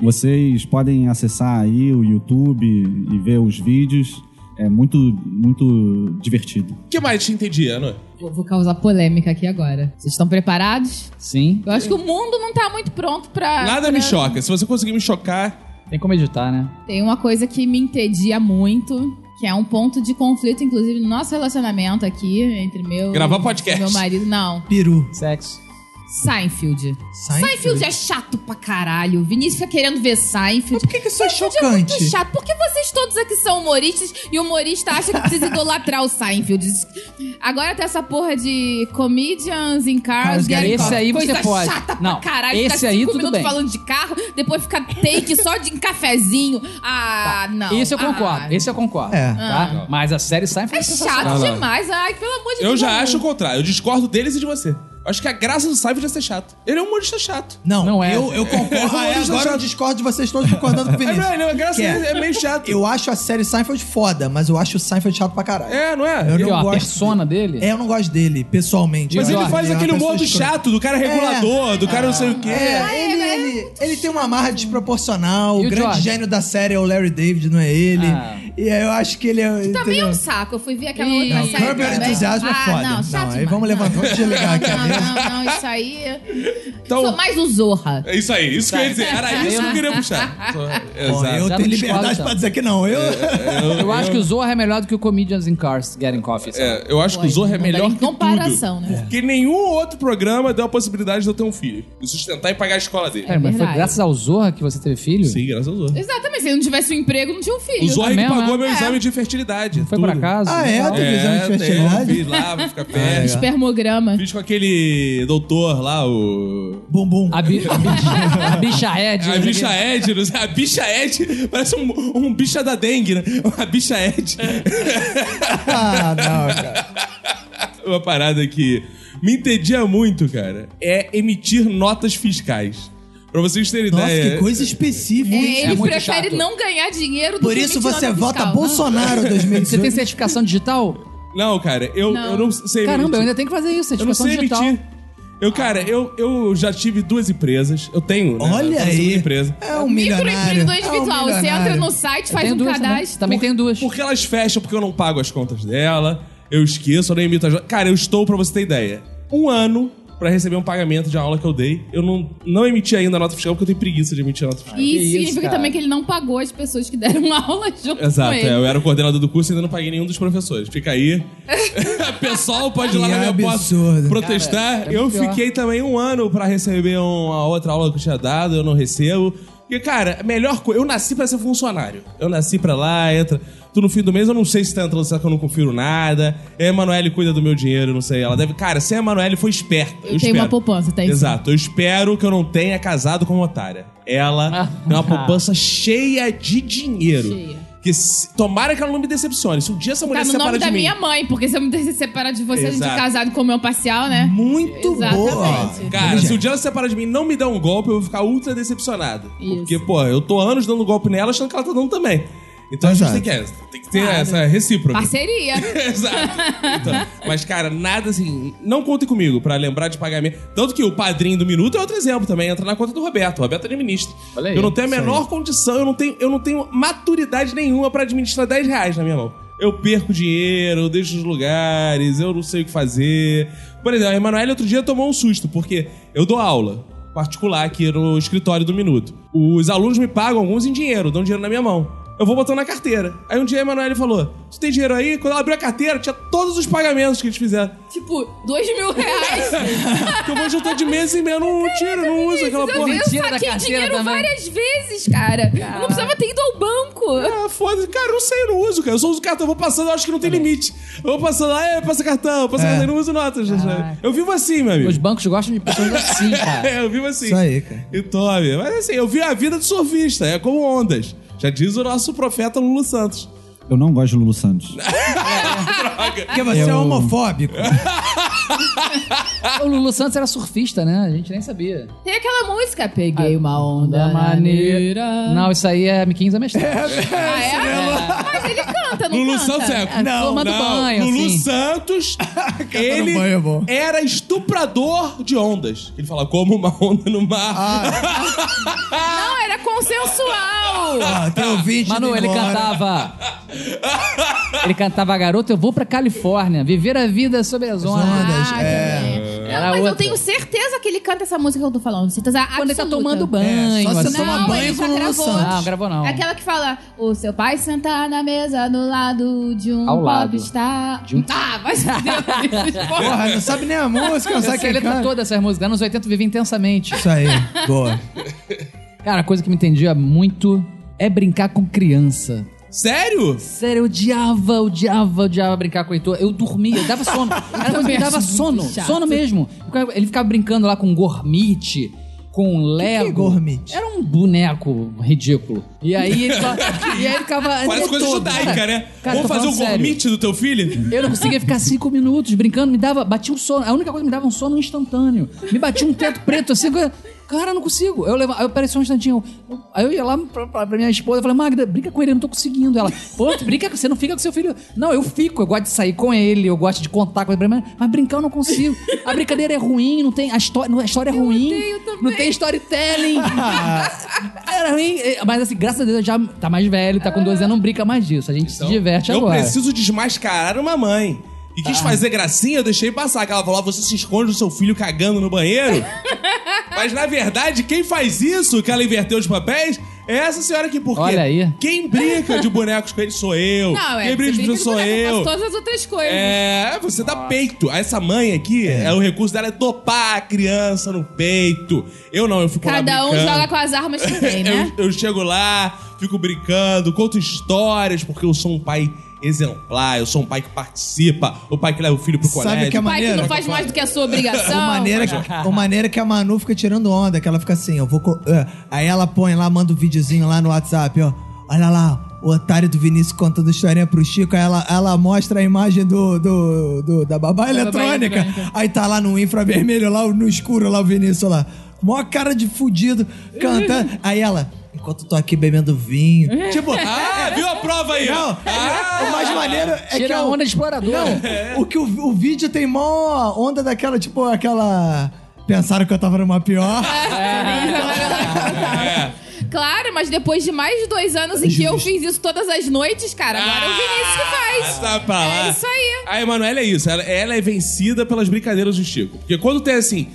[SPEAKER 5] Vocês podem acessar aí o YouTube e ver os vídeos. É muito, muito divertido.
[SPEAKER 1] O que mais te entendia, Ana?
[SPEAKER 3] Vou, vou causar polêmica aqui agora. Vocês estão preparados?
[SPEAKER 4] Sim.
[SPEAKER 3] Eu acho que o mundo não tá muito pronto pra.
[SPEAKER 1] Nada
[SPEAKER 3] pra-
[SPEAKER 1] me choca. Se você conseguir me chocar,
[SPEAKER 4] Tem como editar, né?
[SPEAKER 3] Tem uma coisa que me entedia muito, que é um ponto de conflito, inclusive, no nosso relacionamento aqui, entre meu.
[SPEAKER 1] Gravar podcast.
[SPEAKER 3] Meu marido. Não.
[SPEAKER 6] Peru.
[SPEAKER 4] Sexo.
[SPEAKER 3] Seinfeld. Seinfeld é chato pra caralho. Vinícius fica querendo ver Seinfeld.
[SPEAKER 6] Por que, que isso é chocante?
[SPEAKER 3] Muito chato. Por que vocês todos aqui são humoristas e o humorista acha que precisa idolatrar o Seinfeld? Agora tá essa porra de comedians in cars
[SPEAKER 6] Cars
[SPEAKER 3] getting
[SPEAKER 6] getting
[SPEAKER 3] coffee.
[SPEAKER 4] Esse aí você
[SPEAKER 3] Coisa
[SPEAKER 4] pode.
[SPEAKER 3] chata pra
[SPEAKER 4] Não,
[SPEAKER 3] caralho.
[SPEAKER 4] esse
[SPEAKER 3] tá
[SPEAKER 4] aí
[SPEAKER 3] cinco
[SPEAKER 4] tudo
[SPEAKER 3] minutos
[SPEAKER 4] bem.
[SPEAKER 3] falando de carro, depois fica take só de cafezinho. Ah, não.
[SPEAKER 4] Tá, Esse eu
[SPEAKER 3] Ah,
[SPEAKER 4] concordo. Esse eu concordo.
[SPEAKER 6] É.
[SPEAKER 4] Tá? Mas a série Seinfeld
[SPEAKER 3] É
[SPEAKER 4] é sensacional.
[SPEAKER 3] chato
[SPEAKER 1] Não, não.
[SPEAKER 3] demais. Ai, pelo amor de
[SPEAKER 1] eu
[SPEAKER 3] Deus.
[SPEAKER 1] já
[SPEAKER 3] amor.
[SPEAKER 1] acho o contrário. Eu discordo deles e de você. Eu Acho que a graça do Saive é ser chato. Ele é um humorista chato.
[SPEAKER 6] Não,
[SPEAKER 4] Não é.
[SPEAKER 6] Eu,
[SPEAKER 1] [LAUGHS]
[SPEAKER 6] eu concordo.
[SPEAKER 1] Ah, é, agora-
[SPEAKER 6] agora eu discordo de vocês todos concordando com o
[SPEAKER 1] É, não
[SPEAKER 6] Vinícius.
[SPEAKER 1] é, não, a graça
[SPEAKER 6] Que é?
[SPEAKER 1] dele é meio chato.
[SPEAKER 6] Eu acho a série Seinfeld foda, mas eu acho o Seinfeld chato pra caralho.
[SPEAKER 1] É, não é?
[SPEAKER 6] Eu
[SPEAKER 4] Ele,
[SPEAKER 6] não
[SPEAKER 4] ó, a
[SPEAKER 6] gosto
[SPEAKER 4] persona dele.
[SPEAKER 6] É, eu não gosto dele, pessoalmente.
[SPEAKER 1] Mas
[SPEAKER 6] Eu
[SPEAKER 1] ele
[SPEAKER 6] acho
[SPEAKER 1] faz
[SPEAKER 6] é uma
[SPEAKER 1] aquele
[SPEAKER 6] pessoa
[SPEAKER 1] humor do
[SPEAKER 6] escrota.
[SPEAKER 1] chato, do cara regulador, do cara não sei o quê.
[SPEAKER 6] É, ele,
[SPEAKER 3] é,
[SPEAKER 6] ele, ele tem uma amarra desproporcional.
[SPEAKER 4] E o
[SPEAKER 6] O grande
[SPEAKER 4] George?
[SPEAKER 6] gênio da série é o Larry David, não é ele.
[SPEAKER 4] Ah.
[SPEAKER 6] E aí eu acho que ele é.
[SPEAKER 3] Também é
[SPEAKER 6] entendeu?
[SPEAKER 3] um saco. Eu fui ver aquela
[SPEAKER 4] Ih,
[SPEAKER 3] outra
[SPEAKER 4] não,
[SPEAKER 3] série.
[SPEAKER 6] Curb Your
[SPEAKER 3] também.
[SPEAKER 6] Enthusiasm é
[SPEAKER 3] ah,
[SPEAKER 6] foda.
[SPEAKER 3] Não,
[SPEAKER 6] Não,
[SPEAKER 3] chato
[SPEAKER 6] aí
[SPEAKER 3] demais.
[SPEAKER 6] vamos levantar, vamos desligar
[SPEAKER 3] [LAUGHS]
[SPEAKER 6] aqui a
[SPEAKER 3] Não,
[SPEAKER 4] tá
[SPEAKER 6] mesa.
[SPEAKER 3] não, não, isso aí.
[SPEAKER 1] Então-
[SPEAKER 3] Sou mais o Zorra.
[SPEAKER 1] É isso aí, isso que eu ia dizer. Era isso que eu queria puxar.
[SPEAKER 6] Bom,
[SPEAKER 1] Exato.
[SPEAKER 6] eu
[SPEAKER 4] Já
[SPEAKER 6] tenho
[SPEAKER 4] não discordo,
[SPEAKER 6] liberdade
[SPEAKER 4] então.
[SPEAKER 6] pra dizer que não. Eu.
[SPEAKER 5] É.
[SPEAKER 4] Eu acho que o Zorra é melhor do que o Comedians in Cars Getting Coffee. sabe?
[SPEAKER 1] É, eu acho que o
[SPEAKER 3] Pode,
[SPEAKER 1] Zorro é
[SPEAKER 3] não dá
[SPEAKER 1] melhor
[SPEAKER 3] nem
[SPEAKER 1] que tudo.
[SPEAKER 3] comparação, né?
[SPEAKER 1] Porque nenhum outro programa deu a possibilidade de eu ter um filho. De sustentar e pagar a escola dele.
[SPEAKER 6] É.
[SPEAKER 4] Pera, É, mas foi
[SPEAKER 3] verdade.
[SPEAKER 4] graças ao Zorra que você teve filho?
[SPEAKER 1] Sim, graças ao Zorro.
[SPEAKER 3] Exatamente, se não tivesse um emprego, não tinha um filho.
[SPEAKER 1] O Zorro
[SPEAKER 4] tá
[SPEAKER 1] é que
[SPEAKER 4] mesmo,
[SPEAKER 1] pagou
[SPEAKER 4] é?
[SPEAKER 1] meu
[SPEAKER 3] É.
[SPEAKER 1] exame de fertilidade.
[SPEAKER 4] Foi
[SPEAKER 1] tudo.
[SPEAKER 4] por acaso?
[SPEAKER 6] Ah, é?
[SPEAKER 4] Tal.
[SPEAKER 6] Teve exame de
[SPEAKER 1] É, tem, eu
[SPEAKER 6] fertilidade? É,
[SPEAKER 1] fiz lá, pra
[SPEAKER 6] [LAUGHS]
[SPEAKER 1] ficar perto.
[SPEAKER 3] Espermograma.
[SPEAKER 1] Fiz com aquele doutor lá, o.
[SPEAKER 6] Bumbum.
[SPEAKER 4] A, bi- a bicha, a bicha é Ed.
[SPEAKER 1] A
[SPEAKER 4] não sei o
[SPEAKER 1] bicha é.
[SPEAKER 4] quê.
[SPEAKER 1] Ed, não sei- a bicha Ed [LAUGHS] parece um, um bicha da dengue, né? [LAUGHS] A bicha Ed.
[SPEAKER 6] É. Ah, não, cara.
[SPEAKER 1] Uma parada que me entedia muito, cara, é emitir notas fiscais. Pra vocês terem
[SPEAKER 6] Nossa,
[SPEAKER 1] ideia.
[SPEAKER 6] que coisa específica. hein?
[SPEAKER 3] É, ele
[SPEAKER 4] muito
[SPEAKER 3] prefere
[SPEAKER 4] chato.
[SPEAKER 3] não ganhar dinheiro do
[SPEAKER 6] Por
[SPEAKER 3] que
[SPEAKER 6] isso
[SPEAKER 3] emitir
[SPEAKER 6] você
[SPEAKER 3] nota
[SPEAKER 6] vota
[SPEAKER 3] fiscal.
[SPEAKER 6] Bolsonaro
[SPEAKER 4] Você
[SPEAKER 6] 2018.
[SPEAKER 4] tem certificação digital?
[SPEAKER 1] Não, cara, eu
[SPEAKER 3] Não.
[SPEAKER 1] eu não sei
[SPEAKER 4] Caramba, eu
[SPEAKER 1] emitir.
[SPEAKER 4] ainda tenho que fazer isso,
[SPEAKER 1] Eu não
[SPEAKER 4] certificação
[SPEAKER 1] sei
[SPEAKER 4] digital.
[SPEAKER 1] emitir. Eu, cara, eu, eu já tive duas empresas. Eu tenho, né?
[SPEAKER 6] [LAUGHS] Olha
[SPEAKER 1] Eu tenho
[SPEAKER 6] aí.
[SPEAKER 1] segunda empresa.
[SPEAKER 6] É
[SPEAKER 3] Uhum.
[SPEAKER 6] um milionário.
[SPEAKER 3] Microempreendedor
[SPEAKER 6] É um
[SPEAKER 3] individual. você entra
[SPEAKER 6] milionário.
[SPEAKER 3] no site,
[SPEAKER 1] É
[SPEAKER 4] Eu
[SPEAKER 3] faz
[SPEAKER 4] tenho
[SPEAKER 3] um
[SPEAKER 4] duas
[SPEAKER 1] né?
[SPEAKER 4] também.
[SPEAKER 3] cadastro.
[SPEAKER 4] Também tenho duas.
[SPEAKER 1] Porque elas fecham, porque eu não pago as contas dela, eu esqueço, eu não emito as... Cara, eu estou, pra você ter ideia, um ano pra receber um pagamento de aula que eu dei. Eu não, não emiti ainda a nota fiscal, porque eu tenho preguiça de emitir a nota fiscal.
[SPEAKER 3] E
[SPEAKER 4] Que isso,
[SPEAKER 3] significa
[SPEAKER 4] cara.
[SPEAKER 3] também que ele não pagou as pessoas que deram [LAUGHS] aula junto
[SPEAKER 1] Exato,
[SPEAKER 3] com
[SPEAKER 1] é,
[SPEAKER 3] ele.
[SPEAKER 1] eu era o coordenador do curso e ainda não paguei nenhum dos professores. Fica
[SPEAKER 3] [LAUGHS]
[SPEAKER 1] aí. Pessoal, pode ir lá
[SPEAKER 6] Que
[SPEAKER 1] na minha porta
[SPEAKER 6] absurdo.
[SPEAKER 1] protestar.
[SPEAKER 4] Cara, é
[SPEAKER 1] eu
[SPEAKER 4] pior.
[SPEAKER 1] fiquei também um ano pra receber um, uma outra aula que eu tinha dado, eu não recebo. E, cara, a melhor coisa. Eu nasci pra ser funcionário. Eu nasci pra lá, entra. Tu no fim do mês, eu não sei se tá entrando, será que eu não confiro nada. A Emanuele cuida do meu dinheiro, não sei. Ela deve. Cara, se a Emanuele foi esperta. Eu,
[SPEAKER 3] Eu tenho uma
[SPEAKER 1] espero.
[SPEAKER 3] poupança, tá?
[SPEAKER 1] Exato. Eu espero que eu não tenha casado com uma otária.
[SPEAKER 3] Ah.
[SPEAKER 1] Ela tem uma poupança cheia de dinheiro.
[SPEAKER 3] Cheia.
[SPEAKER 1] Que se- tomara que ela não me decepcione. Se um dia essa mulher
[SPEAKER 3] Tá
[SPEAKER 1] se
[SPEAKER 3] no
[SPEAKER 1] separa
[SPEAKER 3] nome
[SPEAKER 1] de
[SPEAKER 3] da
[SPEAKER 1] mim.
[SPEAKER 3] minha mãe, porque se eu me [LAUGHS] separar de você, a
[SPEAKER 1] Exato.
[SPEAKER 3] gente é casado com o meu parcial, né?
[SPEAKER 6] Muito boa.
[SPEAKER 3] Exatamente.
[SPEAKER 1] Cara, se um dia ela se separa de mim e não me der um golpe, eu vou ficar ultra decepcionado.
[SPEAKER 3] Isso.
[SPEAKER 1] Porque, pô, eu tô anos dando golpe nela, achando que ela tá dando também. Então a gente tem que, tem que ter essa recíproca.
[SPEAKER 3] Parceria.
[SPEAKER 1] [LAUGHS] Exato. Então, mas, cara, nada assim. Não contem comigo pra lembrar de pagamento. Tanto que o padrinho do Minuto é outro exemplo também. Entra na conta do Roberto. O Roberto é administra.
[SPEAKER 4] Olha aí,
[SPEAKER 1] eu não tenho a menor condição, eu não tenho, eu não tenho maturidade nenhuma pra administrar 10 reais na minha mão. Eu perco dinheiro, eu deixo os lugares, eu não sei o que fazer. Por exemplo, a Emanuele outro dia tomou um susto, porque eu dou aula particular aqui no escritório do Minuto. Os alunos me pagam alguns em dinheiro, dão dinheiro na minha mão. Eu vou botando na carteira. Aí um dia a Emanuele falou: Tu tem dinheiro aí? Quando ela abriu a carteira, tinha todos os pagamentos que eles fizeram.
[SPEAKER 3] tipo, dois mil reais.
[SPEAKER 1] Que eu vou juntar de mês em mês, eu não tiro, não uso aquela
[SPEAKER 3] Eu
[SPEAKER 1] porra.
[SPEAKER 4] Mentira da
[SPEAKER 3] saquei
[SPEAKER 4] carteira
[SPEAKER 3] dinheiro
[SPEAKER 4] também.
[SPEAKER 3] várias vezes, cara. Eu não precisava ter ido ao banco.
[SPEAKER 1] Ah, foda-se. Cara, eu não sei, eu não uso, cara. Eu só uso cartão, eu vou passando, eu acho que não tem limite. Eu vou passando, ah, é, passa cartão, passa cartão, eu não uso notas. Eu vivo assim, meu
[SPEAKER 4] Os
[SPEAKER 1] amigo.
[SPEAKER 4] bancos gostam de pessoas assim,
[SPEAKER 1] [LAUGHS]
[SPEAKER 4] cara.
[SPEAKER 1] É, eu vivo assim.
[SPEAKER 6] Isso aí, cara.
[SPEAKER 1] E tome. Mas assim, eu vivo a vida de surfista, é como ondas. Já diz o nosso profeta Lulu Santos.
[SPEAKER 5] Eu não gosto de Lulu Santos.
[SPEAKER 6] Porque você é homofóbico.
[SPEAKER 4] O Lulu Santos era surfista, né? A gente nem sabia.
[SPEAKER 3] Tem aquela música. Peguei Ah, uma onda maneira.
[SPEAKER 4] né? Não, isso aí é Miquinhos Amestrados.
[SPEAKER 3] Ah, [LAUGHS] é? Mas ele canta, não
[SPEAKER 1] Lulu
[SPEAKER 3] canta?
[SPEAKER 1] Santos é.
[SPEAKER 4] Não, tomando banho,
[SPEAKER 1] Lulu
[SPEAKER 4] assim.
[SPEAKER 6] [LAUGHS]
[SPEAKER 1] Santos, ele
[SPEAKER 6] banho é bom.
[SPEAKER 1] era estuprador de ondas. Ele fala, como uma onda no mar.
[SPEAKER 6] Ah.
[SPEAKER 3] tá? Não, era consensual.
[SPEAKER 6] Ah,
[SPEAKER 1] Tá.
[SPEAKER 6] tem ouvinte
[SPEAKER 4] Manu,
[SPEAKER 6] indo
[SPEAKER 4] ele
[SPEAKER 6] embora.
[SPEAKER 3] [LAUGHS]
[SPEAKER 4] cantava. Ele cantava, garoto, eu vou pra Califórnia, viver a vida sob as ondas.
[SPEAKER 6] Ondas,
[SPEAKER 3] Ah,
[SPEAKER 6] é.
[SPEAKER 3] também. Não,
[SPEAKER 4] Era
[SPEAKER 3] mas
[SPEAKER 4] outra.
[SPEAKER 3] eu tenho certeza que ele canta essa música que eu tô falando. Certeza
[SPEAKER 4] Quando ele tá
[SPEAKER 3] absoluta.
[SPEAKER 4] tomando banho.
[SPEAKER 6] É, só
[SPEAKER 4] assim. Ah,
[SPEAKER 6] você toma
[SPEAKER 3] Não,
[SPEAKER 6] banho
[SPEAKER 3] ele
[SPEAKER 6] com
[SPEAKER 3] já
[SPEAKER 6] o Lulu
[SPEAKER 3] gravou.
[SPEAKER 6] Santos.
[SPEAKER 4] Não, gravou não.
[SPEAKER 3] É Aquela que fala, o seu pai sentar na mesa do lado de um
[SPEAKER 4] Ao lado. um
[SPEAKER 3] popstar. Ah, vai se fuder.
[SPEAKER 6] Porra, Ah, não sabe nem a música, não
[SPEAKER 4] Eu
[SPEAKER 6] sabe
[SPEAKER 4] sei a
[SPEAKER 6] quem
[SPEAKER 4] letra
[SPEAKER 6] canta.
[SPEAKER 4] toda essas músicas. Anos 80 eu
[SPEAKER 3] [LAUGHS]
[SPEAKER 4] vivi intensamente.
[SPEAKER 6] Isso aí, boa.
[SPEAKER 4] Cara, a coisa que me entendia muito é brincar com criança.
[SPEAKER 1] Sério?
[SPEAKER 4] Sério, eu odiava, odiava, odiava brincar com o Heitor. Eu dormia, eu dava sono. Era coisa que me dava sono,
[SPEAKER 3] chato.
[SPEAKER 4] sono mesmo. Ele ficava brincando lá com gormite, com Lego.
[SPEAKER 6] gormite?
[SPEAKER 4] Era um boneco ridículo. E aí ele, fa- e aí ele ficava.
[SPEAKER 1] Parece coisa
[SPEAKER 4] todo.
[SPEAKER 1] judaica, né?
[SPEAKER 4] é cara,
[SPEAKER 1] Vamos
[SPEAKER 4] tô
[SPEAKER 1] fazer o
[SPEAKER 4] falando sério.
[SPEAKER 1] gormite do teu filho?
[SPEAKER 4] [LAUGHS] Eu não conseguia ficar cinco minutos brincando, me dava, batia um sono. A única coisa que me dava um sono instantâneo. Me batia um teto preto assim. eu- Cara, eu não consigo. Eu, leva, aí eu parecia um instantinho. eu- Aí eu ia lá pra, pra- pra minha esposa e falei, Magda, brinca com ele, eu não tô conseguindo. Ela, pô, tu brinca, com- você não fica com seu filho. Não, eu fico, eu gosto de sair com ele, eu gosto de contar com ele, mas mas brincar eu não consigo. A brincadeira é ruim, não tem. A, histó não, a história é ruim. Não tem storytelling. Era ruim. eh, Mas assim, graças a Deus, já tá mais velho, tá com 12 anos, não brinca mais disso. A gente se diverte
[SPEAKER 1] Então, eu
[SPEAKER 4] agora.
[SPEAKER 1] preciso desmascarar uma mãe. E
[SPEAKER 3] Tá.
[SPEAKER 1] quis fazer gracinha, eu deixei passar. Que ela falou: "Ah, você se esconde do seu filho cagando no
[SPEAKER 3] [LAUGHS]
[SPEAKER 1] banheiro. Mas na verdade, quem faz isso, que ela inverteu os papéis, é essa senhora aqui, porque
[SPEAKER 4] Olha aí.
[SPEAKER 1] quem brinca de bonecos com ele sou eu.
[SPEAKER 3] Não, é.
[SPEAKER 1] quem brinca de bonecos
[SPEAKER 3] você brinca de
[SPEAKER 1] sou
[SPEAKER 3] boneco, eu
[SPEAKER 1] eu.
[SPEAKER 3] faço todas as outras coisas.
[SPEAKER 1] É, você dá peito. Essa mãe aqui, é. o recurso dela é dopar a criança no peito. Eu não, eu fico lá
[SPEAKER 3] Cada um
[SPEAKER 1] brincando.
[SPEAKER 3] joga com as armas que tem, né?
[SPEAKER 1] [LAUGHS] Eu, eu chego lá, fico brincando, conto histórias, porque eu sou um pai exemplar, eu sou um pai que participa, o pai que leva o filho pro
[SPEAKER 6] Sabe
[SPEAKER 1] colégio.
[SPEAKER 6] que a
[SPEAKER 3] O pai que
[SPEAKER 6] maneiro.
[SPEAKER 3] não faz mais do que a sua obrigação.
[SPEAKER 6] O maneira, que, o maneira que a Manu fica tirando onda, que ela fica assim, eu vou. co- é. Aí ela põe lá, manda um videozinho lá no WhatsApp, ó. Olha lá, o otário do Vinícius contando historinha pro Chico, aí ela, ela mostra a imagem do, do, do- da babá eletrônica.
[SPEAKER 4] eletrônica.
[SPEAKER 6] Aí tá lá no infravermelho, lá no escuro, lá o Vinícius lá. Mó cara de fudido, cantando.
[SPEAKER 4] [LAUGHS]
[SPEAKER 6] Aí ela, enquanto eu tô aqui bebendo vinho. Tipo,
[SPEAKER 1] Ah, viu a prova aí?
[SPEAKER 6] não, é
[SPEAKER 1] Ah,
[SPEAKER 6] o mais maneiro é que.
[SPEAKER 4] Tira a
[SPEAKER 6] é o-
[SPEAKER 4] onda exploradora.
[SPEAKER 6] não, o que o, o vídeo tem mó onda daquela, tipo, aquela. Pensaram que eu tava numa pior.
[SPEAKER 1] [LAUGHS] é.
[SPEAKER 3] Claro, mas depois de mais de dois anos em que eu fiz isso todas as noites, cara, agora é o Vinícius que faz.
[SPEAKER 1] Ah, tá pra lá.
[SPEAKER 3] É isso aí.
[SPEAKER 1] A Emanuele é isso. Ela, ela é vencida pelas brincadeiras do Chico. Porque quando tem assim,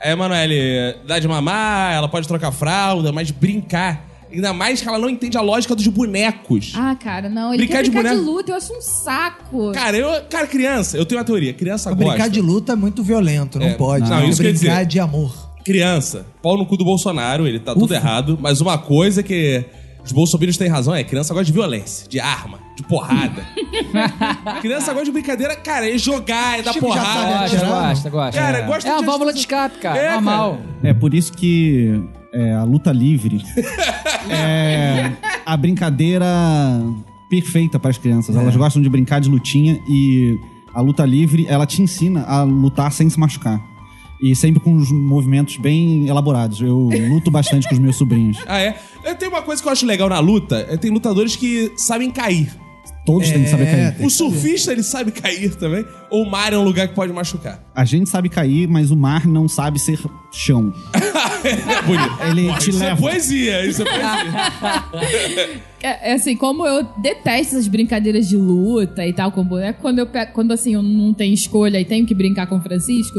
[SPEAKER 1] a Emanuele dá de mamar, ela pode trocar fralda, mas brincar. Ainda mais que ela não entende a lógica dos bonecos.
[SPEAKER 3] Ah, cara, não. Ele
[SPEAKER 1] Brincar
[SPEAKER 3] quer
[SPEAKER 1] de
[SPEAKER 3] brincar de,
[SPEAKER 1] boneco.
[SPEAKER 3] luta, eu acho um saco.
[SPEAKER 1] Cara, eu. Cara, criança, eu tenho uma teoria. Criança gosta.
[SPEAKER 6] Brincar de luta é muito violento, não
[SPEAKER 1] É,
[SPEAKER 6] pode.
[SPEAKER 1] não,
[SPEAKER 6] Tem que
[SPEAKER 1] isso quer
[SPEAKER 6] brincar
[SPEAKER 1] dizer-
[SPEAKER 6] de amor.
[SPEAKER 1] Criança, pau no cu do Bolsonaro, ele tá tudo errado, mas uma coisa que os bolsominions têm razão é criança gosta de violência, de arma, de
[SPEAKER 5] [LAUGHS]
[SPEAKER 1] porrada. criança gosta de brincadeira, cara, é jogar, é dar
[SPEAKER 6] Chico já tá né?
[SPEAKER 1] porrada.
[SPEAKER 6] sabe
[SPEAKER 4] Gosta, gosta, gosta.
[SPEAKER 1] Cara,
[SPEAKER 4] é.
[SPEAKER 1] gosta
[SPEAKER 4] É a
[SPEAKER 1] de-
[SPEAKER 4] válvula de escape, cara.
[SPEAKER 1] É,
[SPEAKER 4] normal.
[SPEAKER 5] É por isso que é, a
[SPEAKER 1] [LAUGHS]
[SPEAKER 5] luta livre é a brincadeira perfeita para as crianças.
[SPEAKER 1] É.
[SPEAKER 5] Elas gostam de brincar de lutinha e a luta livre, ela te ensina a lutar sem se machucar. E sempre com os movimentos bem elaborados. Eu luto bastante com os meus sobrinhos.
[SPEAKER 1] Ah, é? Eu tenho uma coisa que eu acho legal na luta, é tem lutadores que sabem cair.
[SPEAKER 5] Todos têm que saber cair.
[SPEAKER 1] O surfista, ele sabe cair também. Ou o mar é um lugar que pode machucar. [LAUGHS]
[SPEAKER 5] A gente sabe cair, mas o mar não sabe ser chão.
[SPEAKER 1] É bonito.
[SPEAKER 5] Ele te
[SPEAKER 1] Isso é
[SPEAKER 5] leva.
[SPEAKER 1] poesia, isso é poesia.
[SPEAKER 3] É, é assim, como eu detesto essas brincadeiras de luta e tal com boneco, quando eu pego, quando assim eu não tenho escolha e tenho que brincar com o Francisco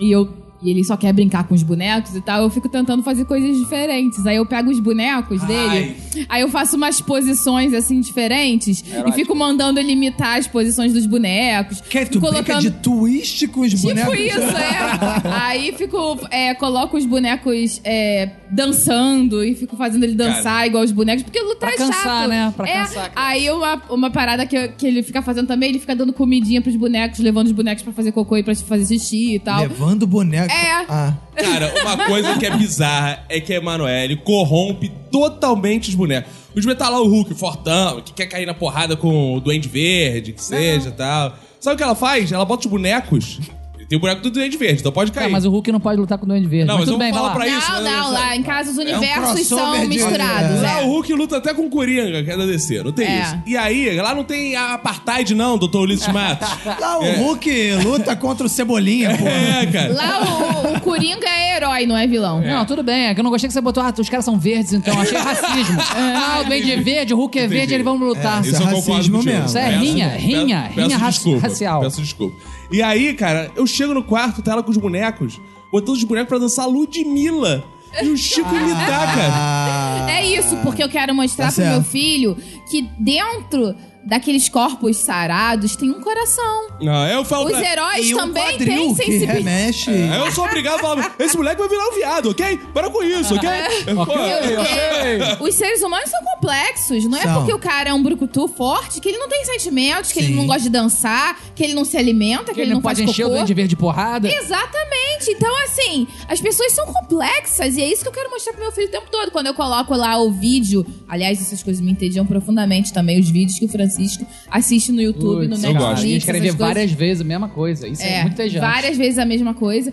[SPEAKER 3] e eu e ele só quer brincar com os bonecos e tal, eu fico tentando fazer coisas diferentes. Aí eu pego os bonecos dele, aí eu faço umas posições assim diferentes e fico mandando ele imitar as posições dos bonecos.
[SPEAKER 6] Que
[SPEAKER 3] fico
[SPEAKER 6] tu brinca de twist com os
[SPEAKER 3] Tipo
[SPEAKER 6] bonecos.
[SPEAKER 3] isso, é. Aí fico, é, coloco os bonecos é, dançando e fico fazendo ele dançar igual os bonecos, porque lutar
[SPEAKER 4] Pra
[SPEAKER 3] é
[SPEAKER 4] cansar,
[SPEAKER 3] chato.
[SPEAKER 4] né? Pra
[SPEAKER 3] é,
[SPEAKER 4] cansar, cara.
[SPEAKER 3] Aí uma, uma parada que, que ele fica fazendo também, ele fica dando comidinha pros bonecos, levando os bonecos pra fazer cocô e pra fazer xixi e tal.
[SPEAKER 6] Levando o boneco.
[SPEAKER 3] É.
[SPEAKER 6] Ah.
[SPEAKER 1] Cara, uma coisa que é bizarra é que a Emanuele corrompe totalmente os bonecos. Os metalão Hulk, fortão, que quer cair na porrada com o Duende Verde, que seja e tal. Sabe o que ela faz? Ela bota os bonecos. Tem o boneco do Duende Verde, então pode
[SPEAKER 4] Tá,
[SPEAKER 1] cair.
[SPEAKER 4] mas o Hulk não pode lutar com o Duende Verde.
[SPEAKER 1] Não, mas
[SPEAKER 4] mas tudo
[SPEAKER 1] eu
[SPEAKER 4] bem,
[SPEAKER 1] vou
[SPEAKER 4] vai lá.
[SPEAKER 1] falar pra isso,
[SPEAKER 3] não,
[SPEAKER 1] né?
[SPEAKER 3] não, lá em casa os universos são
[SPEAKER 6] crossover de-
[SPEAKER 3] misturados.
[SPEAKER 1] Lá
[SPEAKER 3] é.
[SPEAKER 1] o Hulk luta até com o Coringa, que é da DC, não tem
[SPEAKER 3] É.
[SPEAKER 1] isso. E aí, lá não tem a apartheid não, Dr. Ulisses Matos.
[SPEAKER 6] Lá o Hulk luta contra o Cebolinha, pô.
[SPEAKER 1] é, cara.
[SPEAKER 3] Lá o, o Coringa é herói, não é vilão.
[SPEAKER 4] Não, tudo bem. É que eu não gostei que você botou, ah, os caras são verdes, então.
[SPEAKER 1] [LAUGHS]
[SPEAKER 4] Achei racismo. ah, o Duende é verde, o Hulk é verde, eles vão lutar.
[SPEAKER 6] Isso é racismo
[SPEAKER 1] contigo.
[SPEAKER 6] mesmo.
[SPEAKER 4] Isso é rinha, rinha, rinha raci- racial.
[SPEAKER 1] Peço desculpa. E aí, cara, eu chego no quarto, tá ela com os bonecos, botando os bonecos pra dançar Ludmilla. E o Chico imitar, cara.
[SPEAKER 6] Ah.
[SPEAKER 3] É isso, porque eu quero mostrar
[SPEAKER 6] Tá
[SPEAKER 3] pro meu
[SPEAKER 6] certo.
[SPEAKER 3] filho que dentro daqueles corpos sarados tem um coração.
[SPEAKER 1] Não, eu falo
[SPEAKER 3] Os
[SPEAKER 1] pra...
[SPEAKER 3] heróis
[SPEAKER 6] E um
[SPEAKER 3] também
[SPEAKER 6] quadril
[SPEAKER 3] têm
[SPEAKER 6] que
[SPEAKER 3] sensibilidade.
[SPEAKER 6] remexe.
[SPEAKER 1] Aí eu sou obrigado a falar, esse moleque vai virar um viado, ok? Para com isso,
[SPEAKER 4] [LAUGHS]
[SPEAKER 1] ok? "É, Pô,
[SPEAKER 3] É, Os seres humanos são complexos. Não é
[SPEAKER 6] São.
[SPEAKER 3] porque o cara é um brucutu forte que ele não tem sentimentos, que ele
[SPEAKER 6] Sim.
[SPEAKER 3] não gosta de dançar, que ele não se alimenta, que,
[SPEAKER 4] Ele
[SPEAKER 3] não,
[SPEAKER 4] não pode
[SPEAKER 3] faz
[SPEAKER 4] encher o
[SPEAKER 3] cocô.
[SPEAKER 4] Duende Verde de porrada.
[SPEAKER 3] Exatamente. Então, assim, as pessoas são complexas e é isso que eu quero mostrar pro meu filho o tempo todo. Quando eu coloco lá o vídeo, aliás, essas coisas me entediam profundamente também, os vídeos que o Francisco assiste no YouTube, no
[SPEAKER 4] Putz,
[SPEAKER 3] Netflix.
[SPEAKER 4] cara, Eles querem ver
[SPEAKER 3] essas coisas.
[SPEAKER 4] várias vezes a mesma coisa. Isso é,
[SPEAKER 3] É,
[SPEAKER 4] muito tejante.
[SPEAKER 3] várias vezes a mesma coisa.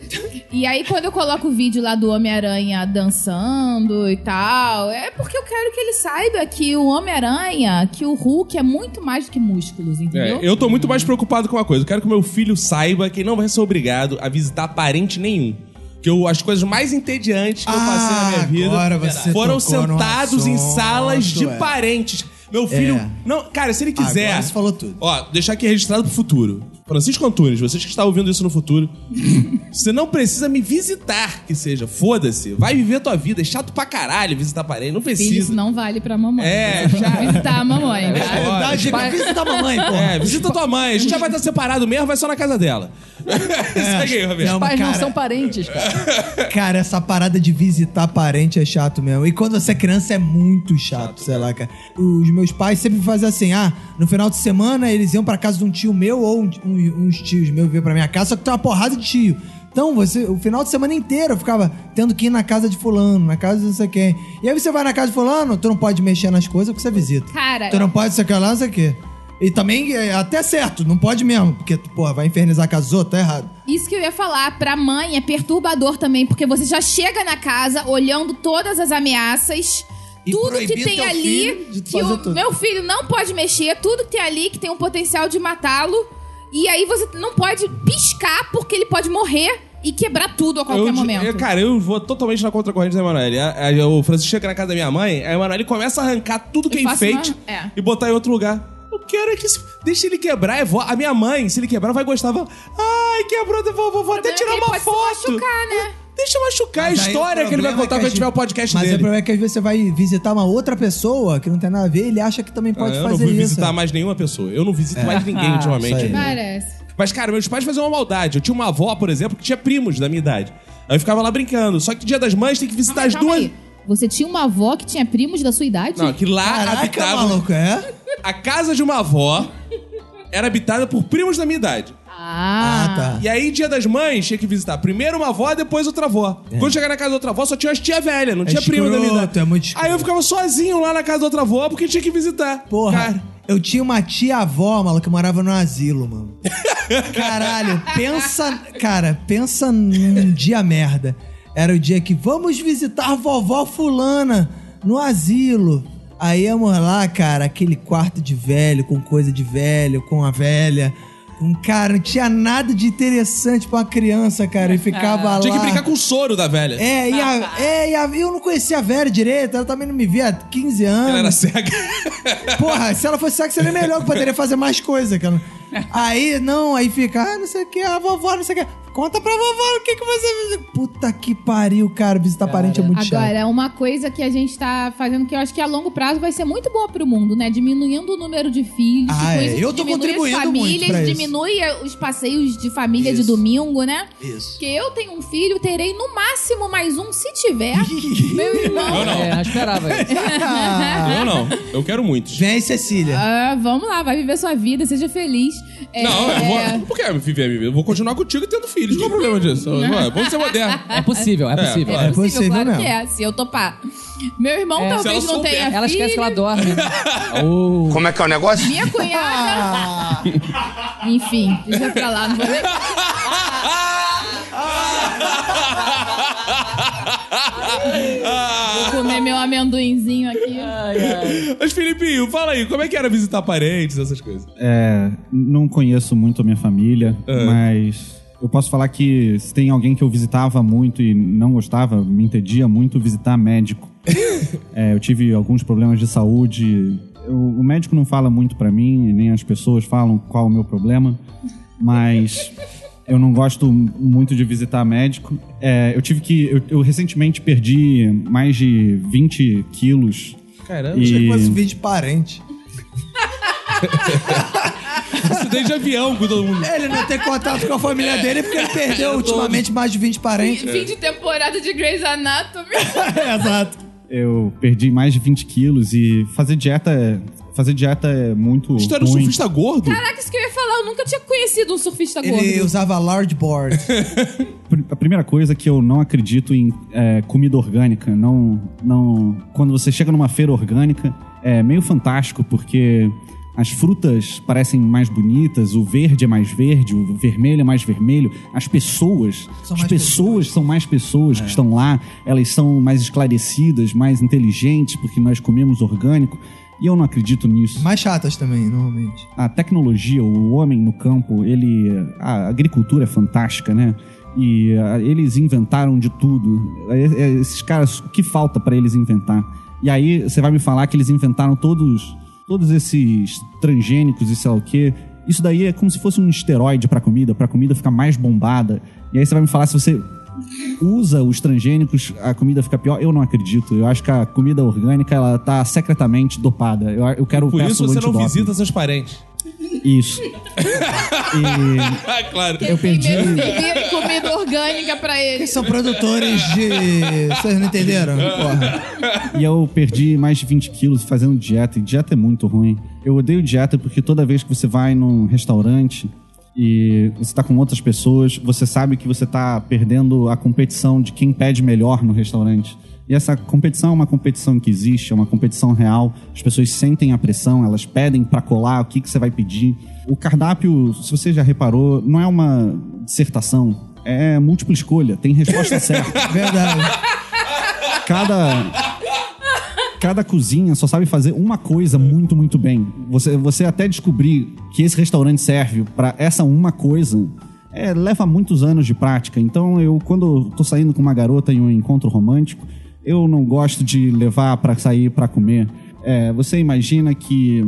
[SPEAKER 3] E aí, quando eu coloco o vídeo lá do Homem-Aranha dançando e tal, é porque eu quero que ele saiba que o Homem-Aranha, que o Hulk é muito mais do que músculos,
[SPEAKER 1] É,
[SPEAKER 3] entendeu?
[SPEAKER 1] eu tô muito mais preocupado com uma coisa. Eu quero que meu filho saiba que ele não vai ser obrigado a visitar parente nenhum. Que eu, as coisas mais entediantes que eu passei na minha
[SPEAKER 6] Ah,
[SPEAKER 1] vida
[SPEAKER 6] agora você
[SPEAKER 1] foram
[SPEAKER 6] tocou num
[SPEAKER 1] sentados em
[SPEAKER 6] assunto,
[SPEAKER 1] salas de
[SPEAKER 6] é.
[SPEAKER 1] parentes. Meu filho.
[SPEAKER 6] É.
[SPEAKER 1] Não, cara, se ele quiser.
[SPEAKER 6] Agora você falou tudo.
[SPEAKER 1] Ó, deixar aqui registrado pro futuro. Francisco Antunes, vocês que estão ouvindo isso no futuro,
[SPEAKER 6] [LAUGHS]
[SPEAKER 1] você não precisa me visitar, que seja. Foda-se. Vai viver tua vida. É chato pra caralho visitar parente. Não
[SPEAKER 3] Filho, isso
[SPEAKER 1] precisa.
[SPEAKER 3] não vale pra mamãe. [LAUGHS]
[SPEAKER 1] É, já-
[SPEAKER 3] Visitar
[SPEAKER 1] [LAUGHS]
[SPEAKER 3] a mamãe.
[SPEAKER 6] É
[SPEAKER 3] tá?
[SPEAKER 6] verdade,
[SPEAKER 4] Os pais-
[SPEAKER 6] é visita da mamãe, pô.
[SPEAKER 1] É, visita tua mãe. A gente já vai estar separado mesmo, vai só na casa dela. [LAUGHS] Segue aí, Roberto.
[SPEAKER 6] Não,
[SPEAKER 4] Os pais não
[SPEAKER 6] cara.
[SPEAKER 4] são parentes, cara.
[SPEAKER 6] Cara, essa parada de visitar parente é chato mesmo. E quando você é criança é muito chato, sei lá, cara. Os meus pais sempre faziam assim: ah, no final de semana eles iam pra casa de um tio meu ou um- um- uns tios meus vinham pra minha casa, só que tem uma porrada de tio. Então, você, o final de semana inteiro eu ficava tendo que ir na casa de fulano, na casa de não sei quem. E aí você vai na casa de fulano, tu não pode mexer nas coisas porque você visita.
[SPEAKER 3] Cara,
[SPEAKER 6] Tu não pode sei o que lá, não sei o que. E também, é até certo, não pode mesmo, porque, porra, vai infernizar a casa dos outros, tá errado.
[SPEAKER 3] Isso que eu ia falar pra mãe é perturbador também, porque você já chega na casa olhando todas as ameaças.
[SPEAKER 6] E
[SPEAKER 3] tudo
[SPEAKER 6] proibir
[SPEAKER 3] que tem
[SPEAKER 6] teu
[SPEAKER 3] ali,
[SPEAKER 6] filho de
[SPEAKER 3] que
[SPEAKER 6] fazer
[SPEAKER 3] o
[SPEAKER 6] tudo.
[SPEAKER 3] meu filho não pode mexer, tudo que tem ali que tem um potencial de matá-lo. E aí você não pode piscar porque ele pode morrer e quebrar tudo a qualquer
[SPEAKER 1] Eu-
[SPEAKER 3] momento.
[SPEAKER 1] eu- cara, eu vou totalmente na contracorrente da Emanuele. A- a- O Francisco chega na casa da minha mãe, a Emanuele começa a arrancar tudo que é
[SPEAKER 3] Eu faço
[SPEAKER 1] enfeite
[SPEAKER 3] uma- é.
[SPEAKER 1] e botar em outro lugar. Eu quero é que isso. Deixa ele quebrar. é vó- A minha mãe, se ele quebrar, vai gostar. Vai... Ai, quebrou, vou, vou, vou até
[SPEAKER 3] problema é
[SPEAKER 1] tirar
[SPEAKER 3] que ele
[SPEAKER 1] uma
[SPEAKER 3] pode se
[SPEAKER 1] foto.
[SPEAKER 3] machucar, né?
[SPEAKER 1] Deixa machucar
[SPEAKER 6] Mas
[SPEAKER 1] a
[SPEAKER 6] aí
[SPEAKER 1] história
[SPEAKER 6] o
[SPEAKER 1] que ele vai
[SPEAKER 6] problema
[SPEAKER 1] contar
[SPEAKER 6] é que a
[SPEAKER 1] quando tiver o
[SPEAKER 6] gente-
[SPEAKER 1] podcast
[SPEAKER 6] Mas o
[SPEAKER 1] dele.
[SPEAKER 6] problema é que às vezes você vai visitar uma outra pessoa que não tem nada a ver, ele acha que também pode
[SPEAKER 1] Ah, É. eu
[SPEAKER 6] fazer
[SPEAKER 1] não vou
[SPEAKER 6] isso.
[SPEAKER 1] visitar mais nenhuma pessoa. Eu não visito mais ninguém ultimamente.
[SPEAKER 6] Isso aí.
[SPEAKER 3] Parece.
[SPEAKER 1] Mas, cara, meus pais faziam uma maldade. Eu tinha uma avó, por exemplo, que tinha primos da minha idade. Aí eu ficava lá brincando. Só que dia das mães tem que visitar as
[SPEAKER 3] Calma
[SPEAKER 1] duas.
[SPEAKER 3] aí. Você tinha uma avó que tinha primos da sua idade?
[SPEAKER 1] Não, que lá
[SPEAKER 6] Caraca,
[SPEAKER 1] habitava.
[SPEAKER 6] maluco, é?
[SPEAKER 1] A casa de uma avó era habitada por primos da minha idade.
[SPEAKER 3] Ah,
[SPEAKER 6] Ah, tá.
[SPEAKER 1] E aí, dia das mães, tinha que visitar primeiro uma avó, depois outra avó. Quando chegar na casa da outra avó, só tinha as tia velha, não tinha primo da minha
[SPEAKER 6] É. escroto,
[SPEAKER 1] idade.
[SPEAKER 6] é muito escroto.
[SPEAKER 1] aí eu ficava sozinho lá na casa da outra avó porque tinha que visitar.
[SPEAKER 6] Porra,
[SPEAKER 1] Cara,
[SPEAKER 6] eu tinha uma tia-avó, maluco, que morava no
[SPEAKER 1] [LAUGHS]
[SPEAKER 6] asilo, mano. Caralho, pensa... Cara, pensa num dia merda. Era o dia que vamos visitar vovó fulana no asilo. Aí íamos lá, cara, aquele quarto de velho, com coisa de velho, com a velha... com Cara, não tinha nada de interessante pra uma criança, cara. E ficava
[SPEAKER 1] tinha
[SPEAKER 6] lá.
[SPEAKER 1] que brincar com o soro da velha.
[SPEAKER 6] É, e a, é, e a- eu não conhecia a Vera direito, ela também não me via há 15 anos.
[SPEAKER 1] Ela era cega.
[SPEAKER 6] Porra, se ela fosse sexo, seria melhor, que poderia fazer mais coisa. Que ela- Aí, não, aí fica, ah, não sei o que, a vovó, não sei o que. Conta pra vovó o que que você... fez. Puta que pariu, cara, visitar parente é muito chato.
[SPEAKER 3] Agora, uma coisa que a gente tá fazendo que eu acho que a longo prazo vai ser muito boa pro mundo, né? Diminuindo o número de filhos.
[SPEAKER 6] Ah,
[SPEAKER 3] com
[SPEAKER 6] é.
[SPEAKER 3] isso
[SPEAKER 6] Eu tô
[SPEAKER 3] diminui
[SPEAKER 6] contribuindo
[SPEAKER 3] as
[SPEAKER 6] muito
[SPEAKER 3] famílias,
[SPEAKER 6] pra isso.
[SPEAKER 3] diminui os passeios de família de domingo, né?
[SPEAKER 6] Isso.
[SPEAKER 3] Porque eu tenho um filho, terei no máximo mais um, se
[SPEAKER 6] [LAUGHS]
[SPEAKER 3] tiver. meu irmão.
[SPEAKER 1] Eu não.
[SPEAKER 4] É, eu esperava isso.
[SPEAKER 1] Eu não. Eu quero muitos.
[SPEAKER 6] [LAUGHS] Vem, Cecília.
[SPEAKER 3] Ah, vamos lá, vai viver sua vida, seja feliz. É,
[SPEAKER 1] Não, eu vou. Por que viver a minha vida? Eu vou continuar contigo e tendo filhos. Qual é o problema disso? Ué, Vamos ser
[SPEAKER 3] [LAUGHS]
[SPEAKER 1] moderno.
[SPEAKER 4] É possível, é possível.
[SPEAKER 1] claro.
[SPEAKER 3] É possível,
[SPEAKER 6] possível
[SPEAKER 3] claro
[SPEAKER 6] mesmo.
[SPEAKER 3] que é, se eu topar. Meu irmão
[SPEAKER 4] É,
[SPEAKER 3] talvez
[SPEAKER 1] se ela
[SPEAKER 3] não
[SPEAKER 1] souber.
[SPEAKER 3] tenha
[SPEAKER 4] Ela esquece que
[SPEAKER 3] filho.
[SPEAKER 4] ela dorme. né? Oh.
[SPEAKER 7] Como é que é o negócio?
[SPEAKER 6] [LAUGHS]
[SPEAKER 3] Minha cunhada.
[SPEAKER 6] Ah.
[SPEAKER 3] Enfim, deixa pra lá, não vou nem. Vou comer meu amendoinzinho aqui.
[SPEAKER 1] Mas, Filipinho, fala aí, como é que era visitar parentes, essas coisas?
[SPEAKER 5] É, não conheço muito a minha família, mas eu posso falar que se tem alguém que eu visitava muito e não gostava, me entendia muito visitar médico. É, eu tive alguns problemas de saúde. Eu- o médico não fala muito pra mim, e nem as pessoas falam qual o meu problema, mas eu não gosto muito de visitar médico. É, eu tive que. Eu, eu recentemente perdi mais de 20 quilos.
[SPEAKER 1] Caramba.
[SPEAKER 5] E-
[SPEAKER 6] Achei que fosse um vídeo de parente.
[SPEAKER 1] Estudei de avião com todo mundo.
[SPEAKER 6] Ele não tem contato com a família dele porque ele perdeu ultimamente mais de 20 parentes.
[SPEAKER 3] Fim de temporada de Grey's Anatomy.
[SPEAKER 6] É, Exato.
[SPEAKER 5] Eu perdi mais de 20 quilos e fazer dieta é, fazer dieta é muito
[SPEAKER 1] Tu era um
[SPEAKER 5] ruim.
[SPEAKER 1] surfista gordo?
[SPEAKER 3] Caraca, isso que eu ia falar, eu nunca tinha conhecido um surfista gordo.
[SPEAKER 6] Ele usava large board.
[SPEAKER 5] Pr- A primeira coisa que eu não acredito em é, comida orgânica, não, não. Quando você chega numa feira orgânica, é meio fantástico porque as frutas parecem mais bonitas, o verde é mais verde, o vermelho é mais vermelho, as pessoas,
[SPEAKER 6] São
[SPEAKER 5] as
[SPEAKER 6] mais
[SPEAKER 5] pessoas são mais pessoas que estão lá, elas são mais esclarecidas, mais inteligentes porque nós comemos orgânico. E eu não acredito nisso.
[SPEAKER 6] Mais chatas também, normalmente.
[SPEAKER 5] a tecnologia, o homem no campo, ele. A agricultura é fantástica, né? E ah, eles inventaram de tudo. É- é- Esses caras, o que falta pra eles inventar? E aí você vai me falar que eles inventaram todos, todos esses transgênicos e sei lá o quê. Isso daí é como se fosse um esteroide pra comida, pra comida ficar mais bombada. E aí você vai me falar se você usa os transgênicos, a comida fica pior. Eu não acredito. Eu acho que a comida orgânica ela tá secretamente dopada. Eu, eu quero
[SPEAKER 1] Por
[SPEAKER 5] peço
[SPEAKER 1] isso
[SPEAKER 5] o
[SPEAKER 1] você não
[SPEAKER 5] antidoping.
[SPEAKER 1] visita seus
[SPEAKER 3] [LAUGHS]
[SPEAKER 1] parentes.
[SPEAKER 5] Isso. E
[SPEAKER 1] Ah, claro.
[SPEAKER 5] eu perdi.
[SPEAKER 3] Primeiro servir comida orgânica pra ele.
[SPEAKER 6] Eles são produtores de. Vocês não entenderam? Porra.
[SPEAKER 5] E eu perdi mais de 20 quilos fazendo dieta. E dieta é muito ruim. Eu odeio dieta porque toda vez que você vai num restaurante, e você tá com outras pessoas, você sabe que você tá perdendo a competição de quem pede melhor no restaurante. E essa competição é uma competição que existe, é uma competição real. As pessoas sentem a pressão, elas pedem pra colar o que, que você vai pedir. O cardápio, se você já reparou, não é uma dissertação, é múltipla escolha, tem resposta certa
[SPEAKER 6] Verdade.
[SPEAKER 5] cada cada cozinha só sabe fazer uma coisa muito muito bem. Você você até descobrir que esse restaurante serve para essa uma coisa. é, leva muitos anos de prática. Então eu quando eu tô saindo com uma garota em um encontro romântico, eu não gosto de levar para sair para comer. É, você imagina que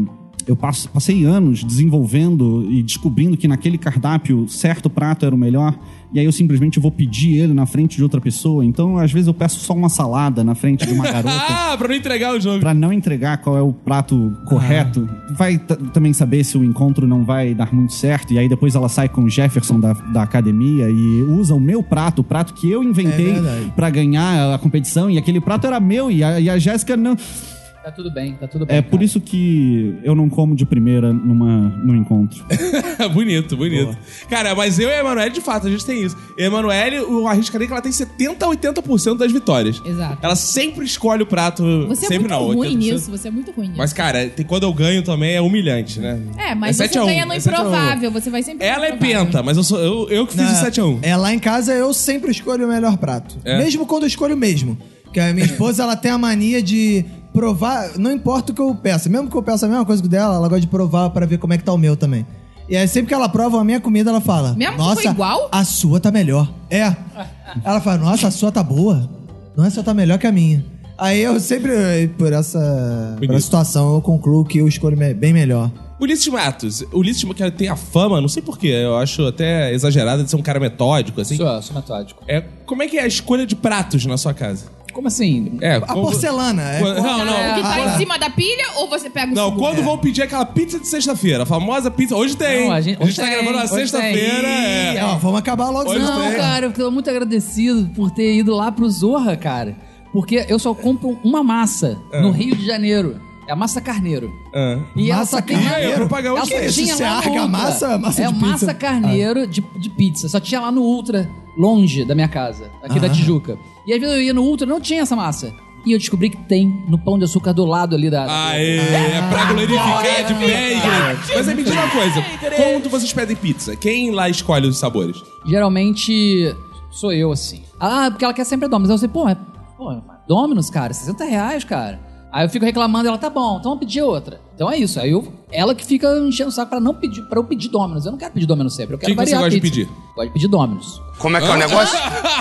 [SPEAKER 5] eu passo- passei anos desenvolvendo e descobrindo que naquele cardápio certo prato era o melhor, e aí eu simplesmente vou pedir ele na frente de outra pessoa. Então, às vezes, eu peço só uma salada na frente de uma garota.
[SPEAKER 1] Ah, pra não entregar o jogo. [LAUGHS]
[SPEAKER 5] Pra não entregar qual é o prato correto, vai t- também saber se o encontro não vai dar muito certo. E aí depois ela sai com o Jefferson da, da academia e usa o meu prato, o prato que eu inventei
[SPEAKER 6] verdade.
[SPEAKER 5] pra ganhar a competição. E aquele prato era meu e a- e a Jéssica não.
[SPEAKER 4] Tá tudo bem, tá tudo bem.
[SPEAKER 5] É por
[SPEAKER 4] cara.
[SPEAKER 5] isso que eu não como de primeira numa, num encontro.
[SPEAKER 1] bonito, bonito. Cara, mas eu e a Emanuele, de fato, a gente tem isso. E a Emanuele, eu arriscaria que ela tem 70% a 80% das vitórias.
[SPEAKER 3] Exato.
[SPEAKER 1] Ela sempre escolhe o prato.
[SPEAKER 3] Você
[SPEAKER 1] sempre
[SPEAKER 3] é
[SPEAKER 1] não,
[SPEAKER 3] muito ruim
[SPEAKER 1] 80%.
[SPEAKER 3] nisso, você é muito ruim nisso.
[SPEAKER 1] Mas, cara, tem- quando eu ganho também é humilhante, né?
[SPEAKER 3] é, mas
[SPEAKER 1] é
[SPEAKER 3] você
[SPEAKER 1] 7 a 1,
[SPEAKER 3] ganha no
[SPEAKER 1] é 7 a 1.
[SPEAKER 3] improvável, você vai sempre. no
[SPEAKER 1] Ela é
[SPEAKER 3] improvável.
[SPEAKER 1] penta, mas eu, sou, eu, eu que fiz
[SPEAKER 6] Na-
[SPEAKER 1] o 7x1.
[SPEAKER 6] É, lá em casa eu sempre escolho o melhor prato.
[SPEAKER 1] É.
[SPEAKER 6] Mesmo quando eu escolho o mesmo. Porque
[SPEAKER 1] [LAUGHS]
[SPEAKER 6] a minha esposa, ela tem a mania de provar, não importa o que eu peça. Mesmo que eu peça a mesma coisa que o dela, ela gosta de provar pra ver como é que tá o meu também. E aí sempre que ela prova a minha comida, ela fala:
[SPEAKER 3] Mesmo que
[SPEAKER 6] "Nossa,
[SPEAKER 3] for igual?"
[SPEAKER 6] a sua tá melhor". É. Ela fala: "Nossa, a sua tá boa. Nossa, tá melhor que a minha". Aí eu sempre eh, por essa por
[SPEAKER 1] Bonito.
[SPEAKER 6] essa situação eu concluo que eu escolho me- bem melhor.
[SPEAKER 1] Ulisses Matos. Ulisses Matos que tem a fama, não sei porquê, eu acho até exagerada de ser um cara metódico, assim.
[SPEAKER 4] Sou, sou metódico.
[SPEAKER 1] É, como é que é a escolha de pratos na sua casa?
[SPEAKER 4] Como assim?
[SPEAKER 1] É,
[SPEAKER 6] A porcelana, é.
[SPEAKER 1] Não, não.
[SPEAKER 3] O que tá
[SPEAKER 1] quando-
[SPEAKER 3] em cima da pilha ou você pega o
[SPEAKER 1] Não,
[SPEAKER 3] segundo?
[SPEAKER 1] quando vão pedir aquela pizza de sexta-feira, a famosa pizza. Hoje tem.
[SPEAKER 4] Não,
[SPEAKER 1] a
[SPEAKER 4] a
[SPEAKER 1] gente,
[SPEAKER 4] gente-
[SPEAKER 1] tá
[SPEAKER 4] hoje
[SPEAKER 1] gravando na
[SPEAKER 4] tem, hoje
[SPEAKER 1] sexta-feira.
[SPEAKER 4] tem.
[SPEAKER 1] é.
[SPEAKER 6] Ó, vamos acabar logo
[SPEAKER 1] Hoje
[SPEAKER 6] senão-
[SPEAKER 4] Não,
[SPEAKER 1] tem.
[SPEAKER 4] cara, eu tô muito agradecido por ter ido lá pro Zorra, cara. Porque eu só compro uma massa no Rio de Janeiro. É a massa carneiro.
[SPEAKER 1] Ah.
[SPEAKER 4] E ela
[SPEAKER 6] Massa
[SPEAKER 4] só tem
[SPEAKER 6] carneiro?
[SPEAKER 1] Eu vou pagar o
[SPEAKER 4] ela
[SPEAKER 1] que
[SPEAKER 4] só
[SPEAKER 1] é isso?
[SPEAKER 4] tinha
[SPEAKER 6] Você
[SPEAKER 4] lá no
[SPEAKER 6] arga
[SPEAKER 4] Ultra.
[SPEAKER 6] massa- massa
[SPEAKER 4] É
[SPEAKER 6] de
[SPEAKER 4] massa
[SPEAKER 6] pizza? Ah.
[SPEAKER 4] carneiro de, de pizza. Só tinha lá no Ultra, longe da minha casa, aqui
[SPEAKER 6] Ah.
[SPEAKER 4] da Tijuca. E às vezes eu ia no Ultra, não tinha essa massa. E eu descobri que tem no pão de açúcar do lado ali da. da-
[SPEAKER 1] Aê, é pra glorificar de bem. Mas aí me diz uma coisa: quando vocês pedem pizza, quem lá escolhe os sabores?
[SPEAKER 4] Geralmente sou eu, assim. Ah, porque ela quer sempre Domino's. Eu sei, pô, é, pô, Domino's, cara, 60 reais, cara. Aí eu fico reclamando, ela, tá bom, então vamos pedir outra. Então é isso. Aí eu, ela que fica enchendo o saco pra, não pedir, pra eu pedir Domino's. Eu não quero pedir Domino's sempre, eu quero
[SPEAKER 1] Que que você
[SPEAKER 4] variar a
[SPEAKER 1] gosta de
[SPEAKER 4] pizza. Gosto de pedir Domino's.
[SPEAKER 7] Como é que é o negócio?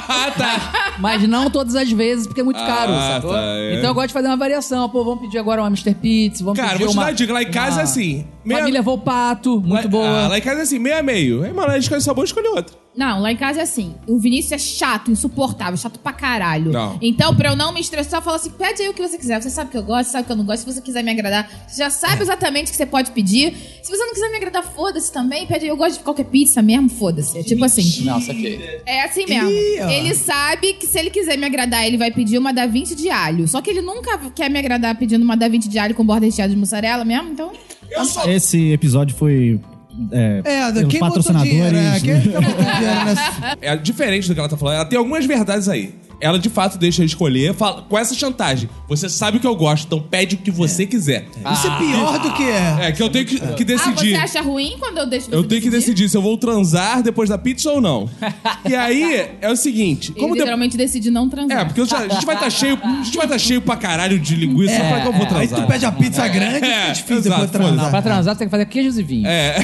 [SPEAKER 1] Ah, tá.
[SPEAKER 4] Mas não todas as vezes, porque é muito caro,
[SPEAKER 1] Ah,
[SPEAKER 4] sacou?
[SPEAKER 1] tá, é.
[SPEAKER 4] Então eu gosto de fazer uma variação. Pô, vamos pedir agora uma Mr. Pizza, vamos
[SPEAKER 1] Cara,
[SPEAKER 4] pedir
[SPEAKER 1] vou te
[SPEAKER 4] uma...
[SPEAKER 1] dar uma dica. Lá em casa é
[SPEAKER 4] uma-
[SPEAKER 1] assim. meia-
[SPEAKER 4] Família Volpato, muito
[SPEAKER 1] lá-
[SPEAKER 4] boa.
[SPEAKER 1] Ah, lá em casa é assim, meio a meio. Aí, mano, escolhe sabor, escolhe outro.
[SPEAKER 3] Não, lá em casa é assim. O Vinícius é chato, insuportável, chato pra caralho.
[SPEAKER 1] Não.
[SPEAKER 3] Então, pra eu não me estressar, eu falo assim: pede aí o que você quiser. Você sabe que eu gosto, sabe que eu não gosto. Se você quiser me agradar, você
[SPEAKER 1] [LAUGHS]
[SPEAKER 3] já sabe exatamente o que você pode pedir. Se você não quiser me agradar, foda-se também. Pede aí, eu gosto de qualquer pizza mesmo, foda-se. É tipo assim.
[SPEAKER 4] Não, saquei.
[SPEAKER 3] É assim mesmo.
[SPEAKER 6] Ih, ó.
[SPEAKER 3] ele sabe que se ele quiser me agradar, ele vai pedir uma da 20 de alho. Só que ele nunca quer me agradar pedindo uma da 20 de alho com borda recheada de mussarela mesmo, então.
[SPEAKER 5] Esse episódio foi. É,
[SPEAKER 6] É,
[SPEAKER 5] pelos
[SPEAKER 6] quem botou
[SPEAKER 5] patrocinadores.
[SPEAKER 6] dinheiro? É, quem
[SPEAKER 5] né?
[SPEAKER 6] tá botando
[SPEAKER 1] [LAUGHS]
[SPEAKER 6] dinheiro nessa...
[SPEAKER 1] É diferente do que ela tá falando. Ela tem algumas verdades aí. Ela de fato deixa eu escolher fala- com essa chantagem. Você sabe o que eu gosto, então pede o que você quiser.
[SPEAKER 6] Isso é pior do que é.
[SPEAKER 1] É que eu tenho que, que decidir.
[SPEAKER 3] Ah, você acha ruim quando eu deixo você
[SPEAKER 1] Eu tenho que decidir se eu vou transar depois da pizza ou não. E aí é o seguinte,
[SPEAKER 3] Ele
[SPEAKER 1] como de-
[SPEAKER 3] literalmente decide não transar.
[SPEAKER 1] É, porque eu já- a gente vai estar cheio, a gente vai tá cheio pra caralho de linguiça, pra que eu vou
[SPEAKER 6] Aí
[SPEAKER 1] transar.
[SPEAKER 6] tu pede a pizza grande,
[SPEAKER 1] É,
[SPEAKER 6] é difícil
[SPEAKER 1] exato,
[SPEAKER 6] depois transar.
[SPEAKER 4] Pra transar, você tem que fazer queijos e vinho.
[SPEAKER 1] É.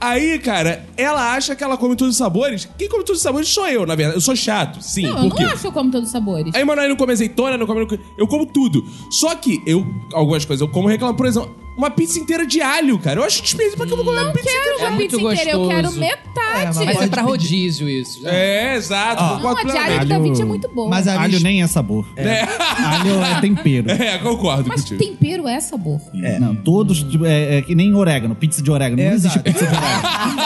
[SPEAKER 1] Aí, cara, ela acha que ela come todos os sabores. Quem come todos os sabores sou eu, na verdade. Eu sou chato, sim.
[SPEAKER 3] Não, eu
[SPEAKER 1] por quê? É
[SPEAKER 3] não acho que eu como todos os sabores.
[SPEAKER 1] Aí, mano, eu não come azeitona, não come. Eu como tudo. Só que eu, algumas coisas, eu como reclamo, por exemplo, uma pizza inteira de alho, cara. Eu acho desperdício pra que eu vou comer uma pizza inteira.
[SPEAKER 3] Eu quero
[SPEAKER 4] É
[SPEAKER 3] uma
[SPEAKER 4] muito
[SPEAKER 3] pizza inteira, eu
[SPEAKER 4] gostoso.
[SPEAKER 3] quero
[SPEAKER 6] É,
[SPEAKER 3] metade.
[SPEAKER 4] Mas é
[SPEAKER 6] Pode
[SPEAKER 4] pra rodízio isso.
[SPEAKER 1] É, exato.
[SPEAKER 3] não, a
[SPEAKER 1] concordo [LAUGHS]
[SPEAKER 3] diária
[SPEAKER 1] plenamente.
[SPEAKER 3] do Da
[SPEAKER 5] Alho-
[SPEAKER 3] 20 é muito boa.
[SPEAKER 6] Mas
[SPEAKER 3] Mas,
[SPEAKER 6] a
[SPEAKER 5] Alho
[SPEAKER 6] minha...
[SPEAKER 5] nem é sabor. Alho é tempero.
[SPEAKER 1] É, concordo
[SPEAKER 3] o
[SPEAKER 1] contigo.
[SPEAKER 3] tempero é sabor.
[SPEAKER 5] Não, todos. tipo, É, é que nem orégano, pizza de orégano.
[SPEAKER 6] É,
[SPEAKER 5] não existe
[SPEAKER 6] exato.
[SPEAKER 5] pizza de orégano.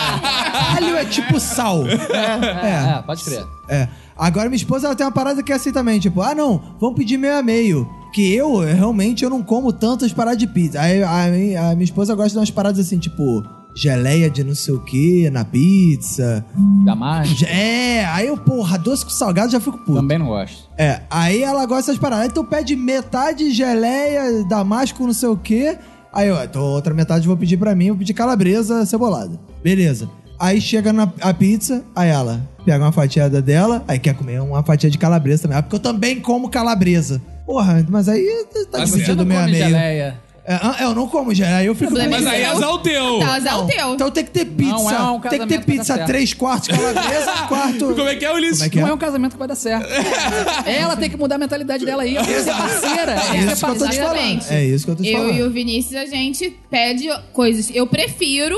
[SPEAKER 6] Alho é
[SPEAKER 1] [LAUGHS]
[SPEAKER 6] tipo sal.
[SPEAKER 4] É, pode crer.
[SPEAKER 6] É. Agora minha esposa ela tem uma parada que é assim também, tipo, ah não, vamos pedir meio a meio. Que eu, realmente, eu não como tantas paradas de pizza. Aí a, minha- a minha esposa gosta de umas paradas assim, tipo, geleia de não sei o que na pizza.
[SPEAKER 4] Damasco.
[SPEAKER 6] É, aí eu, porra, doce com salgado já fico puto.
[SPEAKER 4] Também não gosto.
[SPEAKER 6] É, aí ela gosta dessas paradas. Aí tu pede metade geleia, damasco, não sei o quê. Aí eu, então outra metade eu vou pedir pra mim, eu vou pedir calabresa cebolada. Beleza. Aí chega na, a pizza, aí ela pega uma fatiada dela, aí quer comer uma fatia de calabresa também. Ah, porque eu também como calabresa. Porra, mas aí tá
[SPEAKER 4] Mas você
[SPEAKER 6] dividido
[SPEAKER 4] não
[SPEAKER 6] meio a
[SPEAKER 4] come
[SPEAKER 6] meio.
[SPEAKER 4] geleia.
[SPEAKER 6] É, ah, eu não como geleia, aí eu fico...
[SPEAKER 3] Problema
[SPEAKER 6] com-
[SPEAKER 1] Mas aí
[SPEAKER 3] Entendeu?
[SPEAKER 1] azar é o teu.
[SPEAKER 3] Tá, azar o teu.
[SPEAKER 6] Então tem que ter pizza.
[SPEAKER 4] Não é um
[SPEAKER 6] tem que ter
[SPEAKER 4] casamento pra dar
[SPEAKER 6] pizza
[SPEAKER 4] certo.
[SPEAKER 6] três quartos calabresa, um quarto...
[SPEAKER 1] Como é que é, Ulisses?
[SPEAKER 6] Como é que
[SPEAKER 4] Não é um casamento que vai dar certo. Ela tem que mudar a mentalidade dela aí. Ela tem que ser parceira.
[SPEAKER 6] É
[SPEAKER 4] Ela
[SPEAKER 6] isso que eu tô te
[SPEAKER 3] Exatamente.
[SPEAKER 6] falando. É isso que eu tô te
[SPEAKER 3] Eu
[SPEAKER 6] falando.
[SPEAKER 3] e o Vinícius, a gente pede coisas. Eu prefiro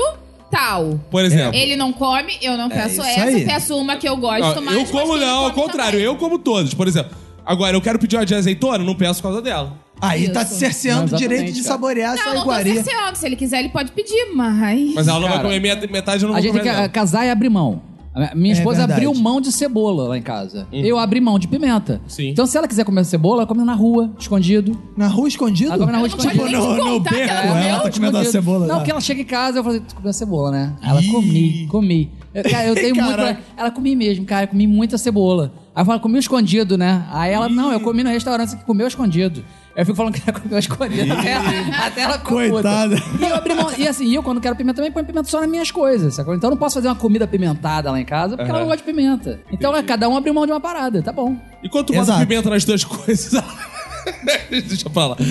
[SPEAKER 3] tal.
[SPEAKER 1] Por exemplo.
[SPEAKER 3] Ele não come, eu não peço
[SPEAKER 6] isso
[SPEAKER 3] essa,
[SPEAKER 6] aí.
[SPEAKER 3] peço uma que eu gosto
[SPEAKER 1] Ó,
[SPEAKER 3] mais.
[SPEAKER 1] eu como
[SPEAKER 3] mas que ele
[SPEAKER 1] não, ao
[SPEAKER 3] come
[SPEAKER 1] contrário,
[SPEAKER 3] também.
[SPEAKER 1] eu como todos. Por exemplo, agora eu quero pedir uma de azeitona, não peço por causa dela.
[SPEAKER 6] Aí tá
[SPEAKER 3] Isso.
[SPEAKER 6] te cerceando
[SPEAKER 4] Não,
[SPEAKER 6] o direito
[SPEAKER 4] exatamente,
[SPEAKER 6] de
[SPEAKER 4] cara.
[SPEAKER 6] saborear essa
[SPEAKER 3] Não, não tô
[SPEAKER 6] iguaria.
[SPEAKER 3] cerceando. Se ele quiser, ele pode pedir, mas.
[SPEAKER 1] Mas ela não vai
[SPEAKER 4] Cara,
[SPEAKER 1] comer met- metade, eu não
[SPEAKER 4] A
[SPEAKER 1] vou
[SPEAKER 4] gente
[SPEAKER 1] comer
[SPEAKER 4] tem que
[SPEAKER 1] dela.
[SPEAKER 4] casar e abrir mão. A Minha
[SPEAKER 6] É
[SPEAKER 4] esposa
[SPEAKER 6] verdade.
[SPEAKER 4] abriu mão de cebola lá em casa. Eu abri mão de pimenta.
[SPEAKER 1] Sim.
[SPEAKER 4] Então, se ela quiser comer cebola, ela come na rua, escondido.
[SPEAKER 6] Na rua escondido?
[SPEAKER 4] Ela come na rua
[SPEAKER 3] Ela não pode
[SPEAKER 4] escondido.
[SPEAKER 3] nem te contar que ela comeu.
[SPEAKER 6] ela tá comendo a cebola.
[SPEAKER 4] Não,
[SPEAKER 6] lá.
[SPEAKER 4] porque ela chega em casa, eu falo assim, tu comeu a cebola, né? Ela, comi, comi. Eu, cara, eu tenho muito... pra- Ela, comi mesmo, cara, comi muita cebola. Aí eu falo, comi escondido, né? Aí ela, não, eu comi no restaurante que comeu escondido. Eu fico falando que ela comeu escondido até, até ela
[SPEAKER 6] [LAUGHS]
[SPEAKER 4] comer.
[SPEAKER 6] Coitada.
[SPEAKER 4] E eu abri mão- e assim, eu quando quero pimenta também ponho pimenta só nas minhas coisas, sacou? Então eu não posso fazer uma comida pimentada lá em casa porque ela não gosta de pimenta. Então é, cada um abre mão de uma parada, tá bom.
[SPEAKER 1] E quando tu bota
[SPEAKER 6] Exato.
[SPEAKER 1] pimenta nas duas [LAUGHS] coisas... Deixa pra lá.
[SPEAKER 6] É.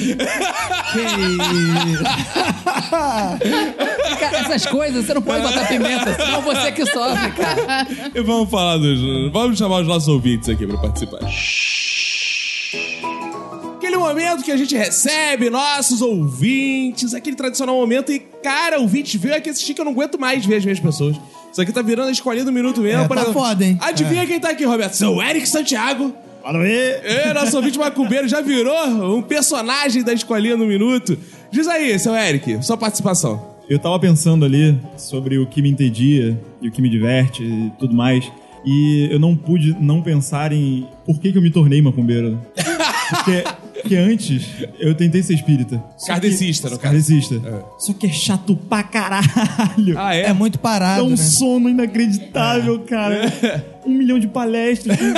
[SPEAKER 4] E, cara, essas coisas você não pode botar pimenta, senão você que sofre, cara.
[SPEAKER 1] E vamos falar dos... Vamos chamar os nossos ouvintes aqui pra participar. Aquele momento que a gente recebe nossos ouvintes, aquele tradicional momento e, cara, ouvinte, veio aqui assistir que eu não aguento mais ver as mesmas pessoas. Isso aqui tá virando a escolinha do minuto mesmo.
[SPEAKER 6] É, tá foda, hein?
[SPEAKER 1] Adivinha quem tá aqui, Roberto? Seu Eric Santiago. É, nosso ouvinte macumbeiro já virou um personagem da escolinha no minuto. Diz aí, seu Eric, sua participação.
[SPEAKER 5] Eu tava pensando ali sobre o que me entedia e o que me diverte e tudo mais. E eu não pude não pensar em por que, que eu me tornei macumbeiro. Porque, porque antes eu tentei ser espírita. Só que-
[SPEAKER 1] Kardecista, no caso.
[SPEAKER 5] Kardecista. Só que é chato pra caralho.
[SPEAKER 1] Ah,
[SPEAKER 6] É muito
[SPEAKER 5] Dá
[SPEAKER 6] parado,
[SPEAKER 5] um
[SPEAKER 6] né?
[SPEAKER 5] sono inacreditável, cara. Um milhão de palestras com,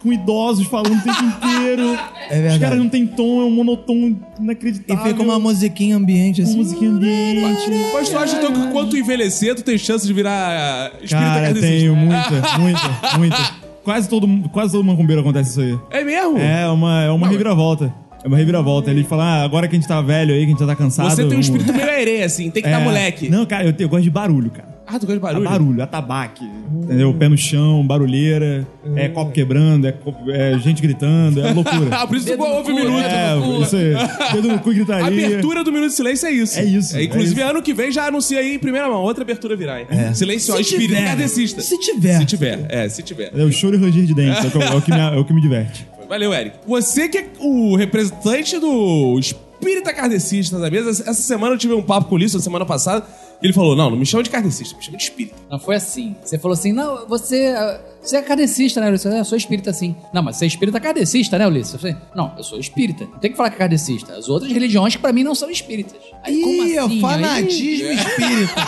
[SPEAKER 5] [LAUGHS] com idosos falando o tempo inteiro. Os
[SPEAKER 6] verdade.
[SPEAKER 5] caras não tem tom, é um monotom
[SPEAKER 6] E
[SPEAKER 5] inacreditável.
[SPEAKER 6] fica uma musiquinha ambiente
[SPEAKER 5] Uma
[SPEAKER 6] assim.
[SPEAKER 5] musiquinha ambiente.
[SPEAKER 1] Mas tu acha então que quanto envelhecer, tu tem chance de virar ah, espírita
[SPEAKER 5] Cara,
[SPEAKER 1] kardecista?
[SPEAKER 5] tenho muita, muita, muita. Quase todo, quase todo macumbeiro acontece isso aí.
[SPEAKER 1] [LAUGHS] É mesmo?
[SPEAKER 5] É uma, é uma reviravolta. É uma reviravolta. Ele fala, ah, agora que a gente tá velho aí, que a gente já tá cansado.
[SPEAKER 1] Você tem um
[SPEAKER 5] vamos-
[SPEAKER 1] espírito meio herê, assim, tem que dar
[SPEAKER 5] É.
[SPEAKER 1] moleque.
[SPEAKER 5] Não, Tá cara, eu, te- eu gosto de barulho, cara.
[SPEAKER 1] Ah, tu gosta de
[SPEAKER 5] Barulho,
[SPEAKER 1] barulho?
[SPEAKER 5] barulho atabaque.
[SPEAKER 6] Hum.
[SPEAKER 5] Entendeu? Pé no chão, barulheira. É copo quebrando, é, copo- é gente gritando,
[SPEAKER 6] [LAUGHS]
[SPEAKER 5] é loucura.
[SPEAKER 1] Ah, [LAUGHS] por isso tu
[SPEAKER 4] Dedo no
[SPEAKER 1] ouve
[SPEAKER 4] cu,
[SPEAKER 1] minuto.
[SPEAKER 5] é, isso aí. Dedo no cu e
[SPEAKER 1] A
[SPEAKER 5] gritaria.
[SPEAKER 1] abertura do Minuto de Silêncio é isso.
[SPEAKER 5] É isso, é
[SPEAKER 1] inclusive,
[SPEAKER 5] isso. É.
[SPEAKER 1] ano que vem já anuncia aí em primeira mão. Outra abertura virá, hein? Silêncio, ó, espírito
[SPEAKER 6] tiver, né?
[SPEAKER 1] kardecista.
[SPEAKER 6] Se tiver.
[SPEAKER 1] Se tiver, é, se tiver.
[SPEAKER 5] É o choro e ranger de dentes. É o que, é o que me, é o que me diverte.
[SPEAKER 1] Valeu, Eric. Você que é o representante do espírita kardecista da mesa, essa semana eu tive um papo com o Lício, semana passada, e ele falou: não, não me chama de kardecista, me chama de espírita.
[SPEAKER 4] Não foi assim. Você falou assim, não, você, ah, você é kardecista, né, Ulisses? Eu sou espírita, sim. Não, mas você é espírita kardecista, né, Ulisses? Eu falei, não, eu sou espírita. Não tem que falar que é kardecista. As outras religiões que pra mim não são espíritas. Aí, como
[SPEAKER 6] Ih, é
[SPEAKER 4] assim?
[SPEAKER 6] o fanatismo
[SPEAKER 4] [LAUGHS]
[SPEAKER 6] espírita.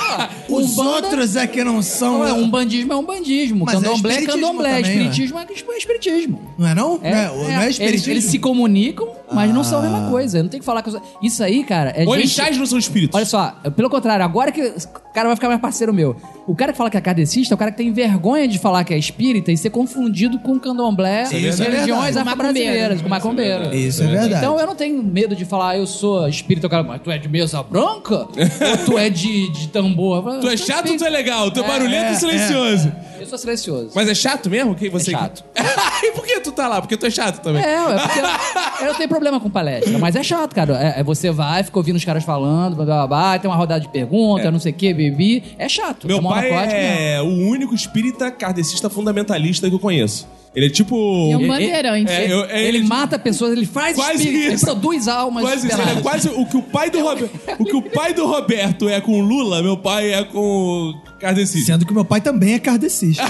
[SPEAKER 6] Os
[SPEAKER 4] Umbanda-
[SPEAKER 6] outros é que não
[SPEAKER 4] Aí,
[SPEAKER 6] são.
[SPEAKER 4] não, é, um bandismo é um bandismo.
[SPEAKER 6] Mas é
[SPEAKER 4] candomblé é,
[SPEAKER 6] espiritismo
[SPEAKER 4] candomblé.
[SPEAKER 6] também, né?
[SPEAKER 4] espiritismo é espiritismo.
[SPEAKER 6] Não é não? não é, não é
[SPEAKER 4] eles,
[SPEAKER 6] espiritismo. Ah.
[SPEAKER 4] eles se comunicam, mas não são a mesma coisa. Não tem que falar que eu sou... Isso aí, cara, é gente...
[SPEAKER 1] Orixás não são espíritos.
[SPEAKER 4] Olha só, pelo contrário, agora que o cara vai ficar mais parceiro meu. O cara que fala que é kardecista é o cara que tem vergonha de falar que é espírita e ser confundido com candomblé e
[SPEAKER 6] Isso é
[SPEAKER 4] religiões
[SPEAKER 6] verdade.
[SPEAKER 4] afro-brasileiras, com macumbeiro.
[SPEAKER 6] Isso é verdade.
[SPEAKER 4] Então eu não tenho medo de falar, eu sou espírita, o cara, mas tu é de mesa branca? Ou tu é de, de tambor? Eu falo,
[SPEAKER 1] Tu é
[SPEAKER 4] "Eu sou
[SPEAKER 1] chato ou tu é
[SPEAKER 4] espírita."
[SPEAKER 1] legal? Tu é
[SPEAKER 4] É,
[SPEAKER 1] barulhento ou silencioso?
[SPEAKER 4] Eu sou silencioso.
[SPEAKER 1] Mas é chato mesmo? Quem você...
[SPEAKER 4] chato.
[SPEAKER 1] [LAUGHS] e por que tu tá lá? Porque tu é chato também.
[SPEAKER 4] É, ué,
[SPEAKER 1] [LAUGHS]
[SPEAKER 4] porque eu, eu não tenho problema com palestra, mas é chato, cara. É, é você vai, fica ouvindo os caras falando, blá, blá, blá, blá, tem uma rodada de perguntas,
[SPEAKER 6] É.
[SPEAKER 4] não sei o que, bebi. É chato.
[SPEAKER 1] Meu
[SPEAKER 4] um
[SPEAKER 1] pai
[SPEAKER 4] monocótico mesmo.
[SPEAKER 1] é o único espírita kardecista fundamentalista que eu conheço. Ele é tipo...
[SPEAKER 3] É um bandeirante.
[SPEAKER 1] É, eu- é,
[SPEAKER 4] ele, mata pessoas, ele faz
[SPEAKER 1] Quase
[SPEAKER 4] espírito, ele
[SPEAKER 1] isso.
[SPEAKER 4] produz almas.
[SPEAKER 1] Quase, isso,
[SPEAKER 4] peladas.
[SPEAKER 1] ele é quase o que o pai do
[SPEAKER 4] [LAUGHS]
[SPEAKER 1] Roberto, o que o pai do Roberto é com o Lula, meu pai é com o kardecista.
[SPEAKER 6] Sendo que meu pai também é
[SPEAKER 4] [LAUGHS]
[SPEAKER 6] kardecista.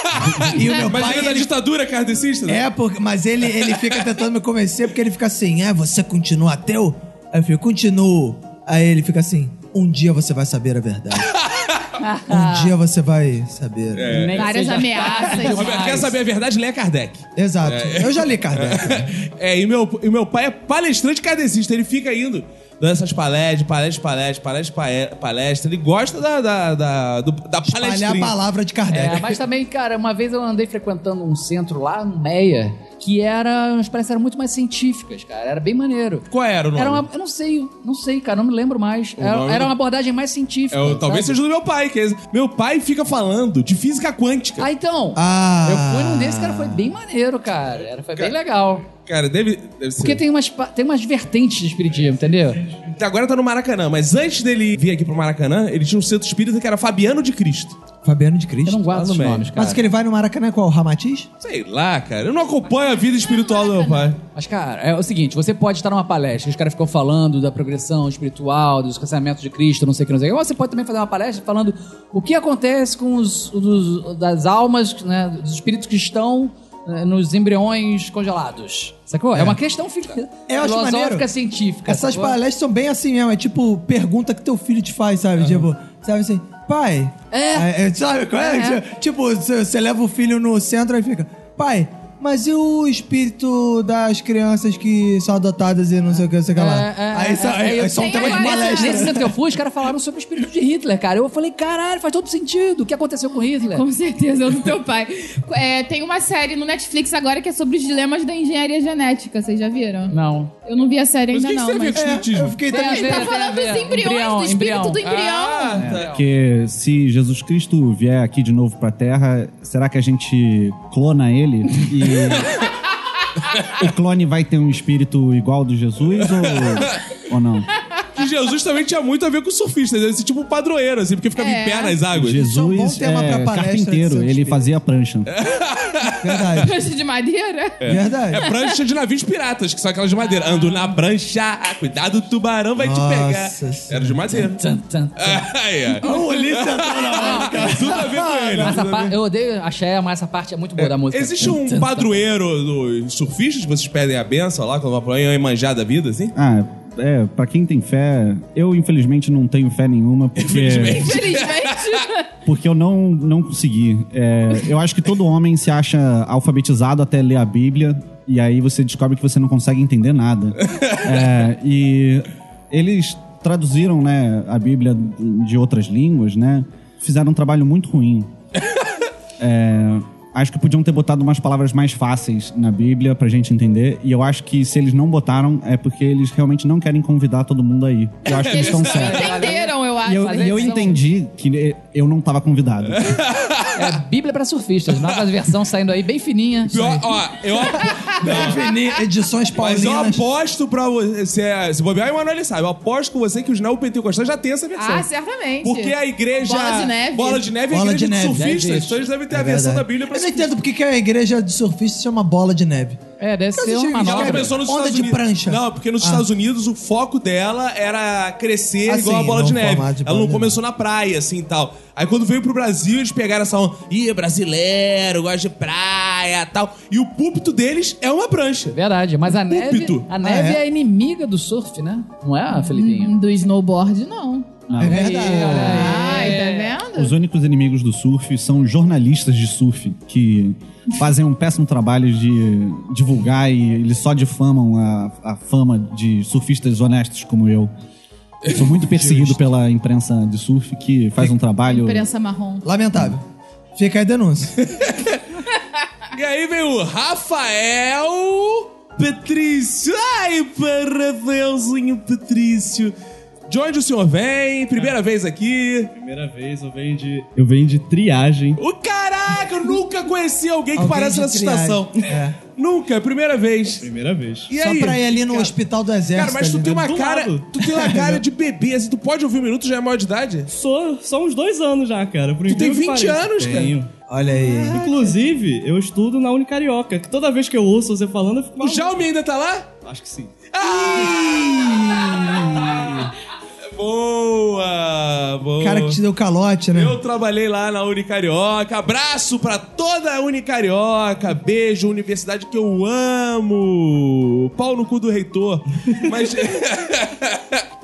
[SPEAKER 1] [LAUGHS]
[SPEAKER 6] e o meu
[SPEAKER 1] Mas
[SPEAKER 6] pai.
[SPEAKER 1] ele é da
[SPEAKER 6] ele-
[SPEAKER 1] ditadura kardecista, né?
[SPEAKER 6] É, porque, mas ele, ele fica tentando me convencer porque ele fica assim: é, você continua
[SPEAKER 4] [LAUGHS]
[SPEAKER 6] ateu? Aí eu fico, continuo. Aí ele fica assim: um dia você vai saber a verdade. Um dia você vai saber.
[SPEAKER 4] Nem é que
[SPEAKER 3] Várias
[SPEAKER 4] seja-
[SPEAKER 3] ameaças.
[SPEAKER 1] Roberto, quer saber a verdade? Lê Kardec.
[SPEAKER 6] Exato. Eu já
[SPEAKER 1] [LAUGHS]
[SPEAKER 6] li Kardec.
[SPEAKER 1] É, e meu, e meu pai é palestrante kardecista, ele fica indo dando essas palestras, palestras, palestras, palestras, pae- palestras. Ele gosta da, da, da, do, da
[SPEAKER 6] Olha a
[SPEAKER 1] palestrinha.
[SPEAKER 6] palavra de Kardec.
[SPEAKER 4] [LAUGHS] É, mas também, cara, uma vez eu andei frequentando um centro lá, no Meia, que era. As palestras eram muito mais científicas, cara. Era bem maneiro.
[SPEAKER 1] Qual era o nome?
[SPEAKER 4] Era uma, eu não sei, não sei, cara, não me lembro mais.
[SPEAKER 1] O
[SPEAKER 4] Era,
[SPEAKER 1] nome
[SPEAKER 4] era
[SPEAKER 1] do-
[SPEAKER 4] uma abordagem mais científica.
[SPEAKER 1] É, o- talvez
[SPEAKER 4] sabe?
[SPEAKER 1] seja do meu pai. Que é esse. meu pai fica falando de física quântica.
[SPEAKER 4] Ah, então.
[SPEAKER 6] Ah.
[SPEAKER 4] Eu fui num desses, cara, foi bem maneiro, cara. Era, foi bem legal.
[SPEAKER 1] Cara, deve, deve ser.
[SPEAKER 4] Porque tem umas, pa- tem umas vertentes de espiritismo, entendeu?
[SPEAKER 1] Agora tá no Maracanã, mas antes dele vir aqui pro Maracanã, ele tinha um centro espírita que era Fabiano de Cristo.
[SPEAKER 6] Fabiano de
[SPEAKER 4] Eu
[SPEAKER 6] Cristo.
[SPEAKER 4] não
[SPEAKER 1] Lá
[SPEAKER 4] guardo
[SPEAKER 1] Tá no
[SPEAKER 4] os
[SPEAKER 1] Meia.
[SPEAKER 4] nomes, cara.
[SPEAKER 6] Mas que ele vai no Maracanã qual? Ramatiz?
[SPEAKER 1] Sei lá, cara. Eu não acompanho a vida espiritual do meu pai.
[SPEAKER 4] Mas, cara, é o seguinte: você pode estar numa palestra, os caras ficam falando da progressão espiritual, dos cancelamentos de Cristo, não sei o que, não sei o que. Ou você pode também fazer uma palestra falando o que acontece com os dos- das almas, né, dos espíritos que estão né, nos embriões congelados. Sacou? É, uma questão fi-
[SPEAKER 6] Eu acho
[SPEAKER 4] filosófica
[SPEAKER 6] maneiro.
[SPEAKER 4] científica.
[SPEAKER 6] Essas
[SPEAKER 4] sacou?
[SPEAKER 6] palestras são bem assim mesmo. É tipo pergunta que teu filho te faz, sabe? Tipo, sabe assim, pai.
[SPEAKER 4] É.
[SPEAKER 6] Aí, sabe qual é?
[SPEAKER 4] É.
[SPEAKER 6] Tipo, você você leva o filho no centro e fica, pai. Mas e o espírito das crianças que são adotadas e não sei o que, não sei o que lá?
[SPEAKER 4] É, é,
[SPEAKER 6] aí só,
[SPEAKER 4] é, é,
[SPEAKER 6] aí
[SPEAKER 4] eu
[SPEAKER 6] só um
[SPEAKER 3] tenho
[SPEAKER 6] tema de
[SPEAKER 3] agora essa-
[SPEAKER 6] palestra.
[SPEAKER 4] Nesse centro que eu fui, os caras falaram sobre o espírito de Hitler, cara. Eu falei, caralho, faz todo sentido. O que aconteceu com Hitler?
[SPEAKER 3] Com certeza, é do teu pai. É, tem uma série no Netflix agora que é sobre os dilemas da engenharia genética. Vocês já viram?
[SPEAKER 4] Não.
[SPEAKER 3] Eu não vi a série
[SPEAKER 1] Mas é, o
[SPEAKER 3] ainda,
[SPEAKER 1] que, que você vê
[SPEAKER 3] não. mas-
[SPEAKER 6] é
[SPEAKER 1] com espiritismo?
[SPEAKER 6] Eu fiquei
[SPEAKER 4] Tem a
[SPEAKER 6] também.
[SPEAKER 4] ver,
[SPEAKER 3] Tá
[SPEAKER 4] tem a
[SPEAKER 3] falando
[SPEAKER 4] ver.
[SPEAKER 3] dos embriões, do espírito do embrião.
[SPEAKER 1] Ah,
[SPEAKER 4] né?
[SPEAKER 1] tá.
[SPEAKER 5] Porque se Jesus Cristo vier aqui de novo pra Terra, será que a gente clona ele e...
[SPEAKER 6] [LAUGHS]
[SPEAKER 5] O clone vai ter um espírito igual do Jesus ou, ou não?
[SPEAKER 1] Que Jesus também tinha muito a ver com surfistas, esse tipo padroeiro, assim, porque ficava
[SPEAKER 3] É.
[SPEAKER 1] em pé nas águas.
[SPEAKER 5] Jesus
[SPEAKER 6] é um bom
[SPEAKER 5] é,
[SPEAKER 6] tema pra palestra de
[SPEAKER 5] carpinteiro,
[SPEAKER 6] seu
[SPEAKER 5] ele
[SPEAKER 6] espírito.
[SPEAKER 5] fazia prancha.
[SPEAKER 6] Verdade.
[SPEAKER 3] Prancha de madeira?
[SPEAKER 6] Verdade.
[SPEAKER 1] É prancha de navios piratas, que são aquelas de madeira. Ando na prancha, ah, cuidado, o tubarão vai
[SPEAKER 6] Nossa
[SPEAKER 1] te pegar.
[SPEAKER 6] Senhora.
[SPEAKER 1] Era de madeira.
[SPEAKER 4] Tan, tan.
[SPEAKER 1] [LAUGHS] Aí, é.
[SPEAKER 6] Olha o Ulisses entrando na hora, cara.
[SPEAKER 1] Tudo a ver com ele.
[SPEAKER 4] Mas
[SPEAKER 1] tudo a
[SPEAKER 4] essa
[SPEAKER 1] ver.
[SPEAKER 4] parte, eu odeio axé, mas essa parte é muito boa da música. Então,
[SPEAKER 1] Existe um padroeiro dos surfistas que vocês pedem a benção lá, quando vai pra manjar da vida, assim?
[SPEAKER 5] Ah, é, pra quem tem fé, eu infelizmente não tenho fé nenhuma, porque,
[SPEAKER 1] Infelizmente.
[SPEAKER 3] Infelizmente.
[SPEAKER 5] porque eu não, não consegui. É, eu acho que todo homem se acha alfabetizado até ler a Bíblia, e aí você descobre que você não consegue entender nada. É, e eles traduziram né, a Bíblia de outras línguas, né? Fizeram um trabalho muito ruim. É, acho que podiam ter botado umas palavras mais fáceis na Bíblia pra gente entender. E eu acho que se eles não botaram, é porque eles realmente não querem convidar todo mundo aí. Eu acho que eles estão certos.
[SPEAKER 3] Entenderam, eu acho.
[SPEAKER 5] E eu,
[SPEAKER 3] Fazer
[SPEAKER 5] e eu
[SPEAKER 3] edição.
[SPEAKER 5] entendi que eh, eu não tava convidado.
[SPEAKER 1] [LAUGHS]
[SPEAKER 4] É Bíblia pra surfistas. Nova versão saindo aí bem fininha.
[SPEAKER 1] Pior, ó, eu,
[SPEAKER 6] [LAUGHS] Definir edições
[SPEAKER 1] mas é eu
[SPEAKER 6] paulinas.
[SPEAKER 1] aposto pra você. Se bobear, o Emanuel sabe. Eu aposto com você que os neopentecostais já tem essa versão.
[SPEAKER 3] Ah, certamente.
[SPEAKER 1] Porque a igreja.
[SPEAKER 3] Bola de neve.
[SPEAKER 1] Bola de neve é a
[SPEAKER 6] Bola
[SPEAKER 1] igreja
[SPEAKER 6] de
[SPEAKER 1] de,
[SPEAKER 6] neve,
[SPEAKER 1] surfistas.
[SPEAKER 6] existe.
[SPEAKER 1] então eles devem ter a
[SPEAKER 6] É
[SPEAKER 1] versão da
[SPEAKER 6] verdade.
[SPEAKER 1] Bíblia pra
[SPEAKER 6] Eu não
[SPEAKER 1] surfistas.
[SPEAKER 6] entendo porque que a igreja de surfista se chama bola de neve.
[SPEAKER 4] É, deve
[SPEAKER 6] Cara,
[SPEAKER 4] ser
[SPEAKER 6] você
[SPEAKER 4] uma
[SPEAKER 6] já- já
[SPEAKER 1] Ela
[SPEAKER 4] manobra.
[SPEAKER 1] começou nos
[SPEAKER 6] Onda
[SPEAKER 1] Estados
[SPEAKER 6] de
[SPEAKER 1] Unidos.
[SPEAKER 6] prancha.
[SPEAKER 1] Não, porque nos
[SPEAKER 6] Ah.
[SPEAKER 1] Estados Unidos o foco dela era crescer
[SPEAKER 6] Assim,
[SPEAKER 1] igual a bola
[SPEAKER 6] não
[SPEAKER 1] de neve.
[SPEAKER 6] formato de
[SPEAKER 1] Ela
[SPEAKER 6] bola
[SPEAKER 1] não
[SPEAKER 6] de
[SPEAKER 1] começou na praia, assim e tal. Aí quando veio pro Brasil, eles pegaram essa onda. Ih, é brasileiro, gosta de praia tal. E o púlpito deles é uma prancha.
[SPEAKER 4] Verdade, mas a neve,
[SPEAKER 1] Púlpito.
[SPEAKER 4] a neve
[SPEAKER 6] Ah, é?
[SPEAKER 4] é. a inimiga do surf, né? Não é, Felipinho?
[SPEAKER 3] Hum, Do snowboard, não.
[SPEAKER 5] Não.
[SPEAKER 6] É verdade.
[SPEAKER 3] Ai, tá
[SPEAKER 5] Os
[SPEAKER 3] vendo?
[SPEAKER 5] únicos inimigos do surf são os jornalistas de surf, que fazem um péssimo trabalho de divulgar e eles só difamam a, a fama de surfistas honestos como eu. Eu sou
[SPEAKER 1] [LAUGHS]
[SPEAKER 5] muito perseguido pela imprensa de surf, que faz um trabalho.
[SPEAKER 3] Imprensa marrom.
[SPEAKER 6] Lamentável. Fica aí a denúncia.
[SPEAKER 1] E aí veio o Rafael Patrício. Ai, Rafaelzinho Patrício. De onde o senhor vem? Primeira vez aqui.
[SPEAKER 7] Primeira vez eu venho de. Eu venho de triagem.
[SPEAKER 1] O caraca, eu nunca conheci alguém que
[SPEAKER 6] Alguém
[SPEAKER 1] [LAUGHS] parece
[SPEAKER 6] de
[SPEAKER 1] nessa
[SPEAKER 6] triagem.
[SPEAKER 1] estação.
[SPEAKER 6] É.
[SPEAKER 1] Nunca, é a primeira vez.
[SPEAKER 7] Primeira vez.
[SPEAKER 1] E
[SPEAKER 6] Só
[SPEAKER 1] aí?
[SPEAKER 6] pra ir ali no hospital do
[SPEAKER 1] Cara,
[SPEAKER 6] exército.
[SPEAKER 1] mas tu
[SPEAKER 6] ali,
[SPEAKER 1] tem
[SPEAKER 6] né?
[SPEAKER 1] uma
[SPEAKER 8] Do
[SPEAKER 1] cara.
[SPEAKER 8] lado.
[SPEAKER 1] Tu tem uma cara de bebê, assim, tu pode ouvir um minuto, já é maior de idade?
[SPEAKER 8] Sou, só uns dois anos já, cara. Por
[SPEAKER 1] Tu tem
[SPEAKER 8] incrível que
[SPEAKER 1] 20
[SPEAKER 8] pareça.
[SPEAKER 1] anos, cara.
[SPEAKER 8] Tenho.
[SPEAKER 6] Olha aí.
[SPEAKER 8] Inclusive, eu estudo na Unicarioca, que toda vez que eu ouço você falando, eu fico
[SPEAKER 1] O
[SPEAKER 8] maluco.
[SPEAKER 1] Jaume ainda tá lá?
[SPEAKER 8] Acho que sim.
[SPEAKER 1] Ah! [LAUGHS] Boa! Boa!
[SPEAKER 6] O cara que te deu calote, né?
[SPEAKER 1] Eu trabalhei lá na Unicarioca. Abraço pra toda a Unicarioca. Beijo, universidade que eu [LAUGHS] amo. Pau no cu do reitor. Mas.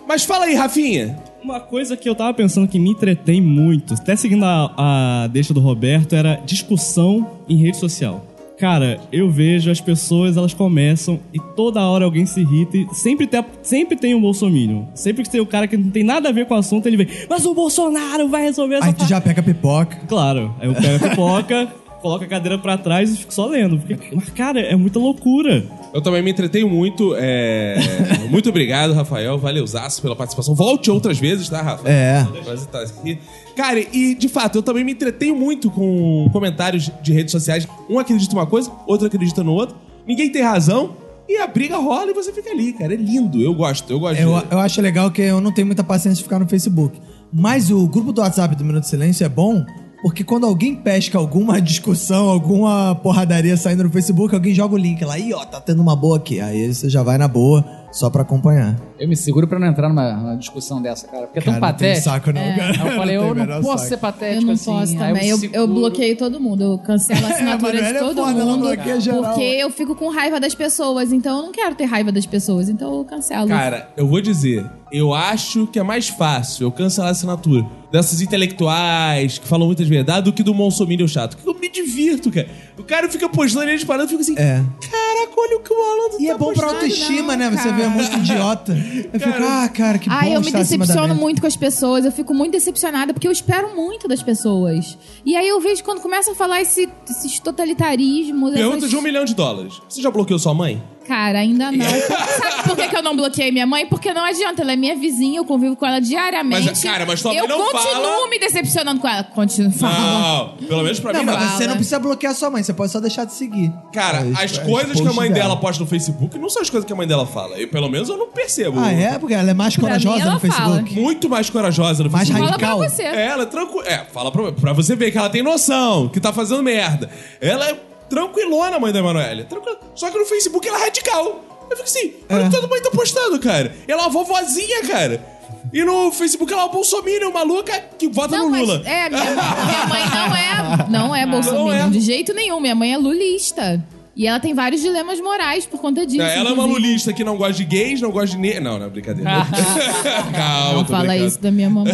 [SPEAKER 1] Mas fala aí, Rafinha.
[SPEAKER 8] Uma coisa que eu tava pensando que me entretém muito, até seguindo a, a deixa do Roberto, era discussão em rede social. Cara, eu vejo as pessoas, elas começam e toda hora alguém se irrita e sempre tem, sempre tem um bolsominion. Sempre que tem o cara que não tem nada a ver com o assunto, ele vem, mas o Bolsonaro vai resolver essa
[SPEAKER 6] Aí tu
[SPEAKER 8] par-"
[SPEAKER 6] já pega a pipoca.
[SPEAKER 8] Claro, aí eu pego a pipoca, [LAUGHS] coloco a cadeira pra trás e fico só lendo. Porque, mas, cara, é muita loucura.
[SPEAKER 1] Eu também me entretei muito. é, [LAUGHS] muito obrigado, Rafael. Valeuzaço pela participação. Volte outras vezes, tá, Rafa?
[SPEAKER 6] É.
[SPEAKER 1] Prazer estar aqui. Cara, e de fato, eu também me entretenho muito com comentários de redes sociais. Um acredita em uma coisa, outro acredita no outro. Ninguém tem razão. E a briga rola e você fica ali, cara. É lindo. Eu gosto, eu gosto.
[SPEAKER 6] É, Eu,
[SPEAKER 1] de...
[SPEAKER 6] eu acho legal que eu não tenho muita paciência de ficar no Facebook. Mas o grupo do WhatsApp do Minuto de Silêncio é bom porque quando alguém pesca alguma discussão, alguma porradaria saindo no Facebook, alguém joga o link lá. Ih, ó, tá tendo uma boa aqui. Aí você já vai na boa, só pra acompanhar.
[SPEAKER 4] Eu me seguro pra não entrar numa, numa discussão dessa, cara. Porque é tão
[SPEAKER 6] Cara, não tem
[SPEAKER 4] patético.
[SPEAKER 6] saco não, cara.
[SPEAKER 4] Aí eu
[SPEAKER 6] [LAUGHS]
[SPEAKER 4] falei,
[SPEAKER 6] tem
[SPEAKER 4] eu não
[SPEAKER 6] menor
[SPEAKER 4] posso
[SPEAKER 6] saco.
[SPEAKER 4] ser
[SPEAKER 3] Eu
[SPEAKER 4] patético
[SPEAKER 3] não
[SPEAKER 4] assim.
[SPEAKER 3] posso
[SPEAKER 4] aí
[SPEAKER 3] também. Eu,
[SPEAKER 4] me
[SPEAKER 3] eu
[SPEAKER 4] seguro.
[SPEAKER 3] bloqueio todo mundo. Eu cancelo a assinatura
[SPEAKER 6] Manoel
[SPEAKER 3] de
[SPEAKER 6] é
[SPEAKER 3] todo
[SPEAKER 6] foda, ela
[SPEAKER 3] mundo.
[SPEAKER 6] bloqueia geral.
[SPEAKER 3] Porque eu fico com raiva das pessoas. Então eu não quero ter raiva das pessoas. Então eu cancelo.
[SPEAKER 1] Cara, eu vou dizer, eu acho que é mais fácil eu cancelar a assinatura dessas intelectuais que falam muitas verdades do que do Monsomínio chato. Que eu me divirto, cara. O cara fica postando e eles parando e fica assim,
[SPEAKER 6] É.
[SPEAKER 1] caraca, olha o que o malandro
[SPEAKER 6] E
[SPEAKER 1] tá
[SPEAKER 6] é bom pra
[SPEAKER 1] postando."
[SPEAKER 6] autoestima,
[SPEAKER 3] não,
[SPEAKER 6] né? Você vê
[SPEAKER 3] cara.
[SPEAKER 6] muito idiota. Eu fico, ah, cara, que bom
[SPEAKER 3] Ai, eu me
[SPEAKER 6] estar acima da
[SPEAKER 3] decepciono
[SPEAKER 6] média.
[SPEAKER 3] muito com as pessoas, eu fico muito decepcionada, porque eu espero muito das pessoas. E aí eu vejo quando começa a falar esse, esses totalitarismos.
[SPEAKER 1] Pergunta
[SPEAKER 3] essas-
[SPEAKER 1] de um milhão de dólares. Você já bloqueou sua mãe?
[SPEAKER 3] Cara, ainda
[SPEAKER 1] [LAUGHS]
[SPEAKER 3] não. Sabe por que, que eu não bloqueei minha mãe? Porque não adianta, ela é minha vizinha, eu convivo com ela diariamente.
[SPEAKER 1] Mas, cara, mas tua mãe
[SPEAKER 3] Eu
[SPEAKER 1] não
[SPEAKER 3] continuo
[SPEAKER 1] fala-
[SPEAKER 3] me decepcionando com ela. Continuo falando.
[SPEAKER 1] Não, pelo menos pra
[SPEAKER 6] Não,
[SPEAKER 1] mim
[SPEAKER 6] mas
[SPEAKER 1] não.
[SPEAKER 3] fala.
[SPEAKER 6] você não precisa bloquear sua mãe, você pode só deixar de seguir.
[SPEAKER 1] Cara,
[SPEAKER 6] Ah,
[SPEAKER 5] É,
[SPEAKER 1] as
[SPEAKER 6] os- os
[SPEAKER 1] coisas que a
[SPEAKER 6] posts
[SPEAKER 1] mãe
[SPEAKER 6] dela.
[SPEAKER 1] dela posta no Facebook não são as coisas que a mãe dela fala. Eu, pelo menos eu não percebo.
[SPEAKER 6] Ah, é? Porque ela é mais
[SPEAKER 3] Pra mim,
[SPEAKER 6] corajosa
[SPEAKER 3] ela
[SPEAKER 6] no Facebook.
[SPEAKER 1] Muito mais corajosa no
[SPEAKER 6] Mais
[SPEAKER 1] Facebook.
[SPEAKER 3] Fala pra
[SPEAKER 6] radical.
[SPEAKER 3] você.
[SPEAKER 1] É, Ela é tranquila. É, fala pra, pra você ver que ela tem noção, que tá fazendo merda. Ela é tranquilona, a mãe da Emanuele. Tranquila. Só que no Facebook ela é radical. Eu fico assim,
[SPEAKER 6] É.
[SPEAKER 1] olha o que toda mãe tá postando, cara. Ela é uma vovozinha, cara. E no Facebook ela é uma bolsominion maluca que vota
[SPEAKER 3] Não,
[SPEAKER 1] no
[SPEAKER 3] mas
[SPEAKER 1] Lula.
[SPEAKER 3] é, minha, minha mãe não é, não é bolsominion
[SPEAKER 1] é.
[SPEAKER 3] de jeito nenhum. Minha mãe é lulista. E ela tem vários dilemas morais por conta disso.
[SPEAKER 1] É, ela é uma
[SPEAKER 3] inclusive.
[SPEAKER 1] lulista que não gosta de gays, não gosta de ne... Não, não, brincadeira.
[SPEAKER 4] Ah.
[SPEAKER 1] [LAUGHS] Calma,
[SPEAKER 3] Não
[SPEAKER 1] tô
[SPEAKER 3] fala
[SPEAKER 1] brincando.
[SPEAKER 3] isso da
[SPEAKER 1] [LAUGHS]
[SPEAKER 3] minha mamãe.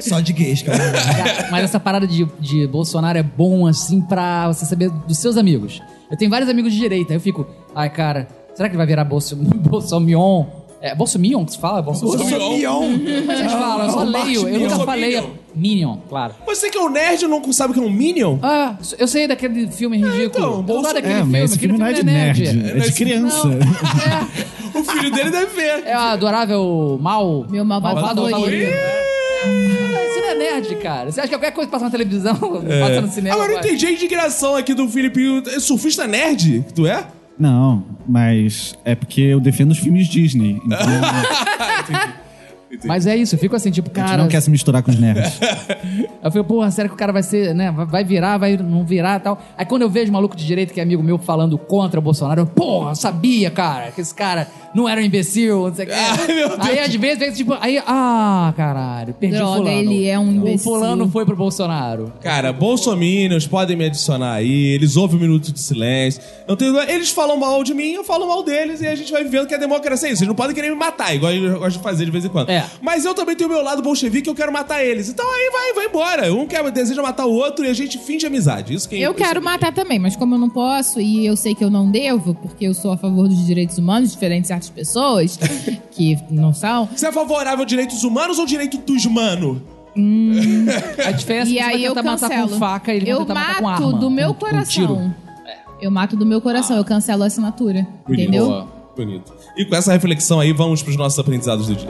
[SPEAKER 6] Só de gays, cara.
[SPEAKER 4] Cara, Mas essa parada de, de Bolsonaro é bom, assim, pra você saber dos seus amigos. Eu tenho vários amigos de direita, aí eu fico, ai, cara, será que ele vai virar bolso, [LAUGHS] Bolsomion? É, Bolsomion que se fala?
[SPEAKER 1] é
[SPEAKER 4] Bolsomion.
[SPEAKER 1] um
[SPEAKER 4] Mas eles falam, eu só leio, eu nunca
[SPEAKER 1] Bolsominion.
[SPEAKER 4] falei. a- Minion, claro.
[SPEAKER 1] Você que é um nerd não sabe que é um
[SPEAKER 4] [LAUGHS]
[SPEAKER 1] Minion?
[SPEAKER 4] Ah, eu sei daquele filme ridículo.
[SPEAKER 1] então,
[SPEAKER 4] Eu
[SPEAKER 1] Bolso-
[SPEAKER 4] gosto daquele
[SPEAKER 5] É, mas esse
[SPEAKER 4] aquele
[SPEAKER 5] filme não é de nerd, é de criança.
[SPEAKER 1] O filho dele deve ver.
[SPEAKER 4] É o adorável mal.
[SPEAKER 3] Meu malvado favorito.
[SPEAKER 4] Isso não é nerd, cara. Você acha que qualquer coisa passa na televisão, [LAUGHS] passa
[SPEAKER 5] É.
[SPEAKER 4] no cinema?
[SPEAKER 1] Agora eu
[SPEAKER 4] vai?
[SPEAKER 1] entendi a indignação aqui do Filipinho. É Surfista nerd? Tu é?
[SPEAKER 5] Não, mas é porque eu defendo os filmes Disney.
[SPEAKER 1] [LAUGHS]
[SPEAKER 5] Então a
[SPEAKER 4] Mas é isso, eu fico assim, tipo,
[SPEAKER 5] gente
[SPEAKER 4] cara.
[SPEAKER 5] não quer se misturar com os nerds.
[SPEAKER 4] Eu fico, porra, será que o cara vai ser, né? vai- Vai virar, vai não virar tal. Aí quando eu vejo maluco de direito que é amigo meu falando contra o Bolsonaro, eu, porra, eu sabia, cara, que esse cara não era um imbecil, não sei o
[SPEAKER 1] [LAUGHS]
[SPEAKER 4] quê. Aí às vezes, vem, tipo, aí, ah, caralho, perdi o
[SPEAKER 3] Droga,
[SPEAKER 4] fulano.
[SPEAKER 3] ele é um
[SPEAKER 4] O
[SPEAKER 3] imbecil.
[SPEAKER 4] fulano foi pro Bolsonaro.
[SPEAKER 1] Cara, bolsominions podem me adicionar aí. Eles ouvem um minuto de silêncio. Não tenho dúvida. Eles falam mal de mim, eu falo mal deles. E a gente vai vendo que a democracia é isso. Eles não podem querer me matar, igual eu gosto de fazer de vez em quando.
[SPEAKER 4] É.
[SPEAKER 1] Mas eu também tenho o meu lado bolchevique eu quero matar eles. Então aí vai, vai embora. Um quer, deseja matar o outro e a gente finge amizade. Isso que é
[SPEAKER 3] Eu quero
[SPEAKER 1] impressionante.
[SPEAKER 3] matar também, mas como eu não posso e eu sei que eu não devo, porque eu sou a favor dos direitos humanos, diferente de certas
[SPEAKER 1] [LAUGHS]
[SPEAKER 3] pessoas que não são.
[SPEAKER 1] Você é favorável a direitos humanos ou direito dos mano?
[SPEAKER 4] A diferença é
[SPEAKER 3] E
[SPEAKER 4] que você vai
[SPEAKER 3] aí eu
[SPEAKER 4] tentar matar
[SPEAKER 3] cancelo.
[SPEAKER 4] com faca e ele vai
[SPEAKER 3] eu
[SPEAKER 4] tentar matar
[SPEAKER 3] mato
[SPEAKER 4] com arma.
[SPEAKER 3] do meu
[SPEAKER 4] com- com tiro.
[SPEAKER 3] coração. Eu mato do meu coração, eu cancelo a assinatura. Entendeu?
[SPEAKER 1] É. Boa. Bonito. E com essa reflexão aí, vamos pros nossos aprendizados do dia.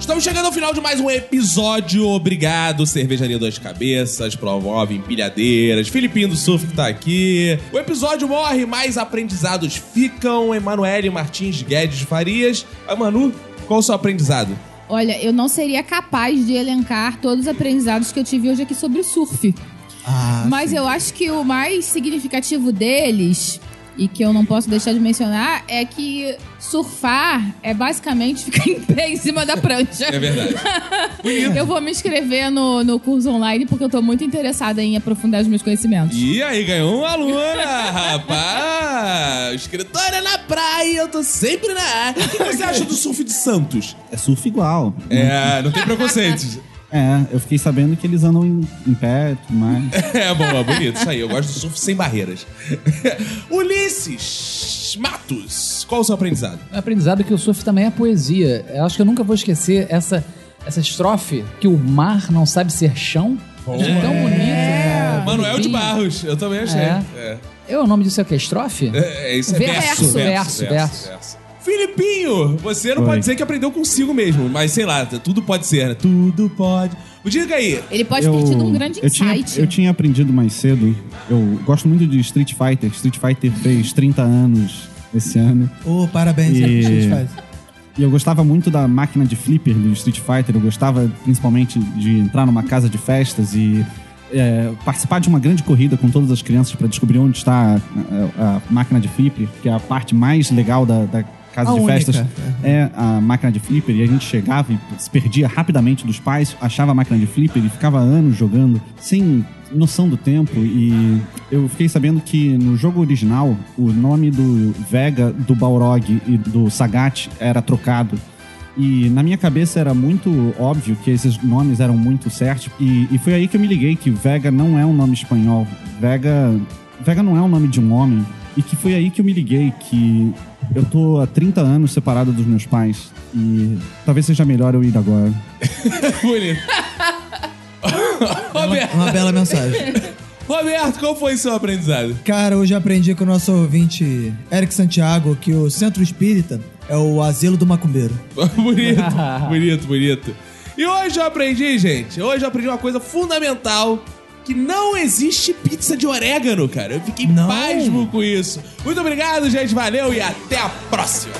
[SPEAKER 1] Estamos chegando ao final de mais um episódio. Obrigado, Cervejaria Dois Cabeças, Promove Empilhadeiras, Filipinho do Surf que tá aqui. O episódio morre, mais aprendizados ficam. Emanuele Martins Guedes Farias. Ah, Manu, qual o seu aprendizado?
[SPEAKER 3] Olha, eu não seria capaz de elencar todos os aprendizados que eu tive hoje aqui sobre o surf.
[SPEAKER 6] Ah,
[SPEAKER 3] Mas eu acho que o mais significativo deles e que eu não posso deixar de mencionar é que surfar é basicamente [LAUGHS] ficar em pé em cima da prancha.
[SPEAKER 1] É verdade.
[SPEAKER 3] Eu vou me inscrever no, no curso online porque eu tô muito interessada em aprofundar os meus conhecimentos.
[SPEAKER 1] E aí, ganhou uma aluna, rapaz! Escritora na praia, eu tô sempre na área. O que você acha do surf de Santos?
[SPEAKER 9] É surf igual.
[SPEAKER 1] É, não tem preconceitos.
[SPEAKER 9] É, eu fiquei sabendo que eles andam em, em pé e tudo mais.
[SPEAKER 1] É, bom, é bonito, isso aí. Eu gosto do surf sem barreiras. Ulisses Matos, qual o seu aprendizado?
[SPEAKER 4] um aprendizado que o surf também é poesia. Eu acho que eu nunca vou esquecer essa, essa estrofe que o mar não sabe ser chão. Acho tão bonito. cara.
[SPEAKER 1] Manuel É. de
[SPEAKER 4] Bonitinho.
[SPEAKER 1] Barros, eu também achei.
[SPEAKER 4] É.
[SPEAKER 1] É,
[SPEAKER 4] É o nome disso é o quê? Estrofe?
[SPEAKER 1] é, é isso é verso,
[SPEAKER 3] Verso,
[SPEAKER 1] verso, verso,
[SPEAKER 4] verso,
[SPEAKER 1] verso,
[SPEAKER 4] verso.
[SPEAKER 1] Filipinho, você não pode dizer que aprendeu consigo mesmo, mas sei lá, tudo pode ser, né? Tudo pode. Diga aí, [LAUGHS]
[SPEAKER 3] Ele pode ter tido um grande
[SPEAKER 9] eu tinha,
[SPEAKER 3] insight.
[SPEAKER 9] eu tinha aprendido mais cedo. Eu gosto muito de Street Fighter. Street Fighter fez 30 anos esse ano.
[SPEAKER 6] Ô, parabéns,
[SPEAKER 9] E-
[SPEAKER 6] Street Fighter.
[SPEAKER 1] [LAUGHS]
[SPEAKER 9] E eu gostava muito da máquina de flipper do Street Fighter. Eu gostava principalmente de entrar numa casa de festas e é, participar de uma grande corrida com todas as crianças para descobrir onde está a, a- a máquina de flipper, que é a parte mais legal da, da casa
[SPEAKER 6] A
[SPEAKER 9] de
[SPEAKER 6] única.
[SPEAKER 9] festas. É a máquina de flipper. E a gente chegava e se perdia rapidamente dos pais, achava a máquina de flipper e ficava anos jogando sem noção do tempo e eu fiquei sabendo que no jogo original o nome do Vega, do Balrog e do Sagat era trocado. E na minha cabeça era muito óbvio que esses nomes eram muito certos e, e foi aí que eu me liguei que Vega não é um nome espanhol. Vega, Vega não é o nome de um homem e que foi aí que eu me liguei que eu tô há 30 anos separado dos meus pais e talvez seja melhor eu ir agora.
[SPEAKER 1] bonito. Roberto,
[SPEAKER 6] Uma bela mensagem.
[SPEAKER 1] Roberto, qual foi o seu aprendizado? [LAUGHS]
[SPEAKER 6] Cara, hoje eu aprendi com o nosso ouvinte Eric Santiago que o Centro Espírita é o asilo do macumbeiro.
[SPEAKER 1] bonito, bonito, bonito. E hoje eu aprendi, gente. Hoje eu aprendi uma coisa fundamental. Que não existe pizza de orégano, cara. Eu fiquei pasmo com isso. Muito obrigado, gente. Valeu e até a próxima.